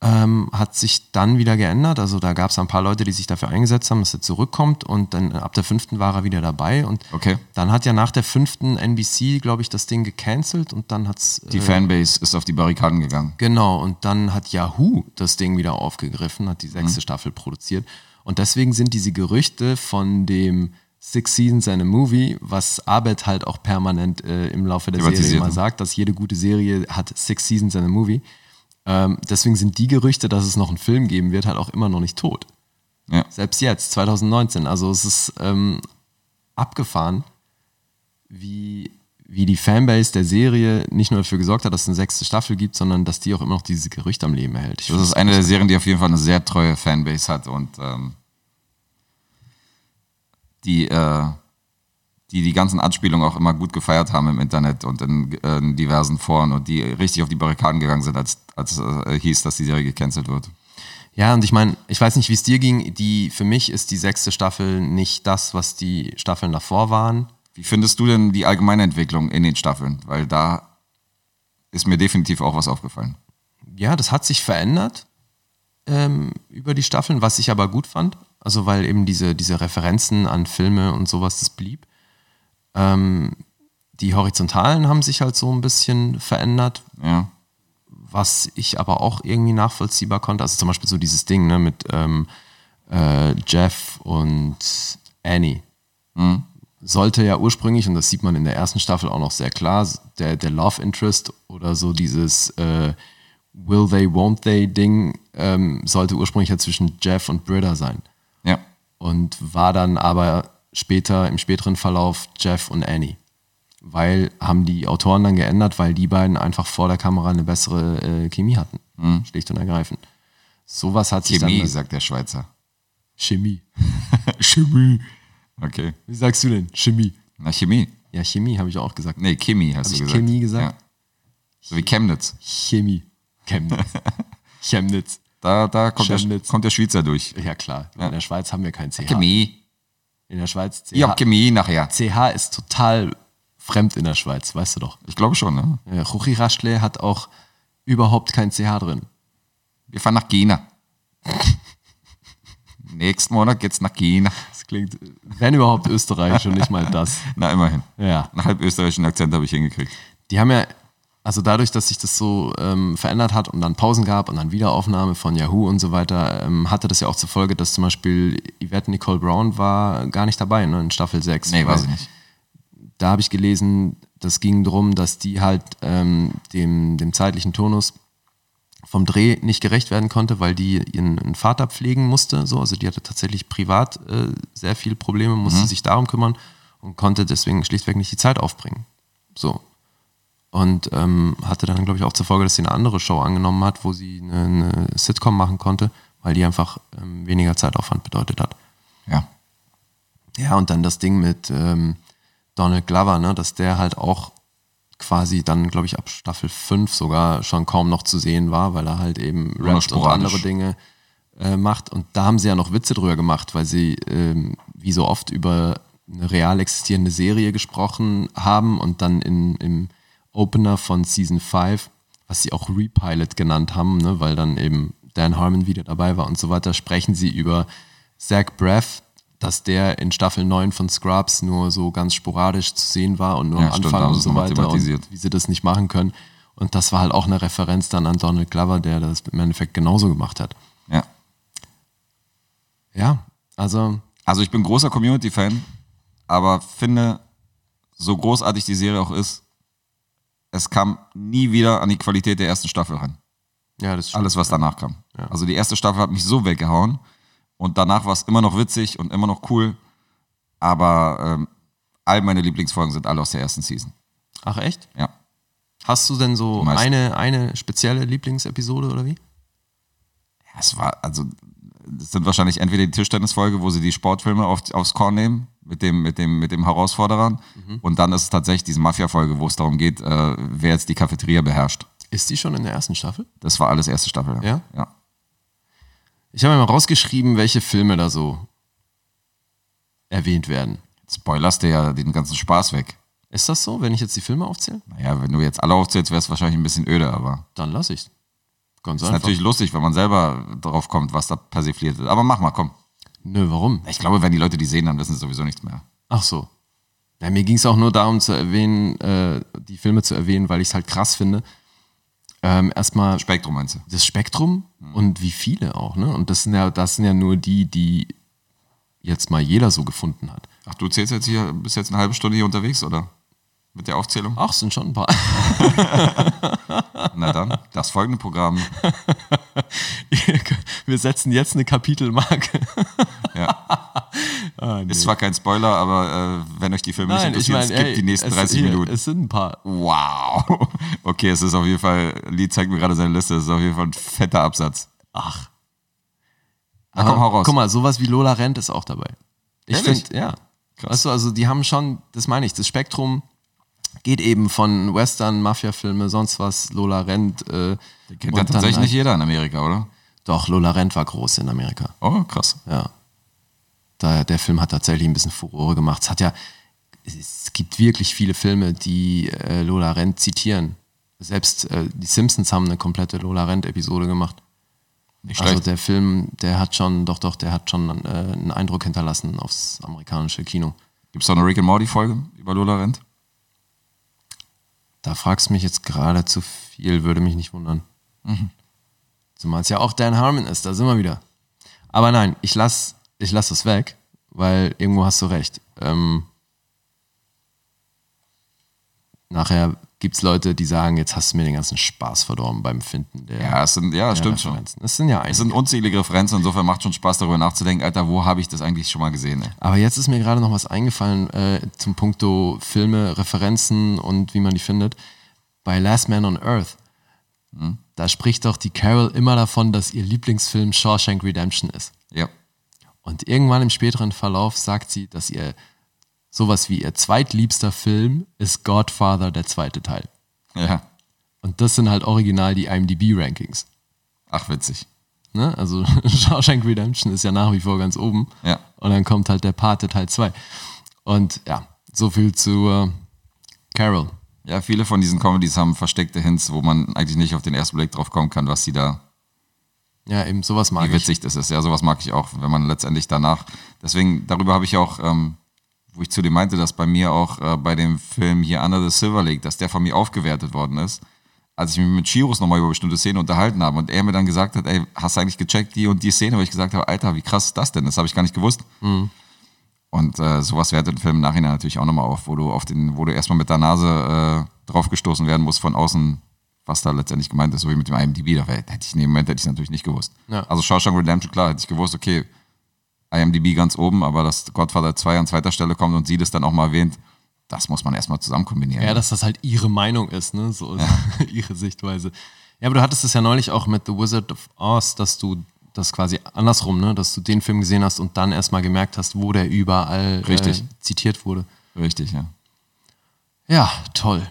S2: Ähm, hat sich dann wieder geändert, also da gab es ein paar Leute, die sich dafür eingesetzt haben, dass er zurückkommt und dann ab der fünften war er wieder dabei und
S3: Okay.
S2: dann hat ja nach der fünften NBC, glaube ich, das Ding gecancelt und dann äh, hat es
S3: Die Fanbase ist auf die Barrikaden gegangen.
S2: Genau, und dann hat Yahoo das Ding wieder aufgegriffen, hat die
S3: Mhm.
S2: sechste Staffel produziert. Und deswegen sind diese Gerüchte von dem Six Seasons and a Movie, was Abed halt auch permanent äh, im Laufe der Serie
S3: Thematisiert,
S2: immer
S3: ne?
S2: sagt, dass jede gute Serie hat Six Seasons and a Movie. Ähm, deswegen sind die Gerüchte, dass es noch einen Film geben wird, halt auch immer noch nicht tot.
S3: Ja.
S2: Selbst jetzt, 2019. Also es ist ähm, abgefahren, wie, wie die Fanbase der Serie nicht nur dafür gesorgt hat, dass es eine sechste Staffel gibt, sondern dass die auch immer noch dieses Gerücht am Leben erhält. Ich
S3: Das ist eine der Serien, die auf jeden Fall eine sehr treue Fanbase hat und ähm, die, äh, die die ganzen Anspielungen auch immer gut gefeiert haben im Internet und in, äh, in diversen Foren und die richtig auf die Barrikaden gegangen sind, als, als äh, hieß, dass die Serie gecancelt wird.
S2: ja, und ich meine, ich weiß nicht, wie es dir ging. Die, für mich ist die sechste Staffel nicht das, was die Staffeln davor waren.
S3: Wie findest du denn die allgemeine Entwicklung in den Staffeln? Weil da ist mir definitiv auch was aufgefallen.
S2: Ja, das hat sich verändert ähm, über die Staffeln, was ich aber gut fand. Also, weil eben diese, diese Referenzen an Filme und sowas, das blieb. Ähm, die Horizontalen haben sich halt so ein bisschen verändert,
S3: Ja.
S2: was ich aber auch irgendwie nachvollziehbar konnte. Also zum Beispiel so dieses Ding ne, mit ähm, äh, Jeff und Annie. Sollte ja ursprünglich, und das sieht man in der ersten Staffel auch noch sehr klar, der, der Love Interest oder so dieses äh, Will They, Won't They-Ding ähm, sollte ursprünglich ja zwischen Jeff und Britta sein.
S3: Ja.
S2: Und war dann aber später, im späteren Verlauf, Jeff und Annie. Weil haben die Autoren dann geändert, weil die beiden einfach vor der Kamera eine bessere äh, Chemie hatten. Schlicht und ergreifend. Sowas hat sich
S3: Chemie,
S2: dann.
S3: sagt der Schweizer.
S2: Chemie.
S3: Chemie. Okay.
S2: Wie sagst du denn? Chemie.
S3: Na, Chemie.
S2: Ja, Chemie habe ich auch gesagt.
S3: Nee, Chemie hast
S2: Hab
S3: du
S2: ich
S3: gesagt.
S2: Chemie gesagt?
S3: Ja. So wie Chemnitz.
S2: Chemie. Chemnitz. Chemnitz.
S3: Da, da kommt, der,
S2: Chemnitz.
S3: kommt der Schweizer durch.
S2: Ja, klar.
S3: Ja.
S2: In der Schweiz haben wir kein CH.
S3: Chemie.
S2: In der Schweiz CH.
S3: Ich hab Chemie nachher.
S2: CH ist total fremd in der Schweiz, weißt du doch.
S3: Ich glaube schon, ne?
S2: Äh, Ruchi Raschle hat auch überhaupt kein CH drin.
S3: Wir fahren nach China. Nächsten Monat geht's nach China.
S2: Das klingt, äh, wenn überhaupt Österreich und nicht mal das.
S3: Na, immerhin.
S2: Ja.
S3: Einen halb österreichischen Akzent habe ich hingekriegt.
S2: Die haben ja, also dadurch, dass sich das so ähm, verändert hat und dann Pausen gab und dann Wiederaufnahme von Yahoo und so weiter, ähm, hatte das ja auch zur Folge, dass zum Beispiel Yvette Nicole Brown war gar nicht dabei ne, in Staffel 6.
S3: Nee, weiß
S2: Weil
S3: ich nicht.
S2: da habe ich gelesen, das ging darum, dass die halt ähm, dem, dem zeitlichen Turnus vom Dreh nicht gerecht werden konnte, weil die ihren, ihren Vater pflegen musste. So. Also die hatte tatsächlich privat äh, sehr viele Probleme, musste sich darum kümmern und konnte deswegen schlichtweg nicht die Zeit aufbringen. So. Und ähm, hatte dann, glaube ich, auch zur Folge, dass sie eine andere Show angenommen hat, wo sie eine, eine Sitcom machen konnte, weil die einfach ähm, weniger Zeitaufwand bedeutet hat.
S3: Ja.
S2: Ja, und dann das Ding mit ähm, Donald Glover, ne, dass der halt auch quasi dann, glaube ich, ab Staffel 5 sogar schon kaum noch zu sehen war, weil er halt eben
S3: noch
S2: rappt und
S3: sporadisch.
S2: andere Dinge äh, macht. Und da haben sie ja noch Witze drüber gemacht, weil sie ähm, wie so oft über eine real existierende Serie gesprochen haben und dann in, im Opener von Season 5, was sie auch Repilot genannt haben, ne, weil dann eben Dan Harmon wieder dabei war und so weiter, sprechen sie über Zach Braff, dass der in Staffel 9 von Scrubs nur so ganz sporadisch zu sehen war und nur
S3: Ja,
S2: am
S3: stimmt,
S2: Anfang
S3: da haben
S2: und
S3: sie
S2: so
S3: es noch
S2: weiter
S3: thematisiert.
S2: und wie sie das nicht machen können. Und das war halt auch eine Referenz dann an Donald Glover, der das im Endeffekt genauso gemacht hat.
S3: Ja.
S2: Ja, also
S3: Also ich bin großer Community-Fan, aber finde, so großartig die Serie auch ist, es kam nie wieder an die Qualität der ersten Staffel ran.
S2: ja, das
S3: Alles, was danach kam. Also die erste Staffel hat mich so weggehauen und danach war es immer noch witzig und immer noch cool, aber ähm, all meine Lieblingsfolgen sind alle aus der ersten Season.
S2: Ach echt?
S3: Ja.
S2: Hast du denn so
S3: Die meisten.
S2: eine, eine spezielle Lieblingsepisode oder wie?
S3: Ja, Es war, also, es sind wahrscheinlich entweder die Tischtennisfolge, wo sie die Sportfilme auf, aufs Korn nehmen, mit dem, mit dem, mit dem Herausforderern. Und dann ist es tatsächlich diese Mafia-Folge, wo es darum geht, äh, wer jetzt die Cafeteria beherrscht.
S2: Ist die schon in der ersten Staffel?
S3: Das war alles erste Staffel.
S2: Ja?
S3: ja.
S2: Ich habe mir mal rausgeschrieben, welche Filme da so erwähnt werden.
S3: Jetzt Spoilerst dir ja den ganzen Spaß weg.
S2: Ist das so, wenn ich jetzt die Filme aufzähle?
S3: Naja, wenn du jetzt alle aufzählst, wäre es wahrscheinlich ein bisschen öde, aber
S2: Dann lasse ich's. Ganz
S3: ist
S2: einfach.
S3: natürlich lustig, wenn man selber drauf kommt, was da persifliert wird. Aber mach mal, komm.
S2: Nö, warum?
S3: Ich glaube, wenn die Leute die sehen, dann wissen sie sowieso nichts mehr.
S2: Ach so. Ja, mir ging es auch nur darum zu erwähnen, äh, die Filme zu erwähnen, weil ich es halt krass finde. Ähm, erstmal
S3: Spektrum meinst du?
S2: das Spektrum und wie viele auch, ne? Und das sind ja, das sind ja nur die, die jetzt mal jeder so gefunden hat.
S3: Ach, du zählst jetzt hier, bist jetzt eine halbe Stunde hier unterwegs, oder? Mit der Aufzählung?
S2: Ach, sind schon ein paar.
S3: Na dann, das folgende Programm.
S2: Wir setzen jetzt eine Kapitelmarke. Ah,
S3: Ist zwar kein Spoiler, aber äh, wenn euch die Filme nicht interessieren, es
S2: ey,
S3: gibt die nächsten
S2: es-
S3: 30
S2: hier,
S3: Minuten.
S2: Es sind ein paar.
S3: Wow. Okay, es ist auf jeden Fall, Lee zeigt mir gerade seine Liste, es ist auf jeden Fall ein fetter Absatz.
S2: Ach.
S3: Na, komm, hau raus.
S2: Guck mal, sowas wie Lola Rent ist auch dabei. Ich
S3: Ehrlich?
S2: finde, ja.
S3: Krass.
S2: Weißt du, also die haben schon, das meine ich, das Spektrum geht eben von Western, Mafia-Filme, sonst was, Lola Rent. Äh, und
S3: Kennt ja
S2: dann
S3: tatsächlich
S2: halt-
S3: nicht jeder in Amerika, oder?
S2: Doch, Lola Rent war groß in Amerika.
S3: Oh, krass.
S2: Ja. Da, der Film hat tatsächlich ein bisschen Furore gemacht. Es hat ja, es gibt wirklich viele Filme, die äh, Lola Rent zitieren. Selbst äh, die Simpsons haben eine komplette Lola Rent-Episode gemacht.
S3: Nicht
S2: Also
S3: schlecht.
S2: der Film, der hat schon, doch, doch, der hat schon äh, einen Eindruck hinterlassen aufs amerikanische Kino.
S3: Gibt es da eine Rick and Morty-Folge über Lola Rent?
S2: Da fragst du mich jetzt gerade zu viel, würde mich nicht wundern. Mhm. Zumal es ja auch Dan Harmon ist, da sind wir wieder. Aber nein, ich lass, ich lass das weg, weil irgendwo hast du recht. Ähm, nachher gibt es Leute, die sagen, jetzt hast du mir den ganzen Spaß verdorben beim Finden der.
S3: Ja, Also es sind, ja,
S2: der
S3: stimmt schon.
S2: Referenzen. Das sind ja
S3: Es
S2: einige.
S3: sind unzählige Referenzen, insofern macht schon Spaß, darüber nachzudenken, Alter, wo habe ich das eigentlich schon mal gesehen? Ey?
S2: Aber jetzt ist mir gerade noch was eingefallen äh, zum Punkto Filme, Referenzen und wie man die findet. Bei Last Man on Earth, da spricht doch die Carol immer davon, dass ihr Lieblingsfilm Shawshank Redemption ist.
S3: Ja.
S2: Und irgendwann im späteren Verlauf sagt sie, dass ihr sowas wie ihr zweitliebster Film ist Godfather, der zweite Teil.
S3: ja.
S2: Und das sind halt original die IMDb-Rankings.
S3: Ach, witzig.
S2: Ne? Also Shawshank Redemption ist ja nach wie vor ganz oben.
S3: Ja.
S2: Und dann kommt halt der Pate Teil 2. Und ja, so viel zu äh, Carol.
S3: Ja, viele von diesen Comedies haben versteckte Hints, wo man eigentlich nicht auf den ersten Blick drauf kommen kann, was sie da,
S2: Ja, eben sowas mag
S3: wie
S2: ich.
S3: witzig das ist. Ja, sowas mag ich auch, wenn man letztendlich danach. Deswegen, darüber habe ich auch, ähm, wo ich zu dem meinte, dass bei mir auch äh, bei dem Film hier Under the Silver Lake, dass der von mir aufgewertet worden ist, als ich mich mit Chirus nochmal über bestimmte Szenen unterhalten habe und er mir dann gesagt hat, ey, hast du eigentlich gecheckt die und die Szene, wo ich gesagt habe, Alter, wie krass ist das denn? Das habe ich gar nicht gewusst. Und äh, sowas wertet ein Film im Nachhinein natürlich auch nochmal auf, wo du auf den, wo du erstmal mit der Nase äh, draufgestoßen werden musst von außen, was da letztendlich gemeint ist, so wie mit dem IMDb. Da wär- hätte ich in dem Moment hätte ich es natürlich nicht gewusst.
S2: Ja.
S3: Also Shawshank Redemption, klar, hätte ich gewusst, okay, IMDb ganz oben, aber dass Godfather 2 an zweiter Stelle kommt und sie das dann auch mal erwähnt, das muss man erstmal zusammen kombinieren.
S2: Ja, dass das halt ihre Meinung ist, ne? So ist ihre Sichtweise. Ja, aber du hattest es ja neulich auch mit The Wizard of Oz, dass du das quasi andersrum, ne? Dass du den Film gesehen hast und dann erstmal gemerkt hast, wo der überall
S3: Richtig.
S2: Äh, zitiert wurde.
S3: Richtig, ja.
S2: Ja, toll.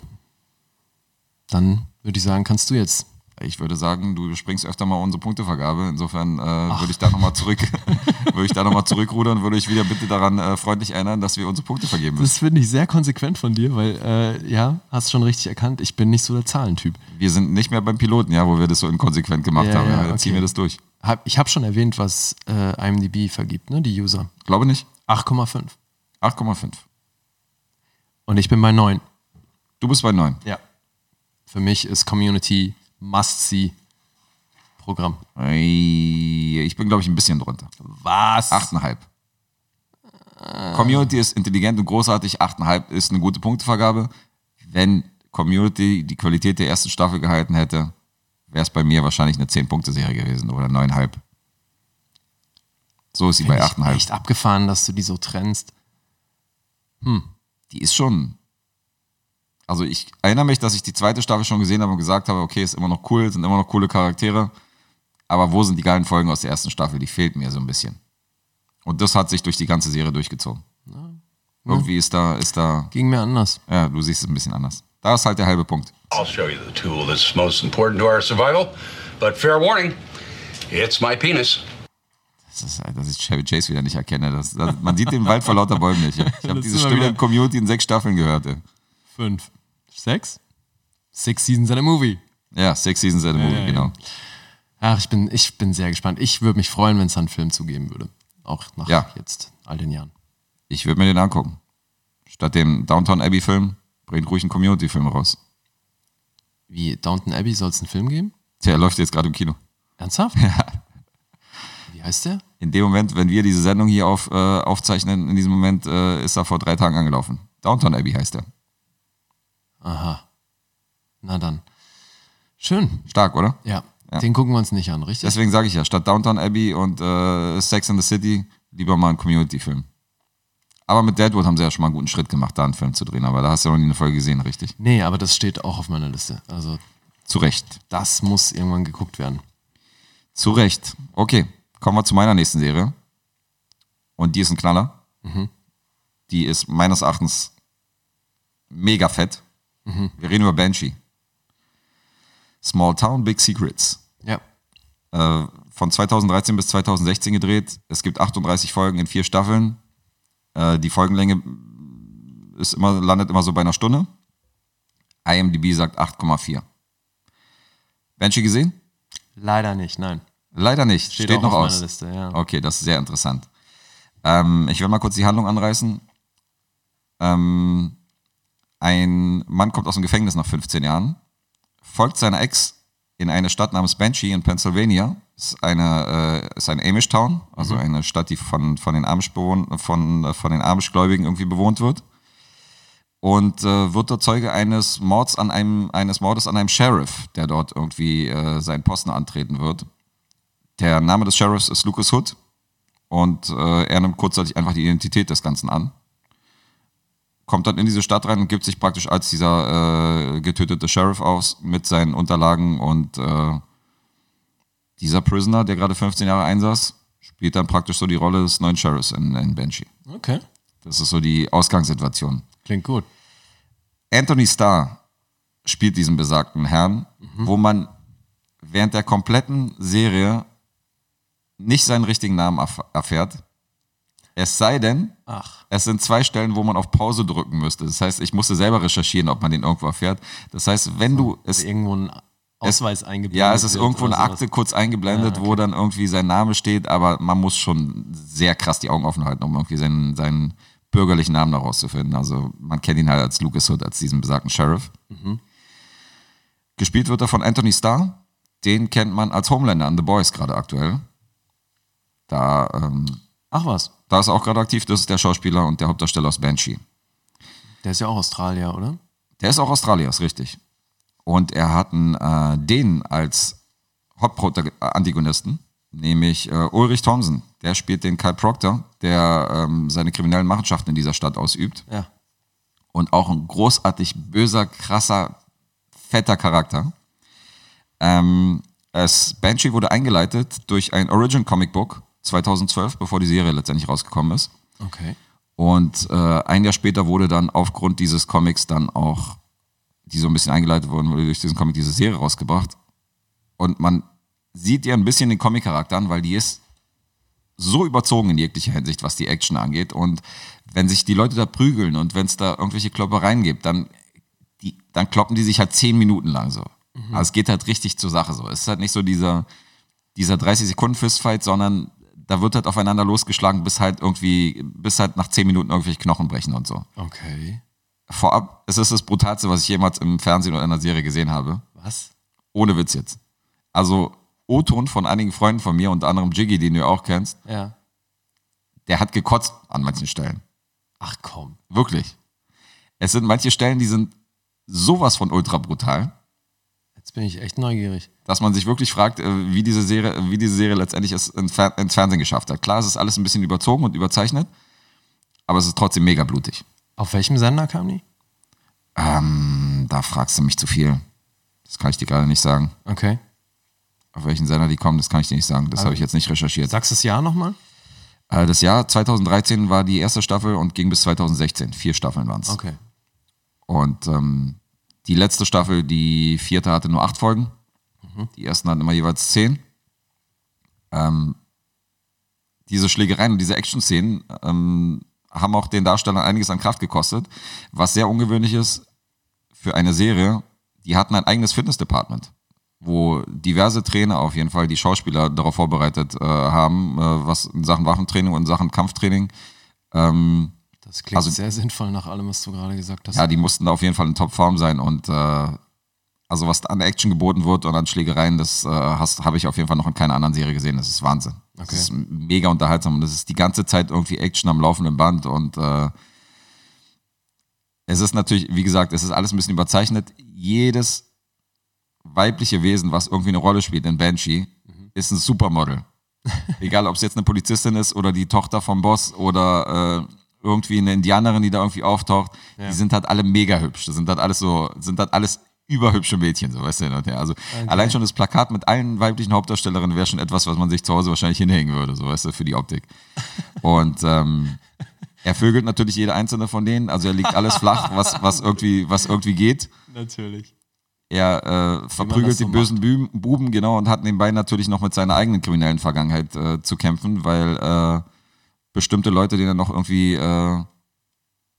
S2: Dann würde ich sagen, kannst du jetzt.
S3: Ich würde sagen, du springst öfter mal unsere Punktevergabe. Insofern äh, würde ich da nochmal zurück, würde ich da noch mal zurückrudern, würde ich wieder bitte daran äh, freundlich erinnern, dass wir unsere Punkte vergeben müssen.
S2: Das finde ich sehr konsequent von dir, weil, äh, ja, hast schon richtig erkannt, ich bin nicht so der Zahlentyp.
S3: Wir sind nicht mehr beim Piloten, ja, wo wir das so inkonsequent gemacht
S2: Ja,
S3: haben.
S2: ja,
S3: Ja, Dann ziehen
S2: okay.
S3: wir das durch.
S2: Hab, ich habe schon erwähnt, was äh, IMDb vergibt, ne? Die User.
S3: Glaube nicht.
S2: 8,5.
S3: 8,5.
S2: Und ich bin bei 9.
S3: Du bist bei 9.
S2: Ja. Für mich ist Community Must-See-Programm.
S3: Ei, Ich bin, glaube ich, ein bisschen drunter.
S2: Was?
S3: 8,5. Community ist intelligent und großartig. 8,5 ist eine gute Punktevergabe. Wenn Community die Qualität der ersten Staffel gehalten hätte, wäre es bei mir wahrscheinlich eine 10-Punkte-Serie gewesen oder 9,5. So ist sie bei
S2: ich
S3: 8,5.
S2: echt abgefahren, dass du die so trennst.
S3: die ist schon. Also ich erinnere mich, dass ich die zweite Staffel schon gesehen habe und gesagt habe, okay, ist immer noch cool, sind immer noch coole Charaktere. Aber wo sind die geilen Folgen aus der ersten Staffel? Die fehlt mir so ein bisschen. Und das hat sich durch die ganze Serie durchgezogen. Irgendwie ist da, ist da,
S2: Ging mir anders.
S3: ja, du siehst es ein bisschen anders. Da ist halt der halbe Punkt.
S6: I'll show you the tool that's most important to our survival, but fair warning, it's my penis.
S3: Das ist, halt, dass ich Chevy Chase wieder nicht erkenne. Das, das, man sieht den Wald vor lauter Bäumen nicht. Ich habe
S2: Das
S3: diese
S2: ist immer
S3: Stimme
S2: wieder-
S3: in Community in sechs Staffeln gehört. ey.
S2: Fünf. Sechs? Six Seasons and a Movie.
S3: Ja, Six Seasons in a Movie,
S2: ja,
S3: genau.
S2: Ach, ich bin, ich bin sehr gespannt. Ich würde mich freuen, wenn es einen Film zugeben würde. Auch nach
S3: Ja.
S2: jetzt all den Jahren.
S3: Ich würde mir den angucken. Statt dem Downtown Abbey-Film, bringt ruhig einen Community-Film raus.
S2: Wie, Downton Abbey soll es einen Film geben?
S3: Der läuft jetzt gerade im Kino.
S2: Ernsthaft? Ja. Wie heißt der?
S3: In dem Moment, wenn wir diese Sendung hier auf, äh, aufzeichnen, in diesem Moment äh, ist er vor drei Tagen angelaufen. Downtown Abbey heißt er.
S2: Na dann. Schön.
S3: Stark, oder?
S2: Ja,
S3: Ja.
S2: den gucken wir uns nicht an, richtig?
S3: Deswegen sage ich ja, statt Downtown Abbey und äh, Sex in the City, lieber mal einen Community-Film. Aber mit Deadwood haben sie ja schon mal einen guten Schritt gemacht, da einen Film zu drehen. Aber da hast du ja noch nie eine Folge gesehen, richtig?
S2: nee, aber das steht auch auf meiner Liste. Also,
S3: Zu Recht.
S2: das muss irgendwann geguckt werden.
S3: Zu Recht. Okay, kommen wir zu meiner nächsten Serie. Und die ist ein Knaller. Die ist meines Erachtens mega fett. Wir reden über Banshee. Small Town, Big Secrets.
S2: Ja.
S3: Äh, von 2013 bis 2016 gedreht. Es gibt 38 Folgen in vier Staffeln. Äh, die Folgenlänge ist immer, landet immer so bei einer Stunde. IMDb sagt 8,4. Banshee gesehen?
S2: Leider nicht, nein.
S3: Leider nicht. Steht,
S2: Steht auch
S3: noch
S2: auf
S3: aus.
S2: meiner Liste, ja.
S3: Okay, das ist sehr interessant. Ähm, ich will mal kurz die Handlung anreißen. Ähm, ein Mann kommt aus dem Gefängnis nach 15 Jahren, folgt seiner Ex in eine Stadt namens Banshee in Pennsylvania. Ist eine, äh, ist eine Amish Town, also
S2: Mhm.
S3: eine Stadt, die von, von den Amish bewohnt, von, von den Amish-Gläubigen irgendwie bewohnt wird. und äh, wird dort Zeuge eines Mords an einem, eines Mordes an einem Sheriff, der dort irgendwie äh, seinen Posten antreten wird. Der Name des Sheriffs ist Lucas Hood und äh, er nimmt kurzzeitig einfach die Identität des Ganzen an. Kommt dann in diese Stadt rein und gibt sich praktisch als dieser äh, getötete Sheriff aus mit seinen Unterlagen und äh, dieser Prisoner, der gerade 15 Jahre einsaß, spielt dann praktisch so die Rolle des neuen Sheriffs in, in Banshee.
S2: Okay.
S3: Das ist so die Ausgangssituation.
S2: Klingt gut.
S3: Anthony Starr spielt diesen besagten Herrn, wo man während der kompletten Serie nicht seinen richtigen Namen erf erfährt. Es sei denn,
S2: Ach.
S3: es sind zwei Stellen, wo man auf Pause drücken müsste. Das heißt, ich musste selber recherchieren, ob man den irgendwo erfährt. Das heißt, wenn du es
S2: Irgendwo ein Ausweis eingeblendet.
S3: ja, es ist
S2: wird
S3: irgendwo eine
S2: oder sowas.
S3: Akte kurz eingeblendet, wo dann irgendwie sein Name steht, aber man muss schon sehr krass die Augen offen halten, um irgendwie seinen, seinen bürgerlichen Namen daraus zu finden. Also man kennt ihn halt als Lucas Hood, als diesen besagten Sheriff.
S2: Mhm.
S3: Gespielt wird er von Anthony Starr. Den kennt man als Homelander an The Boys gerade aktuell. Da, ähm,
S2: Ach was.
S3: da ist er auch gerade aktiv. Das ist der Schauspieler und der Hauptdarsteller aus Banshee.
S2: Der ist ja auch Australier, oder?
S3: Der ist auch Australier, ist richtig. Und er hat einen, äh, den als Hauptantagonisten, nämlich äh, Ulrich Thompson. Der spielt den Kyle Proctor, der ähm, seine kriminellen Machenschaften in dieser Stadt ausübt.
S2: Ja.
S3: Und auch ein großartig böser, krasser, fetter Charakter. Ähm, es, Banshee wurde eingeleitet durch ein Origin Comic Book 2012, bevor die Serie letztendlich rausgekommen ist.
S2: Okay.
S3: Und äh, ein Jahr später wurde dann aufgrund dieses Comics dann auch, die so ein bisschen eingeleitet wurden, wurde durch diesen Comic diese Serie rausgebracht. Und man sieht ihr ein bisschen den Comic-Charakter an, weil die ist so überzogen in jeglicher Hinsicht, was die Action angeht. Und wenn sich die Leute da prügeln und wenn es da irgendwelche Kloppereien gibt, dann, die, dann kloppen die sich halt zehn Minuten lang so. Also es geht halt richtig zur Sache so. Es ist halt nicht so dieser, dieser 30-Sekunden-Fistfight, sondern da wird halt aufeinander losgeschlagen, bis halt irgendwie, bis halt nach 10 Minuten irgendwelche Knochen brechen und so.
S2: Okay.
S3: Vorab, es ist das Brutalste, was ich jemals im Fernsehen oder in einer Serie gesehen habe.
S2: Was?
S3: Ohne Witz jetzt. Also, O-Ton von einigen Freunden von mir, unter anderem Jiggy, den du auch kennst,
S2: Ja.
S3: der hat gekotzt an manchen Stellen.
S2: Ach komm.
S3: Wirklich. Es sind manche Stellen, die sind sowas von ultra brutal.
S2: Jetzt bin ich echt neugierig.
S3: dass man sich wirklich fragt, äh, wie diese Serie, wie diese Serie letztendlich es ins Fer- ins Fernsehen geschafft hat. Klar, es ist alles ein bisschen überzogen und überzeichnet, aber es ist trotzdem mega blutig.
S2: Auf welchem Sender kam die?
S3: Ähm, da fragst du mich zu viel. Das kann ich dir gerade nicht sagen.
S2: Okay.
S3: Auf welchen Sender die kommen, das kann ich dir nicht sagen. Das habe ich jetzt nicht recherchiert.
S2: Sagst du das Jahr nochmal?
S3: Äh, das Jahr 2013 war die erste Staffel und ging bis 2016. Vier Staffeln waren es.
S2: Okay.
S3: Und ähm, die letzte Staffel, die vierte, hatte nur acht Folgen. Die ersten hatten immer jeweils zehn. Ähm, diese Schlägereien und diese Action-Szenen ähm, haben auch den Darstellern einiges an Kraft gekostet, was sehr ungewöhnlich ist für eine Serie. Die hatten ein eigenes Fitness-Department, wo diverse Trainer auf jeden Fall die Schauspieler darauf vorbereitet äh, haben, äh, was in Sachen Waffentraining und in Sachen Kampftraining. Ähm,
S2: Das klingt
S3: Also-
S2: sehr sinnvoll nach allem, was du gerade gesagt hast.
S3: ja, die mussten da auf jeden Fall in Topform sein und äh, also was da an Action geboten wird und an Schlägereien, das äh, hast- habe ich auf jeden Fall noch in keiner anderen Serie gesehen. Das ist Wahnsinn. Das ist mega unterhaltsam und das ist die ganze Zeit irgendwie Action am laufenden Band und äh, es ist natürlich, wie gesagt, es ist alles ein bisschen überzeichnet. Jedes weibliche Wesen, was irgendwie eine Rolle spielt in Banshee, ist ein Supermodel. Egal, ob es jetzt eine Polizistin ist oder die Tochter vom Boss oder äh, irgendwie eine Indianerin, die da irgendwie auftaucht, die sind halt alle mega hübsch. Das sind halt alles so, sind halt alles überhübsche Mädchen, so weißt du hin und her. Also allein schon das Plakat mit allen weiblichen Hauptdarstellerinnen wäre schon etwas, was man sich zu Hause wahrscheinlich hinhängen würde, so weißt du, für die Optik. Und ähm, er vögelt natürlich jede einzelne von denen, also er legt alles flach, was, was, irgendwie, was irgendwie geht.
S2: natürlich.
S3: Er äh, verprügelt
S2: so
S3: die bösen Buben, Buben, genau, und hat nebenbei natürlich noch mit seiner eigenen kriminellen Vergangenheit äh, zu kämpfen, weil äh, bestimmte Leute, denen er noch irgendwie, äh,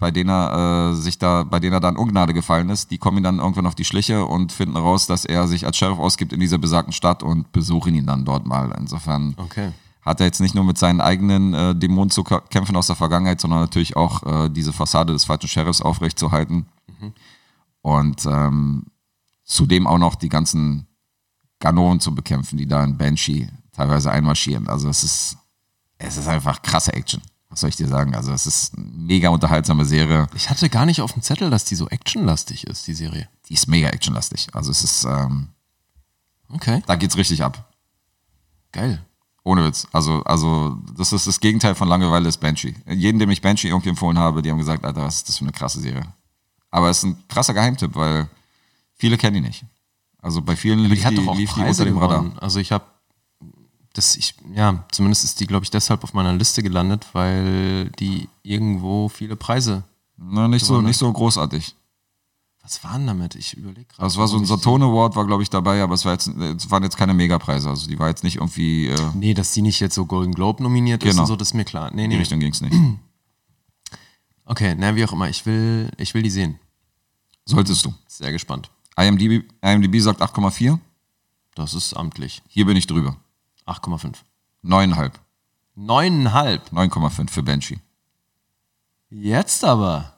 S3: bei denen er äh, sich da, bei denen er dann Ungnade gefallen ist, die kommen ihm dann irgendwann auf die Schliche und finden raus, dass er sich als Sheriff ausgibt in dieser besagten Stadt und besuchen ihn dann dort mal. Insofern
S2: Okay.
S3: hat er jetzt nicht nur mit seinen eigenen äh, Dämonen zu ka- kämpfen aus der Vergangenheit, sondern natürlich auch äh, diese Fassade des falschen Sheriffs aufrechtzuerhalten.
S2: Mhm.
S3: Und ähm, zudem auch noch die ganzen Ganoven zu bekämpfen, die da in Banshee teilweise einmarschieren. Also es ist, es ist einfach krasse Action. was soll ich dir sagen? Also, es ist eine mega unterhaltsame Serie.
S2: Ich hatte gar nicht auf dem Zettel, dass die so actionlastig ist, die Serie.
S3: Die ist mega actionlastig. Also, es ist, ähm,
S2: Okay,
S3: da geht's richtig ab.
S2: geil.
S3: Ohne Witz. Also, also, das ist das Gegenteil von Langeweile ist Banshee. Jeden, dem ich Banshee irgendwie empfohlen habe, die haben gesagt, Alter, was ist das für eine krasse Serie? Aber es ist ein krasser Geheimtipp, weil viele kennen die nicht. Also bei vielen
S2: Die,
S3: lief
S2: hat doch auch
S3: lief
S2: Preise gewonnen. Also ich habe das ich ja, zumindest ist die glaube ich deshalb auf meiner Liste gelandet, weil die irgendwo viele Preise.
S3: Na, nicht so, nicht so großartig.
S2: Was waren damit? Ich überlege gerade.
S3: Also es war so ein
S2: ob ich die-
S3: Saturn Award war glaube ich dabei, aber es, war jetzt, es waren jetzt keine Megapreise. Also die war jetzt nicht irgendwie äh,
S2: Nee, dass die nicht jetzt so Golden Globe nominiert ist
S3: Genau.
S2: und so, das ist mir klar. Nee,
S3: in die
S2: nee.
S3: Richtung ging es nicht.
S2: Okay, na wie auch immer, ich will ich will die sehen.
S3: Solltest du.
S2: Sehr gespannt.
S3: IMDb, IMDb sagt 8,4.
S2: Das ist amtlich.
S3: Hier bin ich drüber.
S2: 8,5.
S3: 9,5.
S2: 9,5.
S3: 9,5 für Banshee.
S2: Jetzt aber.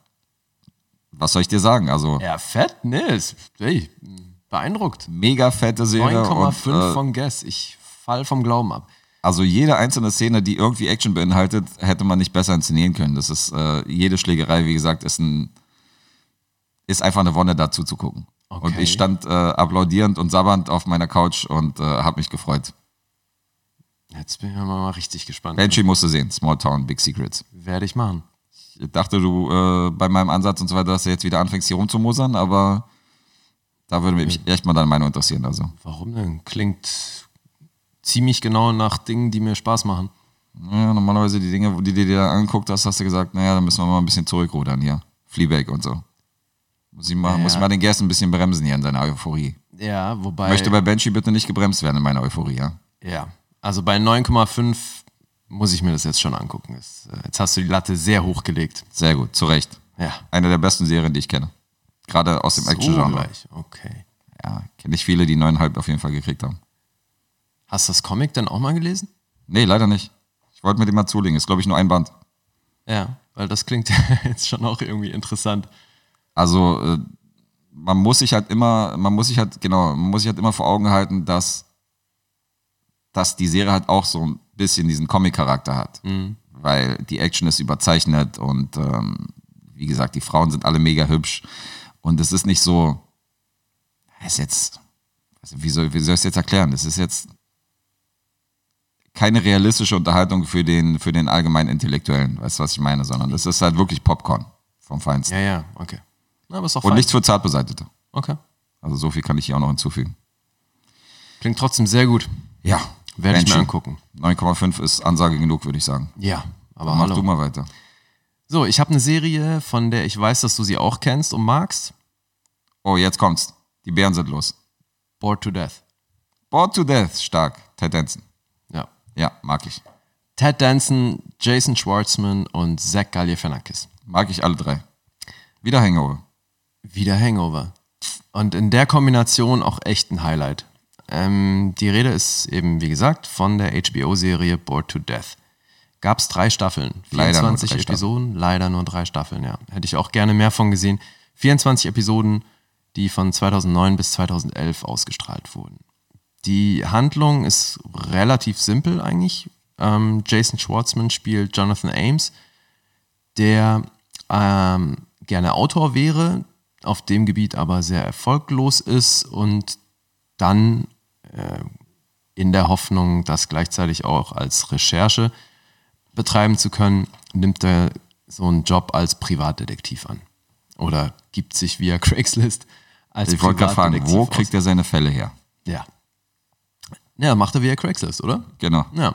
S3: Was soll ich dir sagen? Also
S2: Ja, fett, ne? Ist, ey, beeindruckt.
S3: mega fette Serie.
S2: 9,5
S3: und, äh,
S2: von Guess. Ich fall vom Glauben ab.
S3: also jede einzelne Szene, die irgendwie Action beinhaltet, hätte man nicht besser inszenieren können. Das ist äh, jede Schlägerei, wie gesagt, ist ein ist einfach eine Wonne dazu zu gucken.
S2: Okay.
S3: Und ich stand äh, applaudierend und sabbernd auf meiner Couch und äh, habe mich gefreut.
S2: Jetzt bin ich mal richtig gespannt.
S3: Banshee musste sehen. Small Town, Big Secrets.
S2: Werde ich machen.
S3: Ich dachte, du äh, bei meinem Ansatz und so weiter, dass du jetzt wieder anfängst, hier rumzumosern, aber da würde mich echt mal deine Meinung interessieren. Also,
S2: Warum denn? Klingt ziemlich genau nach Dingen, die mir Spaß machen.
S3: ja, normalerweise die Dinge, die du dir da angeguckt hast, hast du gesagt, naja, da müssen wir mal ein bisschen zurückrudern hier. Fleabag und so. Muss ich mal, muss ich mal den Guest ein bisschen bremsen hier in seiner Euphorie.
S2: Ja, wobei.
S3: Möchte bei Benji bitte nicht gebremst werden in meiner Euphorie, ja.
S2: ja, also bei 9,5 muss ich mir das jetzt schon angucken. Das, äh, jetzt hast du die Latte sehr hoch gelegt.
S3: Sehr gut, zu Recht.
S2: Ja.
S3: Eine der besten Serien, die ich kenne. Gerade aus dem Action-Genre.
S2: gleich. Okay.
S3: Ja, kenne ich viele, die neuneinhalb auf jeden Fall gekriegt haben.
S2: Hast du das Comic dann auch mal gelesen?
S3: Nee, leider nicht. Ich wollte mir den mal zulegen. Ist, glaube ich, nur ein Band.
S2: Ja, weil das klingt ja jetzt schon auch irgendwie interessant.
S3: Also äh, man muss sich halt immer, man muss sich halt, genau, man muss sich halt immer vor Augen halten, dass, dass die Serie halt auch so ein bisschen diesen Comic-Charakter hat. Weil die Action ist überzeichnet und ähm, wie gesagt, die Frauen sind alle mega hübsch. Und es ist nicht so, es ist jetzt, also wie soll, wie soll ich es jetzt erklären? Es ist jetzt keine realistische Unterhaltung für den, für den allgemeinen Intellektuellen, weißt du, was ich meine, sondern es ist halt wirklich Popcorn vom Feinsten.
S2: Ja, ja, okay. Na, aber ist auch
S3: Und
S2: fein.
S3: nichts für Zartbeseitete.
S2: Okay.
S3: Also so viel kann ich hier auch noch hinzufügen.
S2: Klingt trotzdem sehr gut.
S3: Ja.
S2: Werde ich mir angucken.
S3: 9,5 ist Ansage genug, würde ich sagen.
S2: Ja, aber
S3: Mach
S2: hallo.
S3: du mal weiter.
S2: So, ich habe eine Serie, von der ich weiß, dass du sie auch kennst und magst.
S3: Oh, jetzt kommt's. Die Bären sind los.
S2: Bored to Death.
S3: Bored to Death, stark. Ted Danson.
S2: Ja.
S3: Ja, mag ich.
S2: Ted Danson, Jason Schwartzman und Zach Galifianakis.
S3: Mag ich alle drei. Wieder Hangover.
S2: Wieder Hangover. Und in der Kombination auch echt ein Highlight. Ähm, die Rede ist eben, wie gesagt, von der HBO-Serie Bored to Death. Gab es drei Staffeln,
S3: Leider nur
S2: 24
S3: drei
S2: Episoden, leider nur drei Staffeln, ja. Hätte ich auch gerne mehr von gesehen. 24 Episoden, die von 2009 bis 2011 ausgestrahlt wurden. Die Handlung ist relativ simpel eigentlich. Ähm, Jason Schwartzman spielt Jonathan Ames, der ähm, gerne Autor wäre, auf dem Gebiet aber sehr erfolglos ist und dann äh, in der Hoffnung, das gleichzeitig auch als Recherche betreiben zu können, nimmt er so einen Job als Privatdetektiv an. Oder gibt sich via Craigslist als
S3: Ich wollte gerade fragen,
S2: Privatdetektiv
S3: wo
S2: aus.
S3: kriegt er seine Fälle her?
S2: Ja. Ja, macht er via Craigslist, oder?
S3: Genau.
S2: Ja.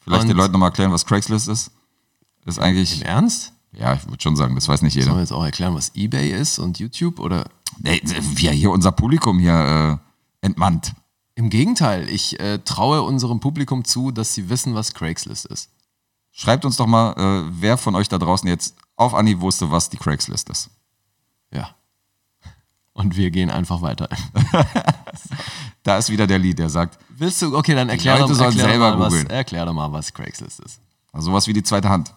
S3: Vielleicht
S2: Und-
S3: den Leuten nochmal erklären, was Craigslist ist. Ist
S2: Im
S3: eigentlich,
S2: Ernst?
S3: ja, ich würde schon sagen, das weiß nicht
S2: Sollen
S3: jeder.
S2: wir jetzt auch erklären, was Ebay ist und YouTube? Oder
S3: Ey, wie er hier unser Publikum hier äh, entmannt.
S2: im Gegenteil, ich äh, traue unserem Publikum zu, dass sie wissen, was Craigslist ist.
S3: Schreibt uns doch mal, äh, wer von euch da draußen jetzt auf Anhieb wusste, was die Craigslist ist.
S2: Ja. Und wir gehen einfach weiter.
S3: Da ist wieder der Lied, der sagt,
S2: Willst du, okay, dann erklär,
S3: Leute
S2: doch,
S3: sollen
S2: erklär, doch
S3: selber
S2: mal, was,
S3: googeln.
S2: erklär doch mal, was Craigslist ist.
S3: also sowas wie die zweite Hand.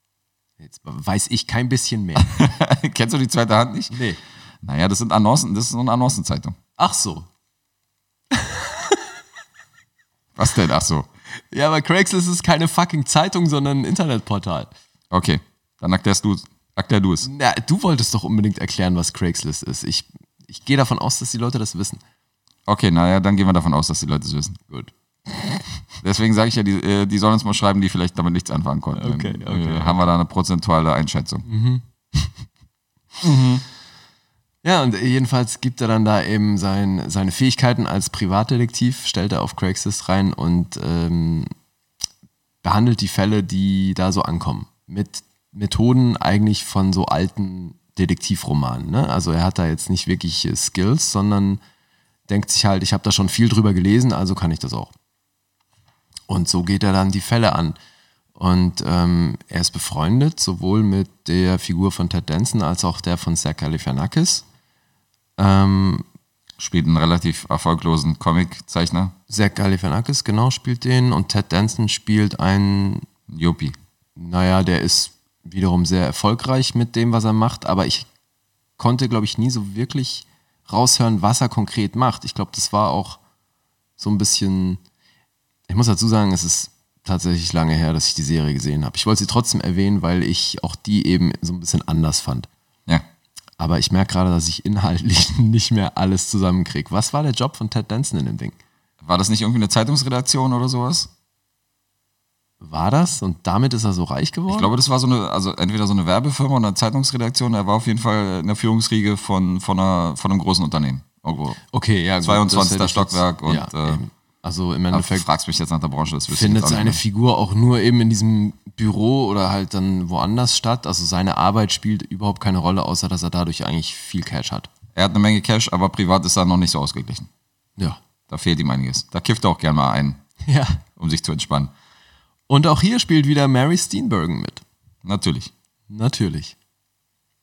S2: Jetzt weiß ich kein bisschen mehr.
S3: Kennst du die zweite Hand nicht?
S2: Nee.
S3: Naja, das sind Annoncen, das ist so eine Annoncenzeitung.
S2: Ach so.
S3: Was denn? Ach so.
S2: Ja, aber Craigslist ist keine fucking Zeitung, sondern ein Internetportal.
S3: Okay, dann erklärst du, erklär du es.
S2: Na, du wolltest doch unbedingt erklären, was Craigslist ist. Ich, ich gehe davon aus, dass die Leute das wissen.
S3: Okay, naja, dann gehen wir davon aus, dass die Leute es wissen.
S2: Gut.
S3: Deswegen sage ich ja, die, äh, die sollen uns mal schreiben, die vielleicht damit nichts anfangen konnten.
S2: Okay,
S3: Dann,
S2: okay, Mhm.
S3: äh, Haben wir da eine prozentuale Einschätzung.
S2: Ja, und jedenfalls gibt er dann da eben sein, seine Fähigkeiten als Privatdetektiv, stellt er auf Craigslist rein und ähm, behandelt die Fälle, die da so ankommen. Mit Methoden eigentlich von so alten Detektivromanen. Ne? Also er hat da jetzt nicht wirklich äh, Skills, sondern denkt sich halt, ich habe da schon viel drüber gelesen, also kann ich das auch. Und so geht er dann die Fälle an. Und ähm, er ist befreundet sowohl mit der Figur von Ted Danson als auch der von Zach Galifianakis. Ähm,
S3: Spielt einen relativ erfolglosen Comiczeichner.
S2: Zach Galifianakis genau spielt den und Ted Danson spielt einen,
S3: Jopi.
S2: naja, der ist wiederum sehr erfolgreich mit dem, was er macht, aber ich konnte, glaube ich, nie so wirklich raushören, was er konkret macht. Ich glaube, das war auch so ein bisschen, ich muss dazu sagen, es ist tatsächlich lange her, dass ich die Serie gesehen habe. Ich wollte sie trotzdem erwähnen, weil ich auch die eben so ein bisschen anders fand.
S3: Ja.
S2: Aber ich merke gerade, dass ich inhaltlich nicht mehr alles zusammenkriege. Was war der Job von Ted Danson in dem Ding?
S3: War das nicht irgendwie eine Zeitungsredaktion oder sowas?
S2: War das? Und damit ist er so reich geworden?
S3: Ich glaube, das war so eine, also entweder so eine Werbefirma oder eine Zeitungsredaktion. Er war auf jeden Fall in der Führungsriege von, von, einer, von einem großen Unternehmen. Irgendwo.
S2: okay, ja. gut,
S3: 22.
S2: das hätte ich
S3: Stockwerk und,
S2: ja,
S3: äh,
S2: eben. also im
S3: Du
S2: Endeffekt
S3: fragst mich jetzt nach der Branche, das wüsste ich
S2: findet
S3: jetzt auch
S2: seine
S3: nicht
S2: Figur auch nur eben in diesem Büro oder halt dann woanders statt. Also seine Arbeit spielt überhaupt keine Rolle, außer dass er dadurch eigentlich viel Cash hat.
S3: mehr. Er hat eine Menge Cash, aber privat ist er noch nicht so ausgeglichen.
S2: Ja.
S3: Da fehlt ihm einiges. Da kifft er auch gerne mal ein,
S2: Ja.
S3: um sich zu entspannen.
S2: Und auch hier spielt wieder Mary Steenburgen mit.
S3: Natürlich.
S2: Natürlich.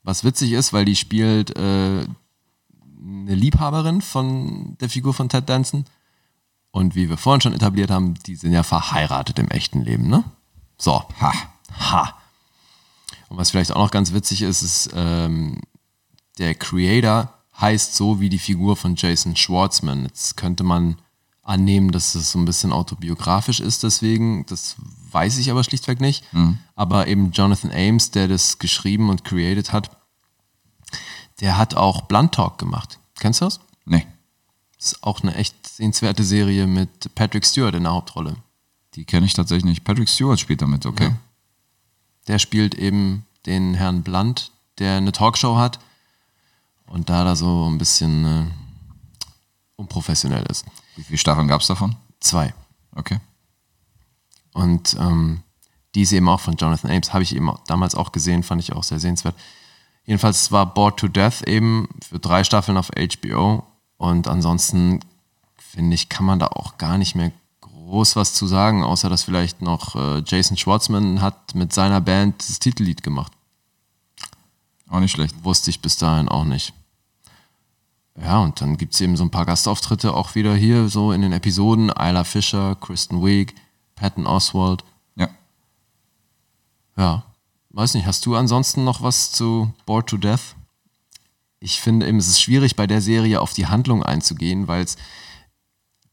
S2: Was witzig ist, weil die spielt äh, eine Liebhaberin von der Figur von Ted Danson. Und wie wir vorhin schon etabliert haben, die sind ja verheiratet im echten Leben, ne? So.
S3: Ha.
S2: Ha. Und was vielleicht auch noch ganz witzig ist, ist, ähm, der Creator heißt so wie die Figur von Jason Schwartzman. Jetzt könnte man annehmen, dass es so ein bisschen autobiografisch ist, deswegen, das weiß ich aber schlichtweg nicht. Aber eben Jonathan Ames, der das geschrieben und created hat, der hat auch Blunt Talk gemacht. Kennst du das?
S3: Nee.
S2: Das ist auch eine echt sehenswerte Serie mit Patrick Stewart in der Hauptrolle.
S3: Die kenne ich tatsächlich nicht. Patrick Stewart spielt damit, okay.
S2: der spielt eben den Herrn Blunt, der eine Talkshow hat und da da so ein bisschen äh, unprofessionell ist.
S3: Wie viele Staffeln gab es davon?
S2: Zwei.
S3: Okay.
S2: Und ähm, die ist eben auch von Jonathan Ames, habe ich eben auch, damals auch gesehen, fand ich auch sehr sehenswert. Jedenfalls war Bored to Death eben für drei Staffeln auf HBO und ansonsten finde ich, kann man da auch gar nicht mehr groß was zu sagen, außer dass vielleicht noch äh, Jason Schwartzman hat mit seiner Band das Titellied gemacht.
S3: Auch nicht schlecht.
S2: wusste ich bis dahin auch nicht. Ja, und dann gibt es eben so ein paar Gastauftritte auch wieder hier, so in den Episoden. Isla Fisher, Kristen Wiig, Patton Oswald.
S3: Ja.
S2: Ja, weiß nicht, hast du ansonsten noch was zu Bored to Death? Ich finde eben, es ist schwierig bei der Serie auf die Handlung einzugehen, weil es,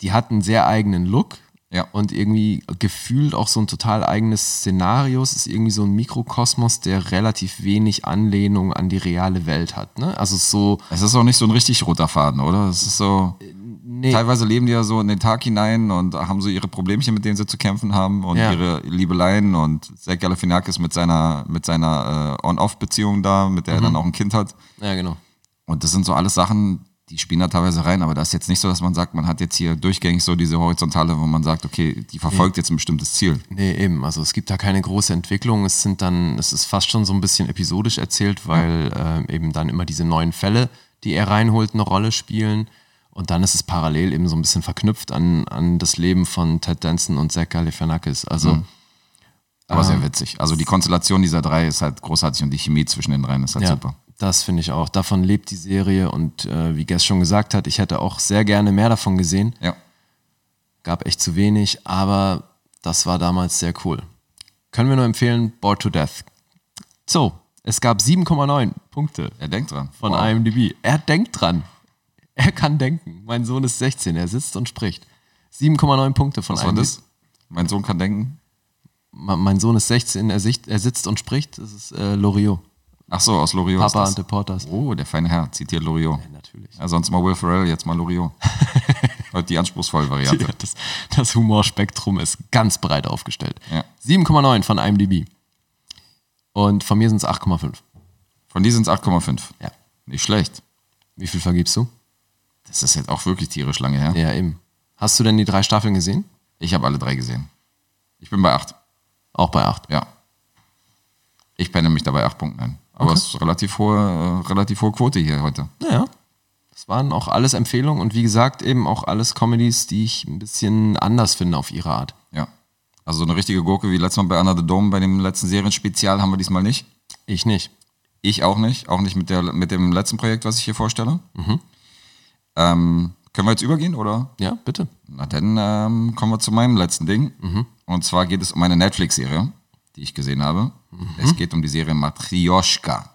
S2: die hat einen sehr eigenen Look
S3: Ja.
S2: und irgendwie gefühlt auch so ein total eigenes Szenario. Es ist irgendwie so ein Mikrokosmos, der relativ wenig Anlehnung an die reale Welt hat. Ne? Also so,
S3: Es ist auch nicht so ein richtig roter Faden, oder? Es ist so. Teilweise leben die ja so in den Tag hinein und haben so ihre Problemchen, mit denen sie zu kämpfen haben und
S2: Ja.
S3: ihre Liebeleien und Zach Galifianakis mit seiner, mit seiner äh, On-Off-Beziehung da, mit
S2: Mhm.
S3: der er dann auch ein Kind hat.
S2: ja genau.
S3: Und das sind so alles Sachen, die spielen da teilweise rein, aber das ist jetzt nicht so, dass man sagt, man hat jetzt hier durchgängig so diese Horizontale, wo man sagt, okay, die verfolgt jetzt ein bestimmtes Ziel.
S2: Nee, eben. Also es gibt da keine große Entwicklung. Es sind dann, es ist fast schon so ein bisschen episodisch erzählt, weil ähm, eben dann immer diese neuen Fälle, die er reinholt, eine Rolle spielen. Und dann ist es parallel eben so ein bisschen verknüpft an, an das Leben von Ted Danson und Zach Galifianakis. Also
S3: Aber sehr witzig. Also die Konstellation dieser drei ist halt großartig und die Chemie zwischen den dreien ist halt
S2: ja,
S3: super.
S2: das finde ich auch. Davon lebt die Serie. Und äh, wie Guess schon gesagt hat, ich hätte auch sehr gerne mehr davon gesehen.
S3: Ja.
S2: Gab echt zu wenig, aber das war damals sehr cool. Können wir nur empfehlen, Bored to Death. So, es gab 7,9 Punkte
S3: Er denkt dran.
S2: von
S3: Wow.
S2: IMDb. Er denkt dran. Er kann denken. Mein Sohn ist 16, er sitzt und spricht. 7,9 Punkte von
S3: Was war
S2: IMDb.
S3: das? Mein Sohn kann denken.
S2: Ma- Mein Sohn ist 16, er, sicht, er sitzt und spricht. Das ist äh, Loriot.
S3: Ach so, aus Loriot. ist
S2: Papa
S3: das.
S2: und Deportas.
S3: Oh, der feine Herr zitiert Loriot.
S2: Natürlich.
S3: Ja, sonst mal Will Ferrell, jetzt mal Loriot. Heute die anspruchsvolle Variante.
S2: Ja, das, das Humorspektrum ist ganz breit aufgestellt.
S3: Ja.
S2: 7,9 von IMDb. Und von mir sind es 8,5.
S3: Von dir sind es 8,5.
S2: Ja.
S3: Nicht schlecht.
S2: Wie viel vergibst du?
S3: Das ist jetzt auch wirklich tierisch lange her.
S2: Ja, eben. Hast du denn die drei Staffeln gesehen?
S3: Ich habe alle drei gesehen. Ich bin bei 8.
S2: Auch bei 8.
S3: Ja. Ich penne mich dabei 8 Punkten ein. Aber es ist relativ hohe, äh, relativ hohe Quote hier heute.
S2: Naja. Das waren auch alles Empfehlungen und wie gesagt, eben auch alles Comedies, die ich ein bisschen anders finde auf ihre Art.
S3: Ja. Also so eine richtige Gurke wie letztes Mal bei Anna the Dome bei dem letzten Serienspezial haben wir diesmal nicht.
S2: Ich nicht.
S3: Ich auch nicht. Auch nicht mit, der, mit dem letzten Projekt, was ich hier vorstelle. Ähm, können wir jetzt übergehen, oder?
S2: Ja, bitte.
S3: Na dann ähm, kommen wir zu meinem letzten Ding. Und zwar geht es um eine Netflix-Serie, die ich gesehen habe. Es geht um die Serie Matryoshka.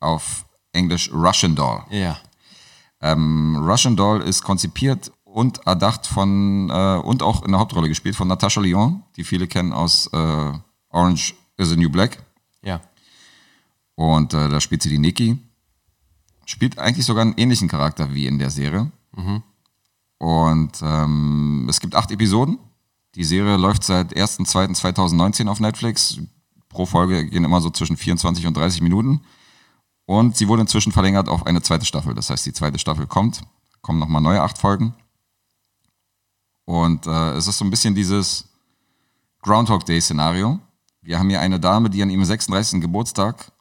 S3: Auf Englisch Russian Doll.
S2: Ja.
S3: Ähm, Russian Doll ist konzipiert und erdacht von äh, und auch in der Hauptrolle gespielt von Natasha Lyon, die viele kennen aus äh, Orange is the New Black.
S2: Ja.
S3: Und äh, da spielt sie die Nikki. Spielt eigentlich sogar einen ähnlichen Charakter wie in der Serie. Und ähm, es gibt acht Episoden. Die Serie läuft seit 1.2.2019 auf Netflix. Pro Folge gehen immer so zwischen 24 und 30 Minuten. Und sie wurde inzwischen verlängert auf eine zweite Staffel. Das heißt, die zweite Staffel kommt. Kommen nochmal neue acht Folgen. Und äh, es ist so ein bisschen dieses Groundhog Day-Szenario. Wir haben hier eine Dame, die an ihrem 36. Geburtstag,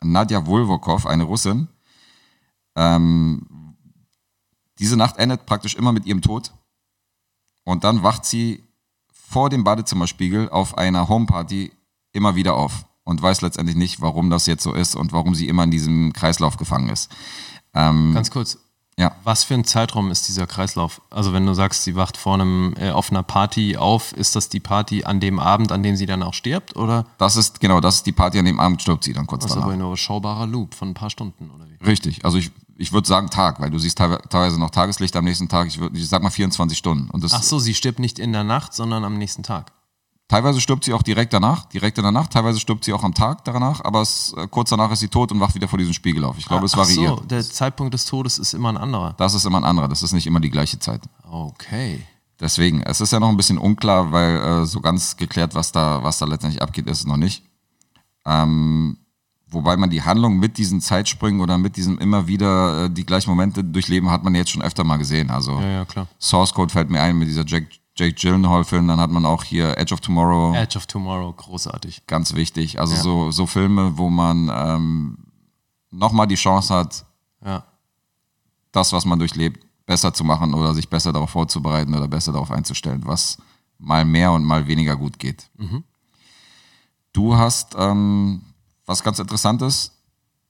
S3: Nadja Wolvokov, eine Russin, ähm, diese Nacht endet praktisch immer mit ihrem Tod. Und dann wacht sie vor dem Badezimmerspiegel auf einer Homeparty immer wieder auf und weiß letztendlich nicht, warum das jetzt so ist und warum sie immer in diesem Kreislauf gefangen ist.
S2: Ganz kurz.
S3: Ja.
S2: Was für ein Zeitraum ist dieser Kreislauf? Also wenn du sagst, sie wacht vor einem äh, auf einer Party auf, ist das die Party an dem Abend, an dem sie dann auch stirbt, oder?
S3: Das ist, genau, das ist die Party, an dem Abend stirbt sie dann kurz
S2: Das ist
S3: danach.
S2: aber ein überschaubarer Loop von ein paar Stunden, oder wie?
S3: Richtig. Also ich, ich würde sagen Tag, weil du siehst teilwe- teilweise noch Tageslicht am nächsten Tag. Ich, würd, ich sag mal 24 Stunden. Und das,
S2: Ach so, sie stirbt nicht in der Nacht, sondern am nächsten Tag.
S3: Teilweise stirbt sie auch direkt danach, direkt in der Nacht. Teilweise stirbt sie auch am Tag danach. Aber es, äh, kurz danach ist sie tot und wacht wieder vor diesem Spiegel auf. Ich glaube, es
S2: Ah, Ach so,
S3: variiert.
S2: der Zeitpunkt des Todes ist immer ein anderer.
S3: Das ist immer ein anderer. Das ist nicht immer die gleiche Zeit.
S2: Okay.
S3: Deswegen, es ist ja noch ein bisschen unklar, weil äh, so ganz geklärt, was da, was da letztendlich abgeht, ist es noch nicht. Ähm, wobei man die Handlung mit diesen Zeitsprüngen oder mit diesem immer wieder äh, die gleichen Momente durchleben, hat man jetzt schon öfter mal gesehen. Also
S2: Ja, ja, klar.
S3: Source Code fällt mir ein mit dieser Jack, Jake Gyllenhaal-Film, dann hat man auch hier Edge of Tomorrow,
S2: Edge of Tomorrow, großartig.
S3: ganz wichtig. Also so, so Filme, wo man ähm, nochmal die Chance hat,
S2: Ja.
S3: das, was man durchlebt, besser zu machen oder sich besser darauf vorzubereiten oder besser darauf einzustellen, was mal mehr und mal weniger gut geht. Du hast ähm, was ganz Interessantes.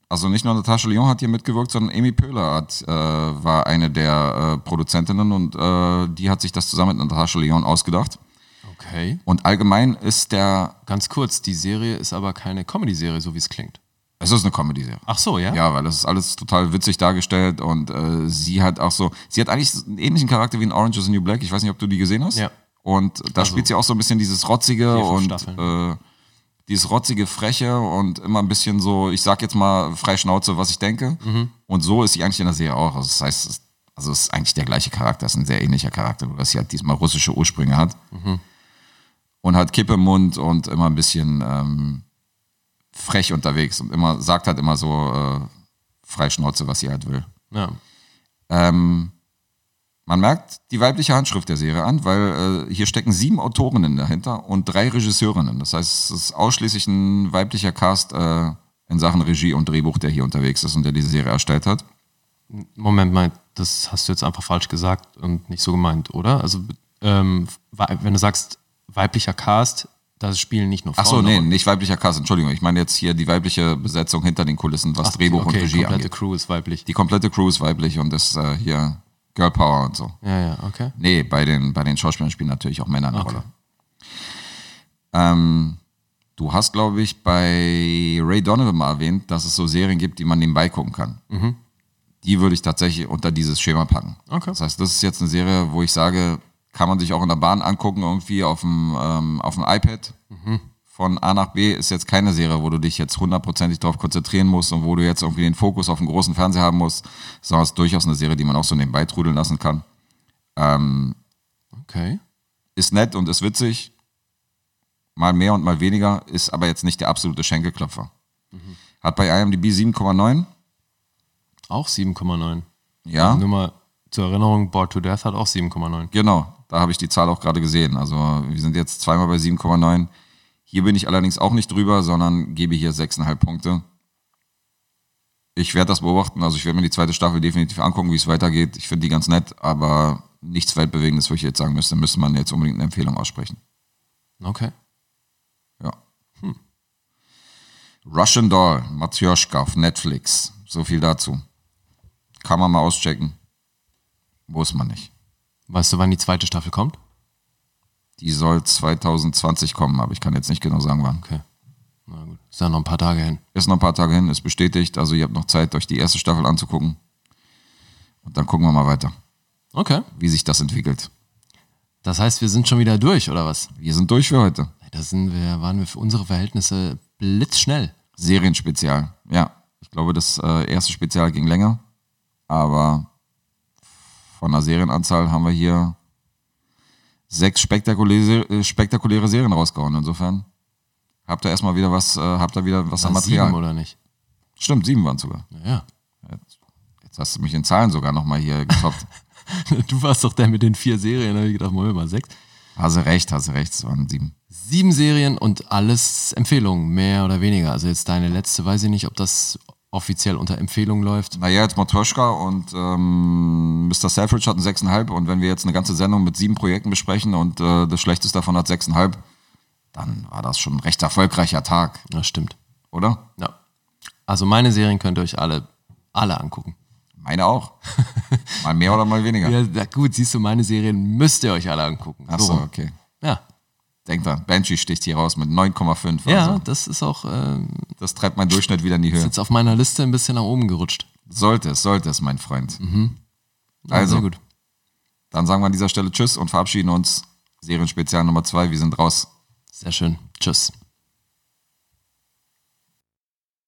S3: Also nicht nur Natascha Lyon hat hier mitgewirkt, sondern Amy Pöhler hat, äh, war eine der äh, Produzentinnen und äh, die hat sich das zusammen mit Natascha Lyon ausgedacht.
S2: Okay.
S3: Und allgemein ist der,
S2: Ganz kurz, die Serie ist aber keine Comedy-Serie, so wie es klingt.
S3: es ist eine Comedy-Serie.
S2: Ach so, ja?
S3: Ja, weil das ist alles total witzig dargestellt und äh, sie hat auch so, sie hat eigentlich einen ähnlichen Charakter wie in Orange is the New Black. Ich weiß nicht, ob du die gesehen hast.
S2: Ja. Also
S3: Und da spielt sie auch so ein bisschen dieses rotzige
S2: vier, fünf
S3: und
S2: Staffeln.
S3: äh, dieses rotzige, freche und immer ein bisschen so, ich sag jetzt mal frei Schnauze, was ich denke. Und so ist sie eigentlich in der Serie auch. Also das heißt, es ist, also es ist eigentlich der gleiche Charakter, es ist ein sehr ähnlicher Charakter, nur dass sie halt diesmal russische Ursprünge hat. Und hat Kippe im Mund und immer ein bisschen ähm, frech unterwegs und immer sagt halt immer so äh, frei Schnauze, was sie halt will.
S2: Ja.
S3: Ähm, man merkt die weibliche Handschrift der Serie an, weil äh, hier stecken sieben Autorinnen dahinter und drei Regisseurinnen. Das heißt, es ist ausschließlich ein weiblicher Cast äh, in Sachen Regie und Drehbuch, der hier unterwegs ist und der diese Serie erstellt hat.
S2: Moment mal, das hast du jetzt einfach falsch gesagt und nicht so gemeint, oder? Also, ähm, wei- wenn du sagst, weiblicher Cast, da spielen nicht nur Frauen.
S3: Ach so, nee,
S2: eine Rolle.
S3: nicht weiblicher Cast, Entschuldigung. Ich meine jetzt hier die weibliche Besetzung hinter den Kulissen, was
S2: Ach,
S3: Drehbuch
S2: okay,
S3: und Regie
S2: komplette
S3: angeht.
S2: Crew ist weiblich.
S3: Die komplette Crew ist weiblich und ist äh, hier Girl Power und so.
S2: ja, ja, okay.
S3: Nee, bei den, bei den Schauspielern spielen natürlich auch Männer eine
S2: Okay.
S3: Rolle. Ähm, du hast, glaube ich, bei Ray Donovan mal erwähnt, dass es so Serien gibt, die man nebenbei gucken kann. Die würde ich tatsächlich unter dieses Schema packen.
S2: Mhm. Okay.
S3: Das heißt, das ist jetzt eine Serie, wo ich sage, Kann man sich auch in der Bahn angucken, irgendwie auf dem, ähm, auf dem iPad.
S2: Mhm.
S3: Von A nach B ist jetzt keine Serie, wo du dich jetzt hundertprozentig darauf konzentrieren musst und wo du jetzt irgendwie den Fokus auf den großen Fernseher haben musst, sondern es ist durchaus eine Serie, die man auch so nebenbei trudeln lassen kann.
S2: Okay.
S3: Ist nett und ist witzig. Mal mehr und mal weniger, ist aber jetzt nicht der absolute Schenkelklopfer. Hat bei IMDb 7,9.
S2: Auch 7,9.
S3: Ja.
S2: Nur mal zur Erinnerung, Bored to Death hat auch 7,9.
S3: Genau, da habe ich die Zahl auch gerade gesehen. Also wir sind jetzt zweimal bei 7,9. Hier bin ich allerdings auch nicht drüber, sondern gebe hier 6,5 Punkte. Ich werde das beobachten, also ich werde mir die zweite Staffel definitiv angucken, wie es weitergeht. Ich finde die ganz nett, aber nichts Weltbewegendes, wo ich jetzt sagen müsste, müsste man jetzt unbedingt eine Empfehlung aussprechen.
S2: Okay.
S3: Ja. Hm. Russian Doll, Matjoschka auf Netflix. So viel dazu. Kann man mal auschecken. Muss man nicht.
S2: Weißt du, wann die zweite Staffel kommt?
S3: Die soll 2020 kommen, aber ich kann jetzt nicht genau sagen, wann.
S2: Okay. Na gut. Ist ja noch ein paar Tage hin.
S3: Ist noch ein paar Tage hin, ist bestätigt. Also ihr habt noch Zeit, euch die erste Staffel anzugucken. Und dann gucken wir mal weiter,
S2: Okay.
S3: wie sich das entwickelt.
S2: Das heißt, wir sind schon wieder durch, oder was?
S3: Wir sind durch für heute.
S2: Da sind wir, waren wir für unsere Verhältnisse blitzschnell.
S3: Serienspezial. Ja, ich glaube, das äh, erste Spezial ging länger. Aber von der Serienanzahl haben wir hier sechs spektakuläre, äh, spektakuläre Serien rausgehauen. Insofern habt ihr erstmal wieder was, äh, habt ihr wieder was am
S2: War
S3: Material.
S2: Sieben, oder nicht?
S3: Stimmt, sieben waren sogar.
S2: Ja.
S3: Jetzt hast du mich in Zahlen sogar nochmal hier getoppt.
S2: Du warst doch der mit den vier Serien, da habe ich gedacht, Moment mal, sechs.
S3: hast du recht, hast du recht, es waren sieben.
S2: Sieben Serien und alles Empfehlungen, mehr oder weniger. Also jetzt deine letzte, weiß ich nicht, ob das offiziell unter Empfehlung läuft.
S3: Naja, jetzt Matroschka und ähm, Mr. Selfridge hatten 6,5 und wenn wir jetzt eine ganze Sendung mit sieben Projekten besprechen und äh, das Schlechteste davon hat 6,5, dann war das schon ein recht erfolgreicher Tag,
S2: Das stimmt.
S3: oder?
S2: Ja. Also meine Serien könnt ihr euch alle, alle angucken.
S3: Meine auch. Mal mehr oder mal weniger.
S2: Ja, na gut, siehst du, meine Serien müsst ihr euch alle angucken.
S3: Achso,
S2: rum.
S3: okay.
S2: Ja,
S3: Denk dran, Banshee sticht hier raus mit 9,5.
S2: ja
S3: Also,
S2: das ist auch äh,
S3: das treibt meinen Durchschnitt wieder in die
S2: ist
S3: Höhe.
S2: jetzt auf meiner Liste ein bisschen nach oben gerutscht.
S3: Sollte es, sollte es, mein Freund.
S2: Mhm. Ja,
S3: Also,
S2: Sehr gut.
S3: dann sagen wir an dieser Stelle Tschüss und verabschieden uns. Serienspezial Nummer 2, wir sind raus.
S2: Sehr schön. Tschüss.